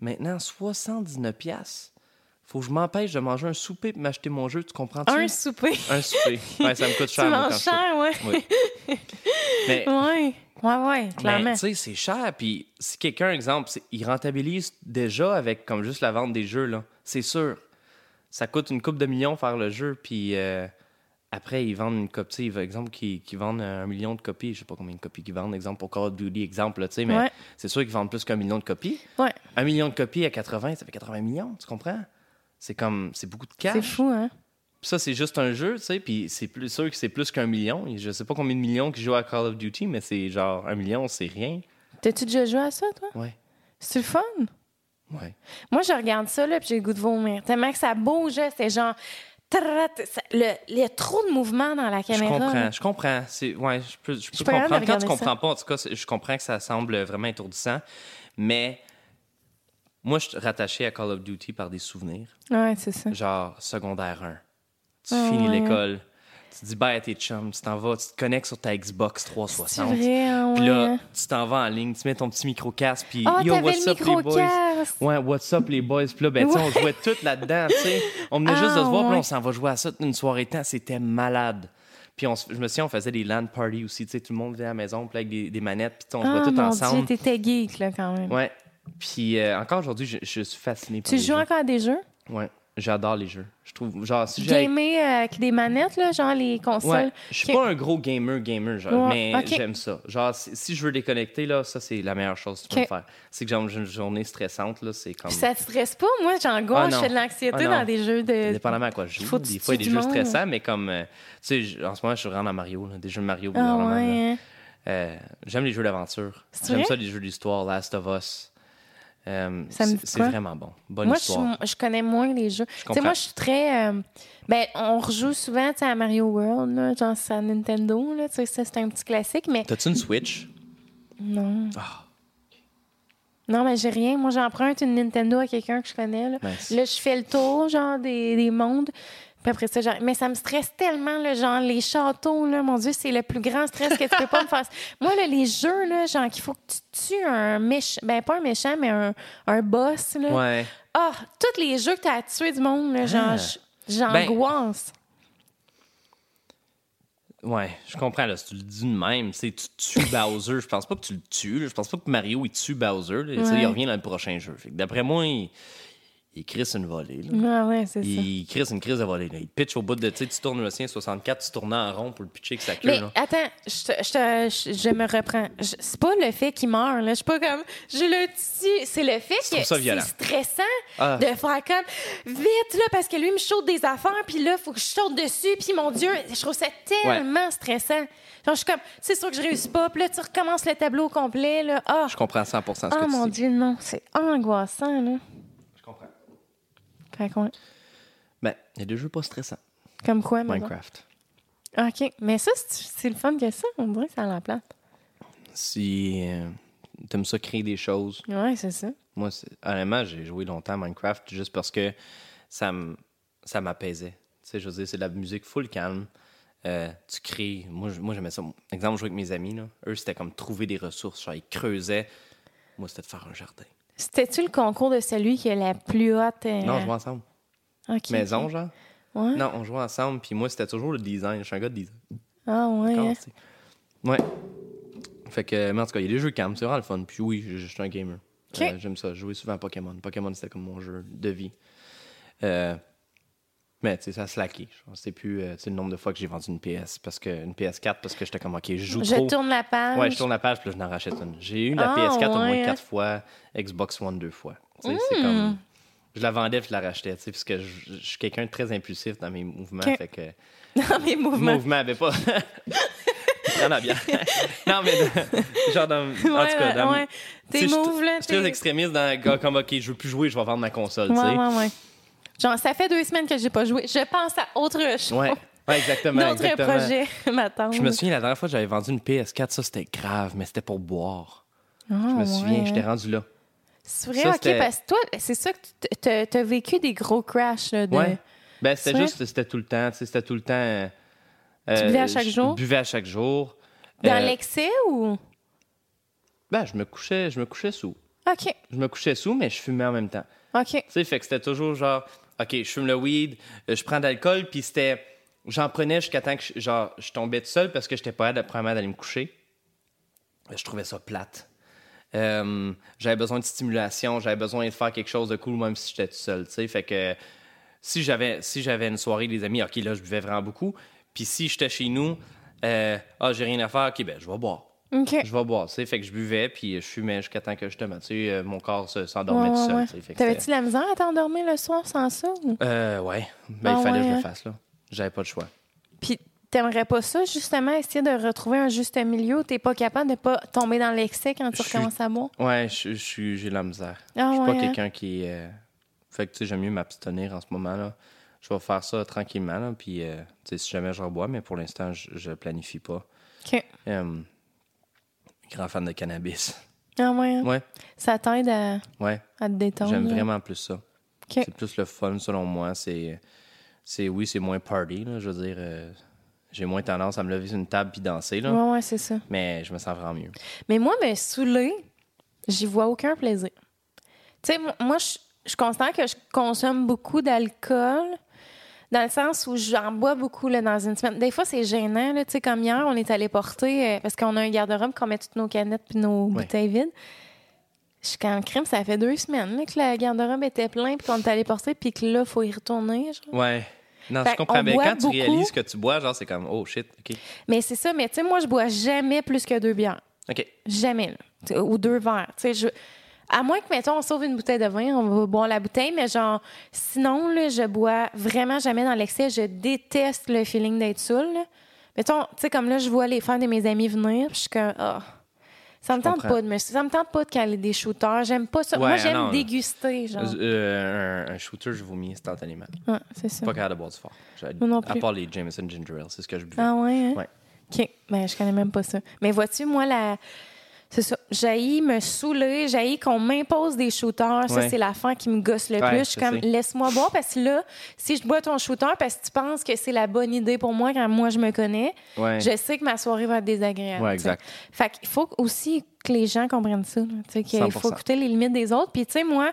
Maintenant, 79 pièces. Faut que je m'empêche de manger un souper pour m'acheter mon jeu, tu comprends-tu? Un souper. Un souper. Ouais, ça me coûte Tu cher. moi, quand manges je cher, ouais. peux. Oui. Mais, Ouais. Ouais, ouais, clairement. mais, tu sais, c'est cher. Puis si quelqu'un, exemple, c'est- il rentabilise déjà avec comme juste la vente des jeux, là, c'est sûr. Ça coûte une coupe de millions faire le jeu, puis euh, après, ils vendent une copie. Par exemple, qui vendent un million de copies. Je sais pas combien de copies qu'ils vendent, exemple, pour Call of Duty, exemple, là, tu sais, mais Ouais. c'est sûr qu'ils vendent plus qu'un million de copies. Ouais. Un million de copies à 80, ça fait 80 millions, tu comprends? C'est comme, c'est beaucoup de cash. C'est fou, hein? Puis ça, c'est juste un jeu, tu sais, puis c'est plus sûr que c'est plus qu'un million. Et Je sais pas combien de millions qui jouent à Call of Duty, mais c'est genre un million, c'est rien. T'as-tu déjà joué à ça, toi? Ouais, C'est le fun? ouais. Moi, je regarde ça, là, puis j'ai le goût de vomir. Tellement que ça bouge, là, c'est genre. Trrrt, ça- le- Il y a trop de mouvement dans la Je caméra. là. comprends, je comprends. C'est, ouais, je peux, je peux suis pas capable de comprendre. Quand tu regarder ça. comprends pas, en tout cas, c'est- je comprends que ça semble vraiment étourdissant, mais moi, je suis rattaché à Call of Duty par des souvenirs. Ouais, c'est ça. Genre, secondaire 1. Tu Ah, finis ouais. l'école, tu dis bye à tes chums, tu t'en vas, tu te connectes sur ta Xbox C'est 360. vrai, hein, Puis là, ouais. tu t'en vas en ligne, tu mets ton petit micro-casque, puis Ah, yo, t'avais what's le up, les boys? micro-casque! Ouais, what's up, les boys? Puis là, ben, tu sais, on jouait tout là-dedans, tu sais. On venait juste de Ah, se voir, puis là, ouais. on s'en va jouer à ça une soirée de temps. C'était malade. Puis on, se- je me souviens, on faisait des LAN parties aussi, tu sais. Tout le monde venait à la maison, puis là, avec des, des manettes, puis on Ah, jouait tout mon ensemble. Dieu, t'étais geek, là, quand même. ouais. Puis euh, encore aujourd'hui, je, je suis fasciné par Tu les joues jeux. encore à des jeux? Ouais. J'adore les jeux. Je trouve, genre, si j'ai. Gamer euh, avec des manettes, là, genre les consoles. Ouais, je suis Que- pas un gros gamer, gamer, genre, Ouais, mais ok. j'aime ça. Genre, si, si je veux déconnecter, là, ça, c'est la meilleure chose que tu peux Ok. me faire. C'est que j'ai une journée stressante, là, c'est comme. Puis ça te stresse pas? Moi, Ah, j'angoisse, non. Oh, je fais de l'anxiété Ah, non. dans des jeux de. Dépendamment à quoi je joue. Faut que des tu fois, il y a tues des du jeux monde. stressants, mais comme. euh, tu sais, je- en ce moment, je suis vraiment à Mario, là, des jeux de Mario. Ah vraiment, là. ouais. hein. Euh, J'aime les jeux d'aventure. C'est J'aime vrai? ça, les jeux d'histoire, Last of Us. Euh, Ça me c'est dit c'est quoi? vraiment bon. Bonne Moi, je, histoire. suis- je connais moins les jeux. Tu sais, comprends. moi, je suis très. euh, ben, on rejoue souvent tu sais, à Mario World, là, genre c'est à Nintendo, là, tu sais, ça, c'est un petit classique, mais T'as-tu une Switch? non. Ah. Non, mais j'ai rien. Moi, j'emprunte une Nintendo à quelqu'un que je connais. Là, Nice. Là, je fais le tour, genre, des, des mondes. Puis après ça, genre, mais ça me stresse tellement, là, genre, les châteaux, là, mon Dieu, c'est le plus grand stress que tu peux pas me faire. Moi, là, les jeux, là, genre, qu'il faut que tu tues un méchant, ben, pas un méchant, mais un, un boss, là. Ouais. Ah, tous les jeux que tu as tué du monde, là, genre, Ah. Ben, j- j'angoisse. Ouais, je comprends. Là, si tu le dis de même, tu sais, tu tues Bowser. Je pense pas que tu le tues. là. Je pense pas que Mario il tue Bowser. là. Tu sais, Ouais. Il revient dans le prochain jeu. Fait que D'après moi, il, il crisse une volée. là. Ah ouais, c'est ça. Il crisse une crise de volée. là. Il pitch au bout de. Tu sais, tu tournes le sien 64, tu tournes en rond pour le pitcher avec sa queue. Mais là. attends, je, te- je, te- je- je me reprends. Je- C'est pas le fait qu'il meurt, là. Je suis pas comme. Je le tue. C'est le fait que trouves ça c'est violent? stressant Ah. de faire comme. Vite, là, parce que lui, il me chaude des affaires, puis là, faut que je saute dessus, puis mon Dieu, je trouve ça tellement stressant. Genre, je suis comme. C'est sûr que je réussis pas, puis là, tu recommences le tableau au complet, là. Ah, Je comprends 100 ce ah, que tu mon dis. Dieu, non. C'est angoissant, là. Je comprends. Fait qu'on- Ben, il y a des jeux pas stressants. Comme quoi, mais bon. Minecraft. OK. Mais ça, c'est- c'est le fun que ça. On dirait que ça a la plate. Si euh, t'aimes ça créer des choses, Ouais, c'est ça. Moi, c'est- honnêtement, j'ai joué longtemps à Minecraft juste parce que ça m- ça m'apaisait. Tu sais, je veux dire, c'est de la musique full calme. Euh, tu crées. Moi, je- moi, j'aimais ça. Exemple, je jouais avec mes amis. Là. Eux, c'était comme trouver des ressources. Genre, ils creusaient. Moi, c'était de faire un jardin. C'était-tu le concours de celui qui a la plus haute euh, Non, on jouait ensemble. ok. Maison, genre. Ouais. Non, on jouait ensemble. Puis moi, c'était toujours le design. Je suis un gars de design. Ah ouais. encore, hein. tu sais. Ouais. Fait que, mais en tout cas, il y a des jeux calmes. C'est vraiment le fun. Puis oui, je, je suis un gamer. Ok. Euh, J'aime ça. Je jouais souvent à Pokémon. Pokémon, c'était comme mon jeu de vie. Euh, mais tu sais, ça a slacké. Je pense que C'est plus euh, tu sais, le nombre de fois que j'ai vendu une PS parce que une PS4 parce que j'étais comme OK, je joue Je trop. tourne la page. Ouais, je tourne la page puis là, je n'en rachète une. J'ai eu la Ah, PS4 au ouais, Hmm. moins hein. quatre fois, Xbox One deux fois. Tu sais, C'est comme je la vendais puis je la rachetais, tu sais, parce que je, je suis quelqu'un de très impulsif dans mes mouvements. Ok. Fait que dans mes mouvements. mouvement avait pas. Il y en a bien. non, mais dans- genre dans. en Ouais, tout cas, ouais, dans. ouais. tu sais, Tes je suis- moves, là. Je suis très t'es- extrémiste dans le gars comme, OK, je veux plus jouer, je vais vendre ma console, tu Ouais, sais. ouais, ouais. Genre, ça fait deux semaines que j'ai pas joué. Je pense à autre chose. Ouais. Ouais, exactement. D'autres exactement. projets m'attendent. Je me souviens, la dernière fois que j'avais vendu une PS4, ça c'était grave, mais c'était pour boire. Je Ah, me souviens, j'étais rendu là. C'est vrai, Ça, OK, c'était- parce que toi, c'est ça que tu- t'as- t'as vécu des gros crashs, là, de... Ouais. Ben, c'était C'est juste, c'était tout le temps, tu sais, c'était tout le temps. euh, euh, buvais à chaque jour? Je buvais à chaque jour. Dans Euh, l'excès ou... Ben, je me couchais, je me couchais sous. OK, Je me couchais sous, mais je fumais en même temps. OK. Tu sais, fait que c'était toujours genre, OK, je fume le weed, euh, je prends de l'alcool, puis c'était. J'en prenais jusqu'à temps que je, genre, je tombais tout seul parce que j'étais pas capable, premièrement, d'aller me coucher. Je trouvais ça plate. Euh, j'avais besoin de stimulation, j'avais besoin de faire quelque chose de cool, même si j'étais tout seul, tu sais. Fait que si j'avais si j'avais une soirée des amis, OK, là, je buvais vraiment beaucoup. Puis si j'étais chez nous, euh, ah, j'ai rien à faire, OK, ben, je vais boire. OK. Je vais boire, tu sais. Fait que je buvais, puis je fumais jusqu'à temps que justement, tu sais, euh, mon corps se- s'endormait Ouais, tout seul, ouais. tu sais. Fait que c'était- T'avais-tu de la misère à t'endormir le soir sans ça? ou- euh, ouais. Ben, Ah il fallait ouais, que je hein? le fasse, là. J'avais pas le choix. Puis t'aimerais pas ça, justement, essayer de retrouver un juste milieu où t'es pas capable de pas tomber dans l'excès quand tu Je suis- recommences à boire? Ouais, je, je suis- j'ai de la misère. Ah je suis ouais, pas hein? quelqu'un qui. euh, Fait que, tu sais, j'aime mieux m'abstenir en ce moment, là. Je vais faire ça tranquillement, là. Puis, euh, tu sais, si jamais je rebois, mais pour l'instant, je, je planifie pas. OK. Euh, grand fan de cannabis. Ah ouais, hein? Ouais, Ça t'aide à, ouais. à te détendre. J'aime là. vraiment plus ça. OK. C'est plus le fun, selon moi. C'est, c'est oui, c'est moins party, là. Je veux dire, euh, j'ai moins tendance à me lever sur une table puis danser, là. Ouais, ouais, c'est ça. Mais je me sens vraiment mieux. Mais moi, ben, me saouler, j'y vois aucun plaisir. Tu sais, mo- moi, je, je constate que je consomme beaucoup d'alcool dans le sens où j'en bois beaucoup là, dans une semaine. Des fois, c'est gênant. Là, tu sais, comme hier, on est allé porter, euh, parce qu'on a un garde-robe qu'on met toutes nos canettes puis nos bouteilles vides. Je suis quand crime, ça fait deux semaines là, que la garde-robe était pleine puis qu'on est allé porter puis que là, faut y retourner. genre. Ouais. Non, Fait je comprends. qu'on Mais Ben, boit quand beaucoup. tu réalises que tu bois, genre, c'est comme, oh shit, OK. Mais c'est ça, mais tu sais, moi, je bois jamais plus que deux bières. OK. Jamais, là. T'sais, Ou deux verres. Tu sais, je... À moins que, mettons, on sauve une bouteille de vin, on va boire la bouteille, mais genre, sinon, là, je bois vraiment jamais dans l'excès. Je déteste le feeling d'être saoul. là. Mettons, tu sais, comme là, je vois les fans de mes amis venir, puis je suis comme, ah, ça me Je tente comprends. pas de me. Ça me tente pas de caler des shooters. J'aime pas ça. Ouais, Moi, non. j'aime déguster, genre. Euh, un, un shooter, je vomis instantanément. Ouais, c'est ça. Pas capable de boire du fort. Je- Moi non à plus. part les Jameson Ginger Ale, c'est ce que je buvais. Ah ouais? hein? Ouais. OK. Ben, je connais même pas ça. Mais vois-tu, moi, la... c'est ça. J'ai me saouler, j'ai qu'on m'impose des shooters. Ça, Ouais. c'est l'affaire qui me gosse le Ouais, plus. Je suis je comme, sais. laisse-moi boire parce que là, si je bois ton shooter parce que tu penses que c'est la bonne idée pour moi quand moi je me connais, Ouais. je sais que ma soirée va être désagréable. Ouais, tu sais. exact. Fait qu'il faut aussi que les gens comprennent ça. là, tu sais, qu'il faut 100%. écouter les limites des autres. Puis, tu sais, moi,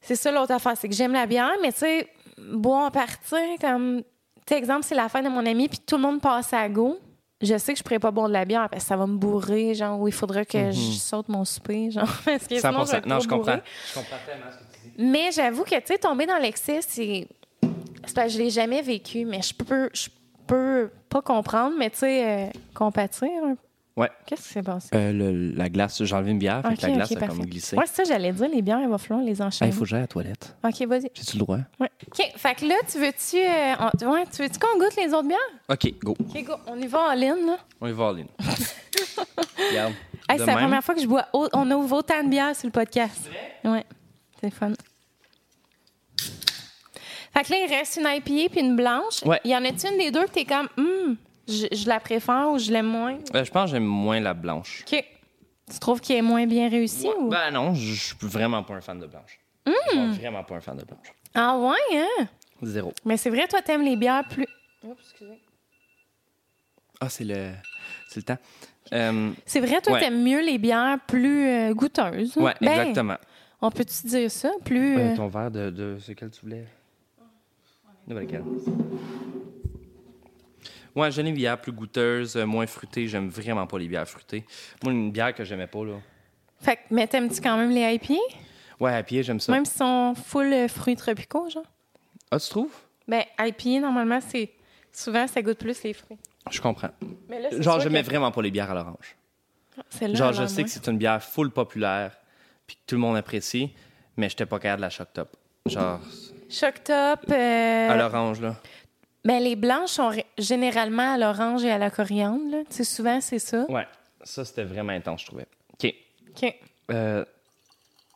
c'est ça l'autre affaire, c'est que j'aime la bière, mais tu sais, boire en partie, comme, tu sais, exemple, c'est la fin de mon ami, puis tout le monde passe à go. Je sais que je pourrais pas boire de la bière parce que ça va me bourrer, genre, ou il faudrait que Mm-hmm. je saute mon souper, genre, parce que sinon, je vais 100%. être Non, trop je comprends. bourrée. Je comprends tellement ce que tu dis. Mais j'avoue que, tu sais, tomber dans l'excès, c'est. C'est parce que je l'ai jamais vécu, mais je peux, je peux pas comprendre, mais tu sais, euh, compatir. un peu. Ouais. Qu'est-ce qui s'est passé? Euh, le- la glace, j'ai enlevé une bière, fait que la Ok, glace ok, a comme parfait. glissé. Ouais, c'est ça, j'allais dire, les bières, il va falloir les Ah, enchaîner. il faut que j'aille à la toilette. OK, vas-y. J'ai-tu le droit? Ouais. OK, fait que là, tu veux-tu euh, on- ouais, tu veux qu'on goûte les autres bières? OK, go. OK, go, on y va en ligne, là. On y va, Lynn. Regarde. Hey, de c'est la même. première fois que je bois... au- On ouvre autant de bières sur le podcast. C'est vrai? Ouais, c'est fun. Fait que là, il reste une IPA puis une blanche. Ouais. Il Y en a-tu une des deux que t'es comme... Hum, je, je la préfère ou je l'aime moins? Euh, je pense que j'aime moins la blanche. OK. Tu trouves qu'elle est moins bien réussie ou... Hmm. Ben non, je je suis vraiment pas un fan de blanche. Je suis vraiment pas un fan de blanche. Ah ouais, hein? Zéro. Mais c'est vrai, toi, t'aimes les bières plus... Oups, excusez. Ah, c'est le... C'est le temps. Euh, C'est vrai, toi, Ouais. t'aimes mieux les bières plus euh, goûteuses. hein? ouais, Ben, exactement. On peut-tu dire ça? Plus. Euh, euh, ton verre de, de ce que tu voulais. Nouvelle canne. Ouais, j'aime les bières plus goûteuses, euh, moins fruitées. J'aime vraiment pas les bières fruitées. Moi, une bière que j'aimais pas, là. Fait que, mais t'aimes-tu quand même les IPA? Ouais, à pied, j'aime ça. Même s'ils sont full euh, fruits tropicaux, genre? Ah, tu trouves? Ben, IPA, normalement, c'est. Souvent, ça goûte plus les fruits. Je comprends. Mais là, c'est Genre, sûr j'aimais que- vraiment pas les bières à l'orange. Celle-là, Genre, elle je en sais moins. que c'est une bière full populaire, puis que tout le monde apprécie, mais j'étais pas capable de la choc top. Genre, Choc top. à euh, l'orange, là. Ben, les blanches sont ré- généralement à l'orange et à la coriandre, là. Tu sais, souvent, c'est ça. Ouais, ça, c'était vraiment intense, je trouvais. OK. OK. Euh,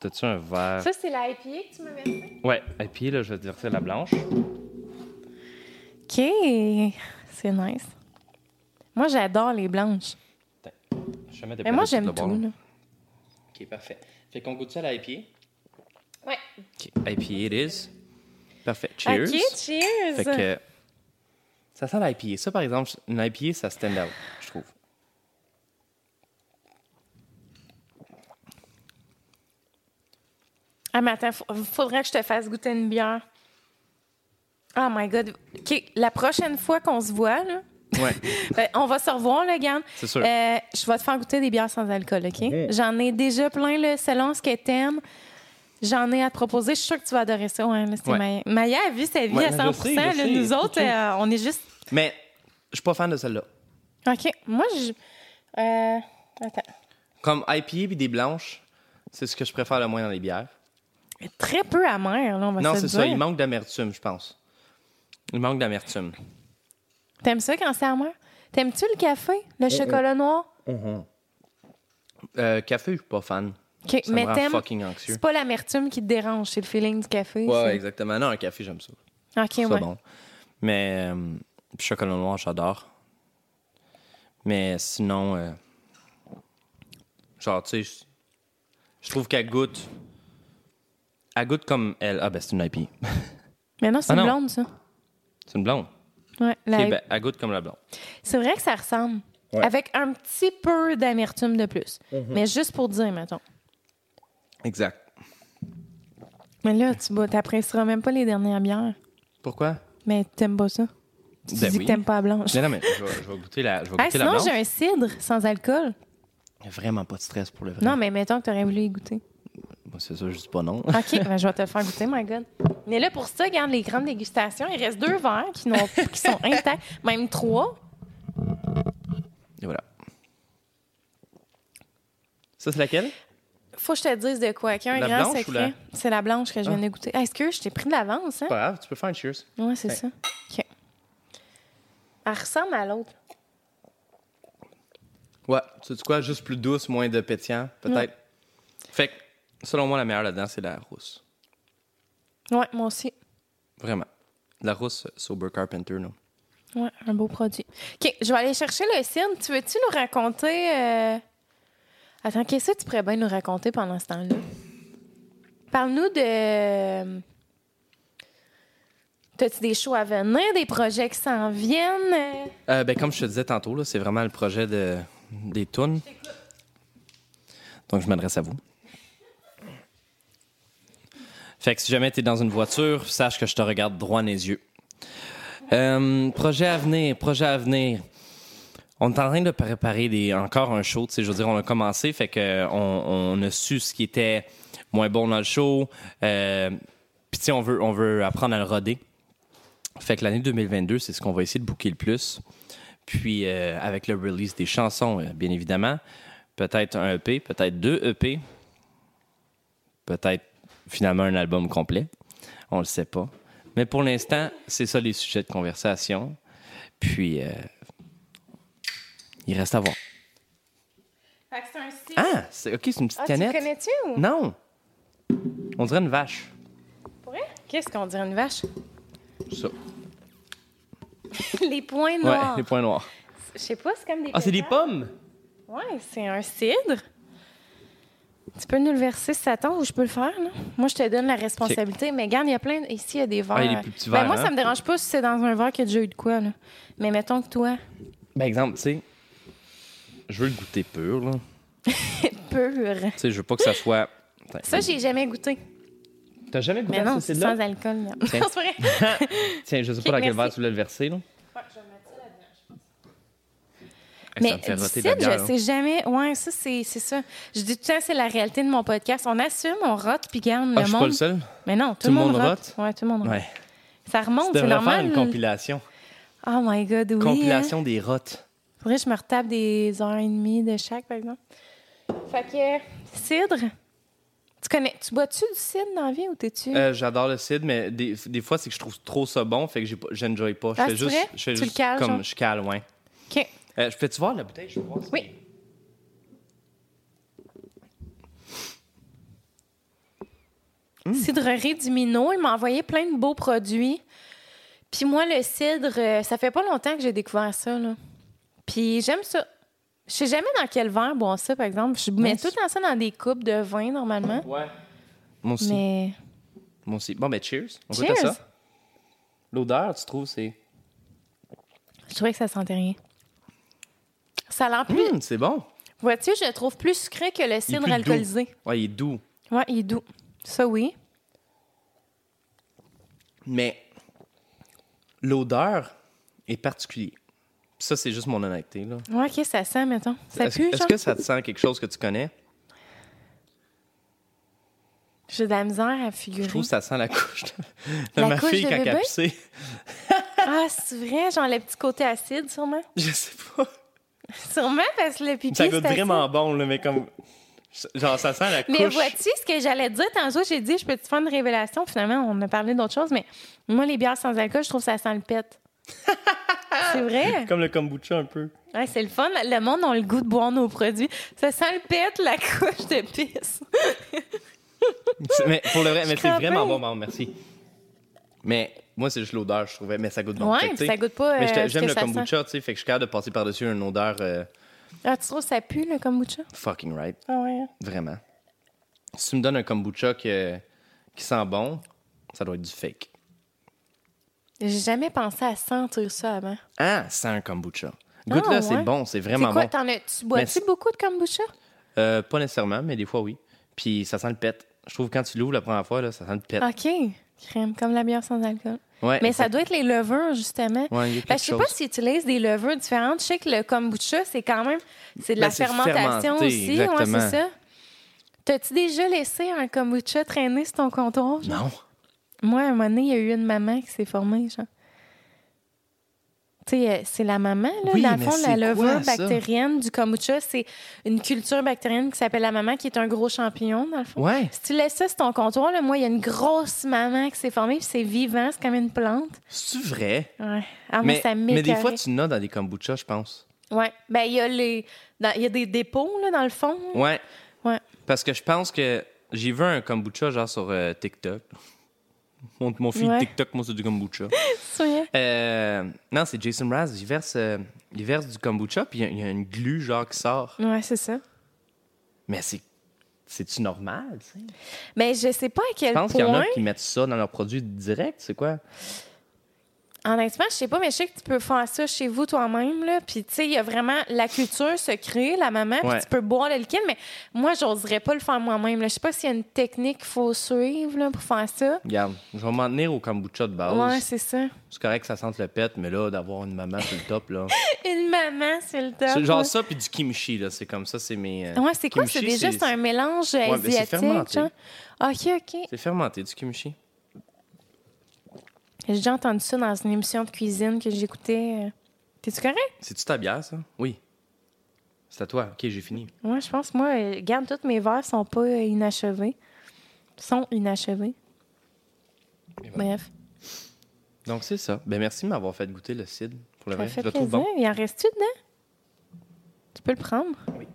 T'as-tu un verre? Ça, c'est la IPA que tu m'as versé? Ouais, et puis là, je vais te verser la blanche. OK. C'est nice. Moi, j'adore les blanches. Attends, Je vais mettre des Mais moi, petites de j'aime bord, tout, là. là. OK, parfait. Fait qu'on goûte ça à l'IPA. Ouais. OK, IPA it is. Parfait, cheers. OK, cheers! Fait que ça sent l'IPA. Ça, par exemple, une IPA, ça stand out, je trouve. Ah, mais attends, faut- faudrait que je te fasse goûter une bière. Oh my God. OK, la prochaine fois qu'on se voit, là, Ouais, ben, on va se revoir, là, Gann. C'est sûr. Euh, je vais te faire goûter des bières sans alcool, OK? J'en ai déjà plein, là, selon ce que t'aimes. J'en ai à te proposer. Je suis sûre que tu vas adorer ça. Ouais, là, c'est Ouais. Maya. Maya a vu sa vie Ouais, à je 100 sais, je là, sais. Nous autres, euh, on est juste... mais je suis pas fan de celle-là. OK, moi, je... euh, Attends. Comme IPA puis des blanches, c'est ce que je préfère le moins dans les bières. Très peu amère, là, on va non, se c'est dire. ça, il manque d'amertume, je pense. Il manque d'amertume. T'aimes ça quand c'est amer? T'aimes-tu le café, Oh, le chocolat noir? Euh, café, je suis pas fan. OK, Ça mais me rend t'aimes- fucking anxieux. C'est pas l'amertume qui te dérange, c'est le feeling du café. Ouais, ouais, c'est- Ah, exactement. Non, un café, j'aime ça. Ok, C'est ouais. bon. Mais euh, chocolat noir, j'adore. Mais sinon, euh, genre, tu sais, je- je trouve qu'elle goûte. Elle goûte comme elle. Ah, ben, c'est une IP. Mais non, c'est Ah une non. blonde, ça. C'est une blonde. Ouais, la- Ok, ben, elle goûte comme la blonde. C'est vrai que ça ressemble. Avec un petit peu d'amertume de plus. Mais juste pour dire, mettons. Exact. Mais là, tu bois- t'apprécieras même pas les dernières bières. Pourquoi? Mais t'aimes pas ça. Tu Ben dis oui. que t'aimes pas la blanche. Non, non, mais je vais, je vais goûter la, je vais Ah, goûter la sinon, blanche. j'ai un cidre sans alcool. Il y a Vraiment pas de stress pour le vrai. Non, mais mettons que tu aurais voulu y goûter. Moi, c'est ça, je dis pas non. OK, ben, je vais te le faire goûter, my God. Mais là, pour ça, regarde les grandes dégustations. Il reste deux verres qui, n'ont- qui sont intacts, même trois. Et voilà. Ça, c'est laquelle? Faut que je te dise de quoi. Qu'il y a un La grand blanche ou secret. C'est la blanche que je viens de goûter. Ah, est-ce que je t'ai pris de l'avance? Hein? Pas grave, tu peux faire un cheers. Oui, c'est Ouais. ça. OK. Elle ressemble à l'autre. Ouais, tu sais quoi, juste plus douce, moins de pétillant, peut-être. Fait que, selon moi, la meilleure là-dedans, c'est la rousse. Oui, moi aussi. Vraiment. La rousse euh, Sober Carpenter, non? Ouais, un beau produit. OK, je vais aller chercher le cidre. Tu veux-tu nous raconter. euh, Attends, qu'est-ce que tu pourrais bien nous raconter pendant ce temps-là? Parle-nous de. T'as-tu des shows à venir, des projets qui s'en viennent? euh? Euh, ben, comme je te disais tantôt, là, c'est vraiment le projet de, des tunes. Donc, je m'adresse à vous. Fait que si jamais tu es dans une voiture, sache que je te regarde droit dans les yeux. Euh, projet à venir, projet à venir. On est en train de préparer des, encore un show. tu sais, Je veux dire, on a commencé, fait que on, on a su ce qui était moins bon dans le show. Euh, Puis, tu sais, on veut, on veut apprendre à le roder. Fait que l'année 2022, c'est ce qu'on va essayer de booker le plus. Puis euh, avec le release des chansons, euh, bien évidemment, peut-être un EP, peut-être deux EP, peut-être finalement un album complet. On le sait pas. Mais pour l'instant, c'est ça les sujets de conversation. Puis euh, il reste à voir. Fait que c'est un cidre. Ah, c'est ok, c'est une petite Ah, tu le canette. connais-tu ou? Non, on dirait une vache. Pour vrai? Qu'est-ce qu'on dirait une vache? Ça. les points Ouais, noirs. les points noirs. Je sais pas, c'est comme des. Ah, c'est des pétales. pommes. Ouais, c'est un cidre. Tu peux nous le verser si ça tombe ou je peux le faire, là. Moi, je te donne la responsabilité. Mais regarde, il y a plein. Ici, il y a des verres. Ah, il y a des plus petits Ben, verres, moi, hein? ça me dérange pas si c'est dans un verre qui a déjà eu de quoi, là. Mais mettons que toi, Par Ben, exemple, tu sais, je veux le goûter pur, là. pur. Tu sais, je veux pas que ça soit. Attends, Ça, j'ai jamais goûté. T'as jamais goûté Mais non, à ce c'est là sans alcool. là. Non, Tiens. c'est vrai. Ouais, Tiens, je sais pas Ok, dans quel merci. verre tu voulais le verser, là. je vais mettre ça là-dedans. Hey, Mais du de cidre, je bière, là. sais jamais. Ouais, ça, c'est c'est ça. Je dis tout le temps, c'est la réalité de mon podcast. On assume, on rote, puis garde le Ah, je suis monde. pas le seul? Mais non, tout, le monde rote. rote? Ouais, tout le monde rote. Ouais. Ça remonte, Oh, Tu c'est devrais faire normal. une compilation. Oh my God, oui. hein? compilation des rotes. Faudrait que je me retape des heures et demie de chaque, par exemple. Fait que, cidre, tu connais, tu bois-tu du cidre dans la vie ou t'es-tu... Euh, J'adore le cidre, mais des, des fois, c'est que je trouve trop ça bon, fait que j'ai pas- j'enjoy pas. Je Ah, fais c'est juste, vrai? je fais Tu le juste cales, comme genre? je cale, ouais. OK. Euh, je peux-tu voir la bouteille? Je veux voir si- Oui. Mmh. Cidrerie du Minot, il m'a envoyé plein de beaux produits. Puis moi, le cidre, euh, ça fait pas longtemps que j'ai découvert ça, là. Puis j'aime ça. Je sais jamais dans quel verre boire ça, par exemple. Je mets Nice. tout en ça dans des coupes de vin, normalement. Ouais. Moi aussi. Mais... Moi aussi. Bon, ben, cheers. On goûte à Cheers. ça. L'odeur, tu trouves, c'est. Je trouvais que ça sentait rien. Ça a l'air plus. Hum, c'est bon. Vois-tu, Mmh. je le trouve plus sucré que le cidre plus alcoolisé. Ouais, il est doux. Ouais, il est doux. Ça, oui. Mais l'odeur est particulière. Puis Ça, c'est juste mon honnêteté. Là. Ouais, OK, ça sent, mettons. Ça Est-ce pue, est-ce genre. que ça te sent quelque chose que tu connais? J'ai de la misère à figurer. Je trouve que ça sent la couche de, de La ma couche fille de quand elle a bébé? poussé. Ah, c'est vrai, genre le petit côté acide, sûrement. Je sais pas. Sûrement parce que le pipi, Ça c'est goûte acide. vraiment bon, là, mais comme. Genre, ça sent la couche. Mais vois-tu ce que j'allais dire tantôt? J'ai dit, je peux te faire une révélation. Finalement, on a parlé d'autre chose, mais moi, les bières sans alcool, je trouve que ça sent le pet. c'est vrai? Comme le kombucha un peu. Ouais, c'est le fun. Le monde a le goût de boire nos produits. Ça sent le pet, la couche de pisse. C'est- Mais pour le vrai, mais suis c'est vraiment crampée. bon, bon, merci. Mais moi, c'est juste l'odeur, je trouvais. Mais ça goûte bon. Ouais, Fait que, tu sais, ça goûte pas, Mais euh, j'étais- ce j'aime que le ça sent. kombucha, tu sais. Fait que je suis capable de passer par-dessus une odeur euh, Ah, tu trouves que ça pue, le kombucha? fucking right. Ah ouais. Vraiment. Si tu me donnes un kombucha que- qui sent bon, ça doit être du fake. J'ai jamais pensé à sentir ça avant. Ah, sent un kombucha. Goûte-le, Ah, c'est ouais. bon, c'est C'est vraiment quoi, bon. t'en as... Tu Mais bois-tu c'est- beaucoup de kombucha? Euh, pas nécessairement, mais des fois, oui. Puis ça sent le pet. Je trouve que quand tu l'ouvres la première fois, là, ça sent le pet. OK. Crème, comme la bière sans alcool. Ouais, Mais ça doit être les levures, justement. Ouais, il y a quelque Parce que je sais pas chose. s'ils utilisent des levures différentes. Je sais que le kombucha, c'est quand même. C'est de Ben, la c'est fermentation fermenté, aussi. Ouais, exactement. c'est ça. T'as-tu déjà laissé un kombucha traîner sur ton comptoir? genre? Non. Moi, à un moment donné, il y a eu une maman qui s'est formée, genre. Tu sais, euh, c'est la maman, là. Oui, dans le mais fond, la c'est levure quoi, ça? bactérienne du kombucha, c'est une culture bactérienne qui s'appelle la maman, qui est un gros champignon, dans le fond. Ouais. Si tu laisses ça sur ton comptoir, là, moi, il y a une grosse maman qui s'est formée, puis c'est vivant, c'est comme une plante. C'est vrai. Ouais. Alors, Ah, moi, mais, ça mais des m'écoeurait. fois, tu n'as dans des kombuchas, je pense. Ouais. Ben, il y a les. dans- Il y a des dépôts, là, dans le fond. là. Ouais. Ouais. Parce que je pense que j'ai vu un kombucha genre sur euh, TikTok. Mon, mon fils Ouais. TikTok, moi, c'est du kombucha. Tu vois? Euh, non, c'est Jason Raz. Il verse, euh, il verse du kombucha, puis il y a- il y, a une glu genre qui sort. Ouais, c'est ça. Mais c'est. C'est-tu normal? tu sais? Mais je sais pas à quel Je pense qu'il y en point. a qui mettent ça dans leurs produits direct, c'est quoi? Honnêtement, je sais pas, mais je sais que tu peux faire ça chez vous toi-même. Là. Puis, tu sais, il y a vraiment la culture se crée, la maman, puis Ouais. tu peux boire le liquide, mais moi, j'oserais pas le faire moi-même. là. Je sais pas s'il y a une technique qu'il faut suivre là, pour faire ça. Regarde, je vais m'en tenir au kombucha de base. Ouais, c'est ça. Oh, C'est correct que ça sente le pet, mais là, d'avoir une maman sur le top, là. Une maman, c'est le top. C'est là. genre ça, puis du kimchi, là. C'est comme ça, c'est mes. euh, Ouais, c'est quoi? C'est kimchi, déjà c'est un mélange euh, ben, c'est asiatique. fermenté. genre? Ah, OK, OK. C'est fermenté, du kimchi. J'ai déjà entendu ça dans une émission de cuisine que j'écoutais. euh. T'es-tu correct? C'est-tu ta bière, ça? Oui. C'est à toi. OK, j'ai fini. Moi, je pense, moi, euh, garde, tous mes verres sont pas euh, inachevés. Sont inachevés. Et voilà. Bref. Donc, c'est ça. Ben, merci de m'avoir fait goûter le cidre, pour le Ça vrai. fait ben Je le trouve plaisir. bon. Il en reste-tu dedans? Tu peux le prendre? Oui.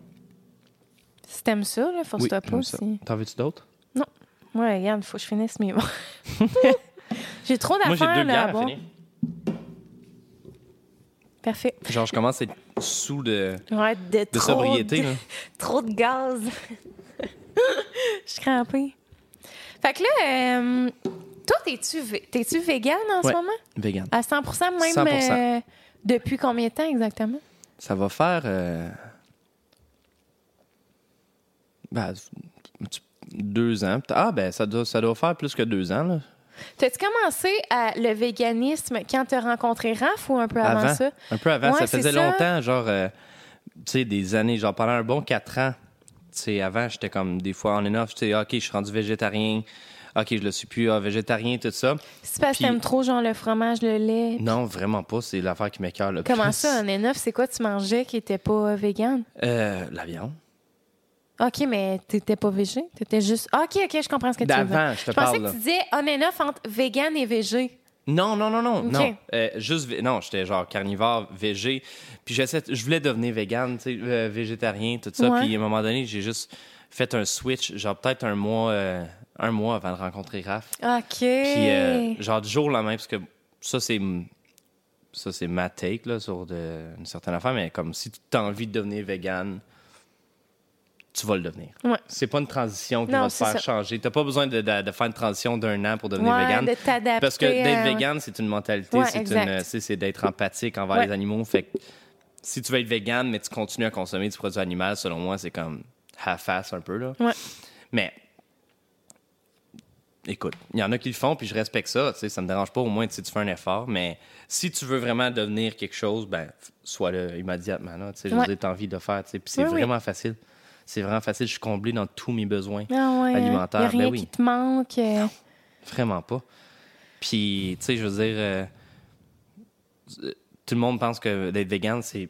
Si t'aimes ça, là, Oui, force-toi pas j'aime ça. aussi. T'en veux-tu d'autres? Moi, regarde, faut que je finisse mes verres. j'ai trop Moi, j'ai deux d'affaires là, bières à à boire. finir. Parfait. Genre, je commence à être sous de, Ouais, de, de trop sobriété, là. trop de gaz. Je suis crampée. Fait que là, euh, toi, t'es-tu, vé- t'es-tu végane en Ouais. ce moment? Vegan. À 100 même 100%. euh, depuis combien de temps exactement? Ça va faire. euh, ben, tu- deux ans. peut-être. Ah, ben, ça doit, ça doit faire plus que deux ans, là. T'as-tu commencé à le véganisme quand t'as rencontré Raph ou un peu avant, ça? Un peu avant. Ouais, ça c'est faisait ça. longtemps, genre, euh, tu sais, des années, genre pendant un bon quatre ans. Tu sais, avant, j'étais comme des fois en and off, tu sais, OK, je suis rendu végétarien. OK, je le suis plus, ah, végétarien, tout ça. C'est parce que Puis- t'aimes trop genre le fromage, le lait. Non, vraiment pas. C'est l'affaire qui m'écœure le Comment plus. ça, en N9, c'est quoi tu mangeais qui était pas euh, végane? Euh, la viande. OK, mais t'étais pas végé? T'étais juste. OK, OK, je comprends ce que tu veux. dire. D'avant, je te Je pensais parle. que là. tu disais on and off entre vegan et végé. Non, non, non, non, Ok. non. Euh, juste, vé- non, j'étais genre carnivore, végé. Puis j'essaie, je voulais devenir vegan, tu sais, euh, végétarien, tout ça. Ouais. Puis à un moment donné, j'ai juste fait un switch, genre peut-être un mois, euh, un mois avant de rencontrer Raph. OK. Puis, euh, genre, du jour au lendemain, parce que ça, c'est. Ça, c'est ma take là, sur de- une certaine affaire, mais comme si tu as envie de devenir vegan, tu vas le devenir. Ouais. C'est pas une transition qui Non, va te c'est faire ça. changer. T'as pas besoin de, de- de faire une transition d'un an pour devenir Ouais, vegan. de t'adapter Parce que d'être à- vegan, c'est une mentalité, Ouais, c'est une, exact. euh, c'est- c'est d'être empathique envers Ouais. les animaux. Fait que si tu veux être vegan, mais tu continues à consommer du produit animal, selon moi, c'est comme half-ass un peu. Là. Ouais. Mais écoute, il y en a qui le font, puis je respecte ça. Tu sais, ça me dérange pas, au moins, tu sais, tu fais un effort. Mais si tu veux vraiment devenir quelque chose, ben, f- sois-le immédiatement. Là, tu sais, je veux Ouais. dire, t'as envie de le faire. tu sais. Puis c'est Oui, oui. vraiment facile. C'est vraiment facile. Je suis comblé dans tous mes besoins. Ah ouais, alimentaire, Il a rien ben oui. qui te manque. euh, Vraiment pas. Puis, tu sais, je veux dire, euh, euh, tout le monde pense que d'être vegan, c'est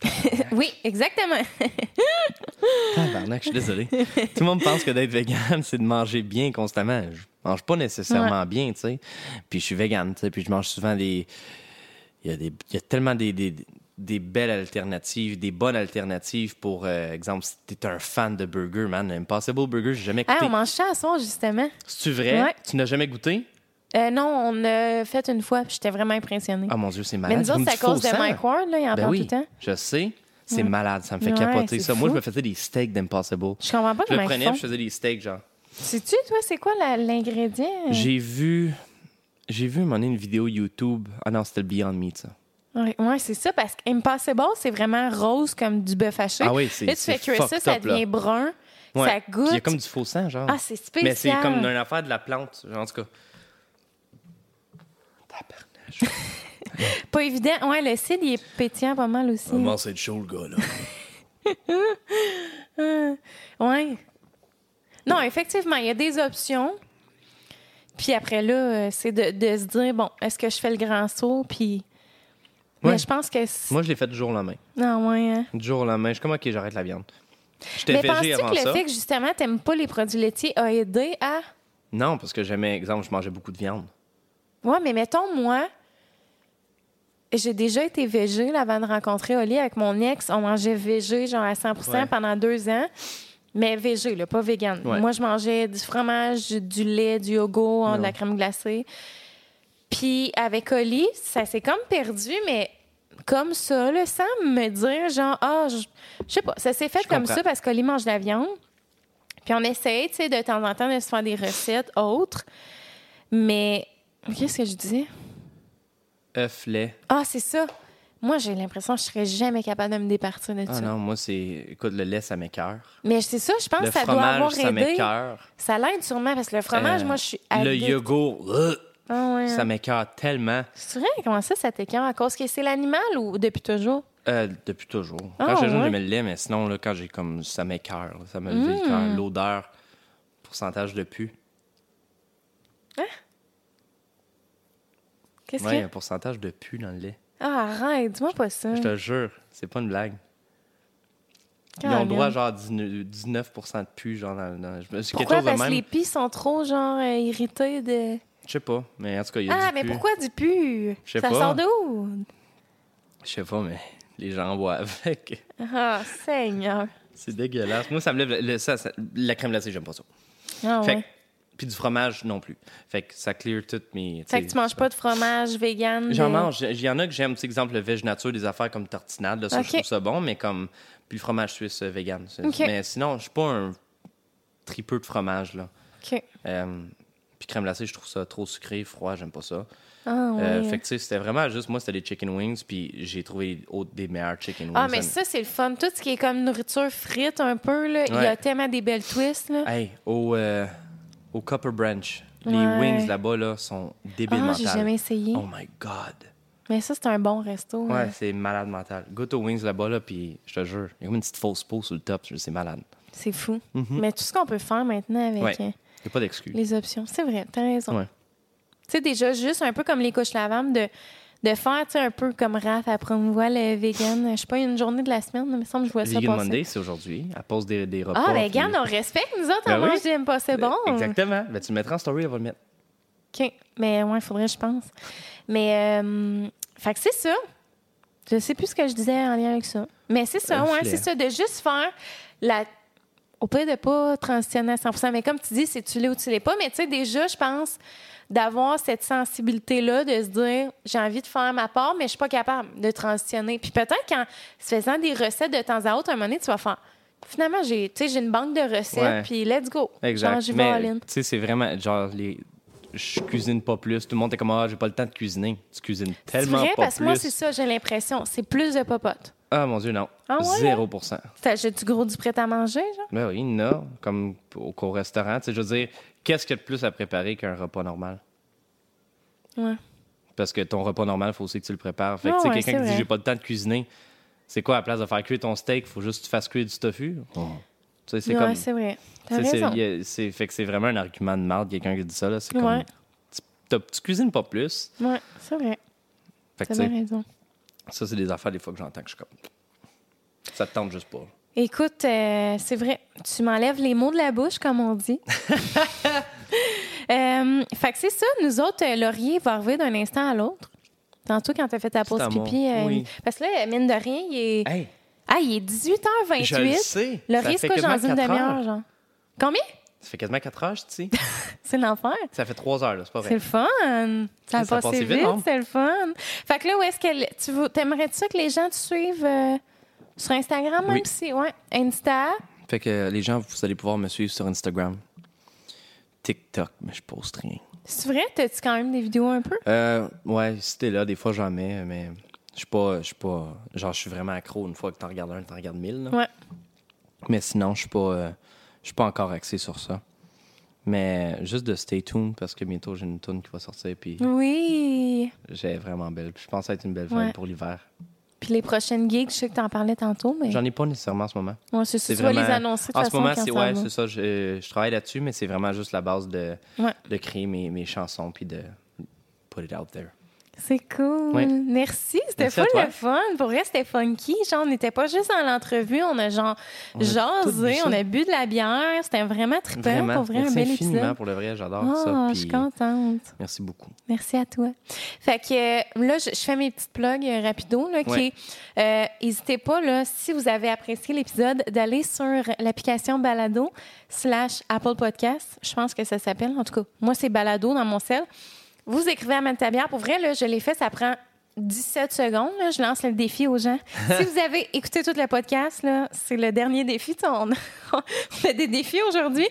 Oui, exactement. Tabarnak, je suis désolé. Tout le monde pense que d'être vegan, c'est de manger bien constamment. Je mange pas nécessairement bien, tu sais. Puis je suis vegan, tu sais. Puis je mange souvent des. Il y a, des... Il y a tellement des, des- des belles alternatives, des bonnes alternatives pour, euh, exemple, si t'es un fan de burger, man. Impossible Burger, j'ai jamais Ah, goûté. on mange ça à soir, justement. C'est-tu vrai? Ouais. Tu n'as jamais goûté? Euh, non, on a fait une fois, puis j'étais vraiment impressionnée. Ah mon Dieu, c'est malade. mais nous Vous autres, me c'est à dites cause faux de sang. Mike Ward, là, il en Ben parle oui, tout le temps. je sais. C'est malade, ça me fait Ouais, c'est capoter ça. Moi, je fou. me faisais des steaks d'impossible. Je comprends pas Je le comment ils prenais, font. puis je faisais des steaks, genre. Sais-tu, toi, c'est quoi la- l'ingrédient? J'ai vu. J'ai vu, à un moment donné, une vidéo YouTube. Ah non, c'était le Beyond Meat, ça. Ouais, ouais, c'est ça, parce que Impossible, c'est vraiment rose comme du bœuf haché. Ah oui, c'est- Là, tu c'est fais cuire ça, fucked ça up, là. devient brun, Ouais. ça Puis Il y a goûte. comme du faux sang, genre. Ah, c'est spécial. Mais c'est comme une affaire de la plante, genre, en tout cas. Tabarnage. Pas évident. Ouais, le cid, il est pétillant pas mal Ah, aussi. Comment c'est chaud, le gars, là? Euh, ouais. Non, effectivement, il y a des options. Puis après là, euh, c'est de, de se dire bon, est-ce que je fais le grand saut Puis. Ouais. Mais je pense que. c'est- Moi, je l'ai fait du jour au lendemain. Non, ouais. hein. Du jour au lendemain, je suis comme, OK, j'arrête la viande. J'étais Mais végé penses-tu avant que le ça. fait que justement, t'aimes pas les produits laitiers a aidé à. Non, parce que j'aimais, exemple, je mangeais beaucoup de viande. Ouais, mais mettons, moi, j'ai déjà été végé là, avant de rencontrer Oli avec mon ex. On mangeait végé, genre à 100 Ouais. pendant deux ans. Mais végé, là, pas vegan. Ouais. Moi, je mangeais du fromage, du lait, du yogourt, de la crème glacée. Puis avec Oli, ça s'est comme perdu, mais comme ça, là, sans me dire, genre, ah, je je sais pas, ça s'est fait Je comme comprends. ça parce qu'Oli mange de la viande. Puis on essayait, tu sais, de temps en temps de se faire des recettes autres. Mais qu'est-ce que je disais? Œuf, lait. Ah, c'est ça. Moi, j'ai l'impression que je serais jamais capable de me départir de Ah ça. non, moi, c'est. Écoute, le lait, ça m'écoeure. Mais c'est ça, je pense Le que Ah, ça doit fromage, avoir ça aidé. m'écoeure. Ça l'aide sûrement parce que le fromage, Euh, moi, je suis Le addict. yogourt, euh, Ah ouais. ça m'écoeure tellement. C'est vrai? Comment ça, ça t'écœure? À cause que c'est l'animal ou depuis toujours? Euh, depuis toujours. Ah, quand j'ai jeune, ouais. Hmm. j'aimais le lait, mais sinon, là, quand j'ai comme. Ça m'écoeure. là, Ça me levait le cœur. L'odeur, pourcentage de pu. Qu'est-ce Ouais, il y a que... Hmm. un pourcentage de pu dans le lait. Ah, arrête, dis-moi pas ça. Je te jure, c'est pas une blague. Ils ont Caroline. le droit, genre, 19 19% de pu, genre, dans, dans- je me suis Pourquoi? quelque Parce chose de que les même. pis sont trop, genre, euh, irrités de... Je sais pas, mais en tout cas, il y a Ah, du mais pu. pourquoi du pu? Je sais Ça pas. sort d'où? Je sais pas, mais les gens boivent. Fait que Ah, Seigneur. c'est dégueulasse. Moi, ça me lève. le- ça, ça- la crème glacée, j'aime pas ça. Ah, Fait que- ouais. Puis du fromage non plus. Fait que ça clear toutes mes. Fait que tu manges pas de fromage vegan. euh, J'en de- mange. Il y en a que j'aime, tu sais, exemple, le veg nature, des affaires comme tartinade, là, ça, Ok. je trouve ça bon, mais comme. Puis le fromage suisse euh, vegan. c'est- Ok. Mais sinon, je suis pas un tripeux de fromage, là. OK. Euh, puis crème glacée, je trouve ça trop sucré, froid, j'aime pas ça. Ah, ouais. Euh, fait que tu sais, c'était vraiment juste, moi, c'était des chicken wings, puis j'ai trouvé autres- des meilleurs chicken wings. Ah, mais à- ça, c'est le fun. Tout ce qui est comme nourriture frite un peu, là, il y a Ouais. tellement des belles twists. Là. Hey, au, euh, au Copper Branch, les Ouais. wings là-bas là, sont débiles Ah, j'ai mentales. jamais essayé. Oh my God. Mais ça, c'est un bon resto. hein. Ouais, là. c'est malade mental. Goûte aux wings là-bas, là, puis je te jure, il y a comme une petite fausse peau sur le top, c'est malade. C'est fou. Mais tout ce qu'on peut faire maintenant avec Mm-hmm. Ouais. euh, Il n'y a pas d'excuse. les options, c'est vrai, t'as raison. Ouais. Tu sais, déjà, juste un peu comme les couches lavables, de, de faire, tu sais, un peu comme Raph à promouvoir le vegan. Je sais pas, une journée de la semaine, il me semble que je vois ça Vegan passer. Monday, c'est aujourd'hui. Elle pose des, des repas. Ah, puis- vegan, on respecte, nous autres, Ben on oui. mange du j'aime pas, c'est bon. Exactement. Ben, tu le mettras en story, elle va le mettre. OK. Mais ouais, il faudrait, je pense. Mais, euh, fait que c'est ça. Je sais plus ce que je disais en lien avec ça. Mais c'est ça, Un ouais, filet. c'est ça. De juste faire la. Au pire de pas transitionner à 100 mais comme tu dis, c'est tu l'es ou tu l'es pas. Mais tu sais, déjà, je pense d'avoir cette sensibilité-là, de se dire, j'ai envie de faire ma part, mais je suis pas capable de transitionner. Puis peut-être qu'en se faisant des recettes de temps à autre, à un moment donné, tu vas faire, finalement, j'ai tu sais, j'ai une banque de Ouais. recettes, puis let's go. Genre, Exact. j'y vais all mais in. tu sais, c'est vraiment genre les. Je cuisine pas plus. Tout le monde est comme ah, j'ai pas le temps de cuisiner. Tu cuisines C'est tellement vrai, pas parce que plus. moi, c'est ça, j'ai l'impression. C'est plus de popote. Ah mon dieu, non. Ah ouais, hein? 0%. Fait, J'ai-tu gros du prêt-à-manger, genre? Ben oui, il y en a, comme au, au restaurant. Tu sais, je veux dire, qu'est-ce qu'il y a de plus à préparer qu'un repas normal? Ouais. Parce que ton repas normal, il faut aussi que tu le prépares. Fait que, Ah tu sais, ouais, c'est quelqu'un qui dit vrai. j'ai pas le temps de cuisiner, c'est quoi à la place de faire cuire ton steak? Faut juste que tu fasses cuire du tofu? Tu sais, c'est Ouais, comme. c'est vrai. T'as tu sais, c'est- raison. il y a- c'est- fait que c'est vraiment un argument de marde, quelqu'un qui dit ça. là. C'est comme. Ouais. Tu, t'as- tu cuisines pas plus. Ouais, c'est vrai. Fait que, T'as tu sais, bien raison. ça, c'est des affaires des fois que j'entends que je suis comme. Ça te tente juste pas. Écoute, euh, c'est vrai. Tu m'enlèves les mots de la bouche, comme on dit. Euh, fait que c'est ça. Nous autres, euh, Laurier va arriver d'un instant à l'autre. Tantôt, quand t'as fait ta pause à moi. pipi. euh, Oui. Parce que là, mine de rien, il est... Hey, Ah, il est 18h28. je le sais. Ça Laurier, fait c'est quoi, quasiment dans une quatre demi-heure, heures. genre? Combien? Ça fait quasiment 4 heures, tu sais. C'est l'enfer. Ça fait 3 heures, là, c'est pas C'est vrai. le fun. Ça a Ça a passé passé vite, vite, hein? c'est le fun. Fait que là, où est-ce que tu veux- t'aimerais-tu ça que les gens te suivent euh, sur Instagram même Oui. si ouais, Insta. Fait que euh, les gens, vous allez pouvoir me suivre sur Instagram, TikTok, mais je poste rien. C'est vrai, t'as-tu quand même des vidéos un peu? Euh, ouais, si t'es là, des fois j'en mets, mais je suis pas, je suis pas, genre je suis vraiment accro. Une fois que t'en regardes un, t'en regardes mille. là. Ouais. Mais sinon, je suis pas, euh, je suis pas encore axé sur ça. Mais juste de stay tuned parce que bientôt j'ai une tune qui va sortir, puis Oui. J'ai vraiment belle. Puis je pense être une belle Ouais. femme pour l'hiver. Puis les prochaines gigs, je sais que tu en parlais tantôt, mais J'en ai pas nécessairement en ce moment. Ouais, c'est ça. C'est Tu vas les vraiment- annoncer de En façon ce moment, quand c'est ça ouais, va. c'est ça. Je, je travaille là-dessus, mais c'est vraiment juste la base de, Ouais. de créer mes, mes chansons puis de put it out there. C'est cool. Ouais. Merci, c'était fou Merci à toi. le fun. Pour vrai, c'était funky. Genre, on n'était pas juste dans l'entrevue, on a genre On a tout bu jasé, ça. on a bu de la bière. C'était vraiment trippant. Vraiment, Ben, pour vrai, merci un bel infiniment épisode. pour le vrai. J'adore Ah, ça. Oh, je Puis suis contente. merci beaucoup. Merci à toi. Fait que euh, là, je, je fais mes petites plugs euh, rapido. Là, qui Ouais. est, euh, N'hésitez pas, là, si vous avez apprécié l'épisode, d'aller sur l'application Balado slash Apple Podcast. Je pense que ça s'appelle. En tout cas, moi, c'est Balado dans mon cell. Vous écrivez à Matabière. Pour vrai, là, je l'ai fait, ça prend 17 secondes. là. je lance le défi aux gens. si vous avez écouté tout le podcast, là, c'est le dernier défi. Tu sais, On, on fait des défis aujourd'hui.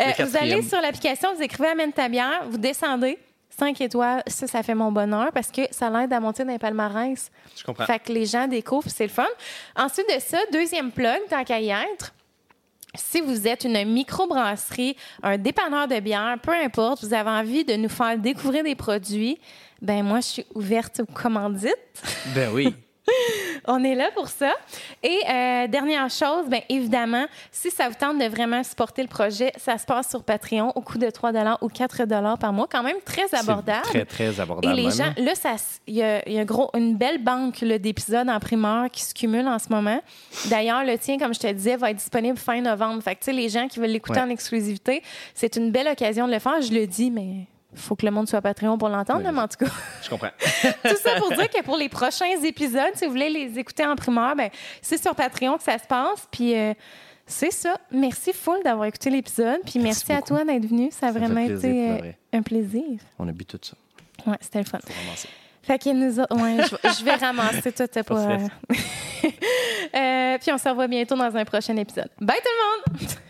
Euh, vous quatrième. allez sur l'application, vous écrivez Amène ta bière, vous descendez. 5 étoiles, ça, ça fait mon bonheur parce que ça l'aide à monter dans les palmarès. Je comprends. Fait que les gens découvrent, c'est le fun. Ensuite de ça, deuxième plug, tant qu'à y être. Si vous êtes une microbrasserie, un dépanneur de bière, peu importe, vous avez envie de nous faire découvrir des produits, ben moi, je suis ouverte aux commandites. Ben oui. On est là pour ça. Et euh, dernière chose, bien évidemment, si ça vous tente de vraiment supporter le projet, ça se passe sur Patreon au coût de 3 ou 4 par mois, quand même très C'est abordable. Très, très abordable. hein? Et les même. gens, là, ça s- il y a, il y a gros, une belle banque là, d'épisodes en primeur qui se cumulent en ce moment. D'ailleurs, le tien, comme je te disais, va être disponible fin novembre. Fait que, tu sais, les gens qui veulent l'écouter Ouais. en exclusivité, c'est une belle occasion de le faire. Je le dis, mais faut que le monde soit Patreon pour l'entendre, Oui. là, mais en tout cas. Je comprends. Tout ça pour dire que pour les prochains épisodes, si vous voulez les écouter en primeur, ben, c'est sur Patreon que ça se passe. Puis euh, c'est ça. Merci full d'avoir écouté l'épisode. Puis merci, Merci à toi d'être venu. Ça a Ça me fait vraiment plaisir, été pour euh, vrai. un plaisir. On a bu tout ça. Ouais, c'était le fun. Faut ramasser. Fait que nous autres, ouais, je, je vais ramasser tout pas. Parfait. euh, puis on se revoit bientôt dans un prochain épisode. Bye tout le monde!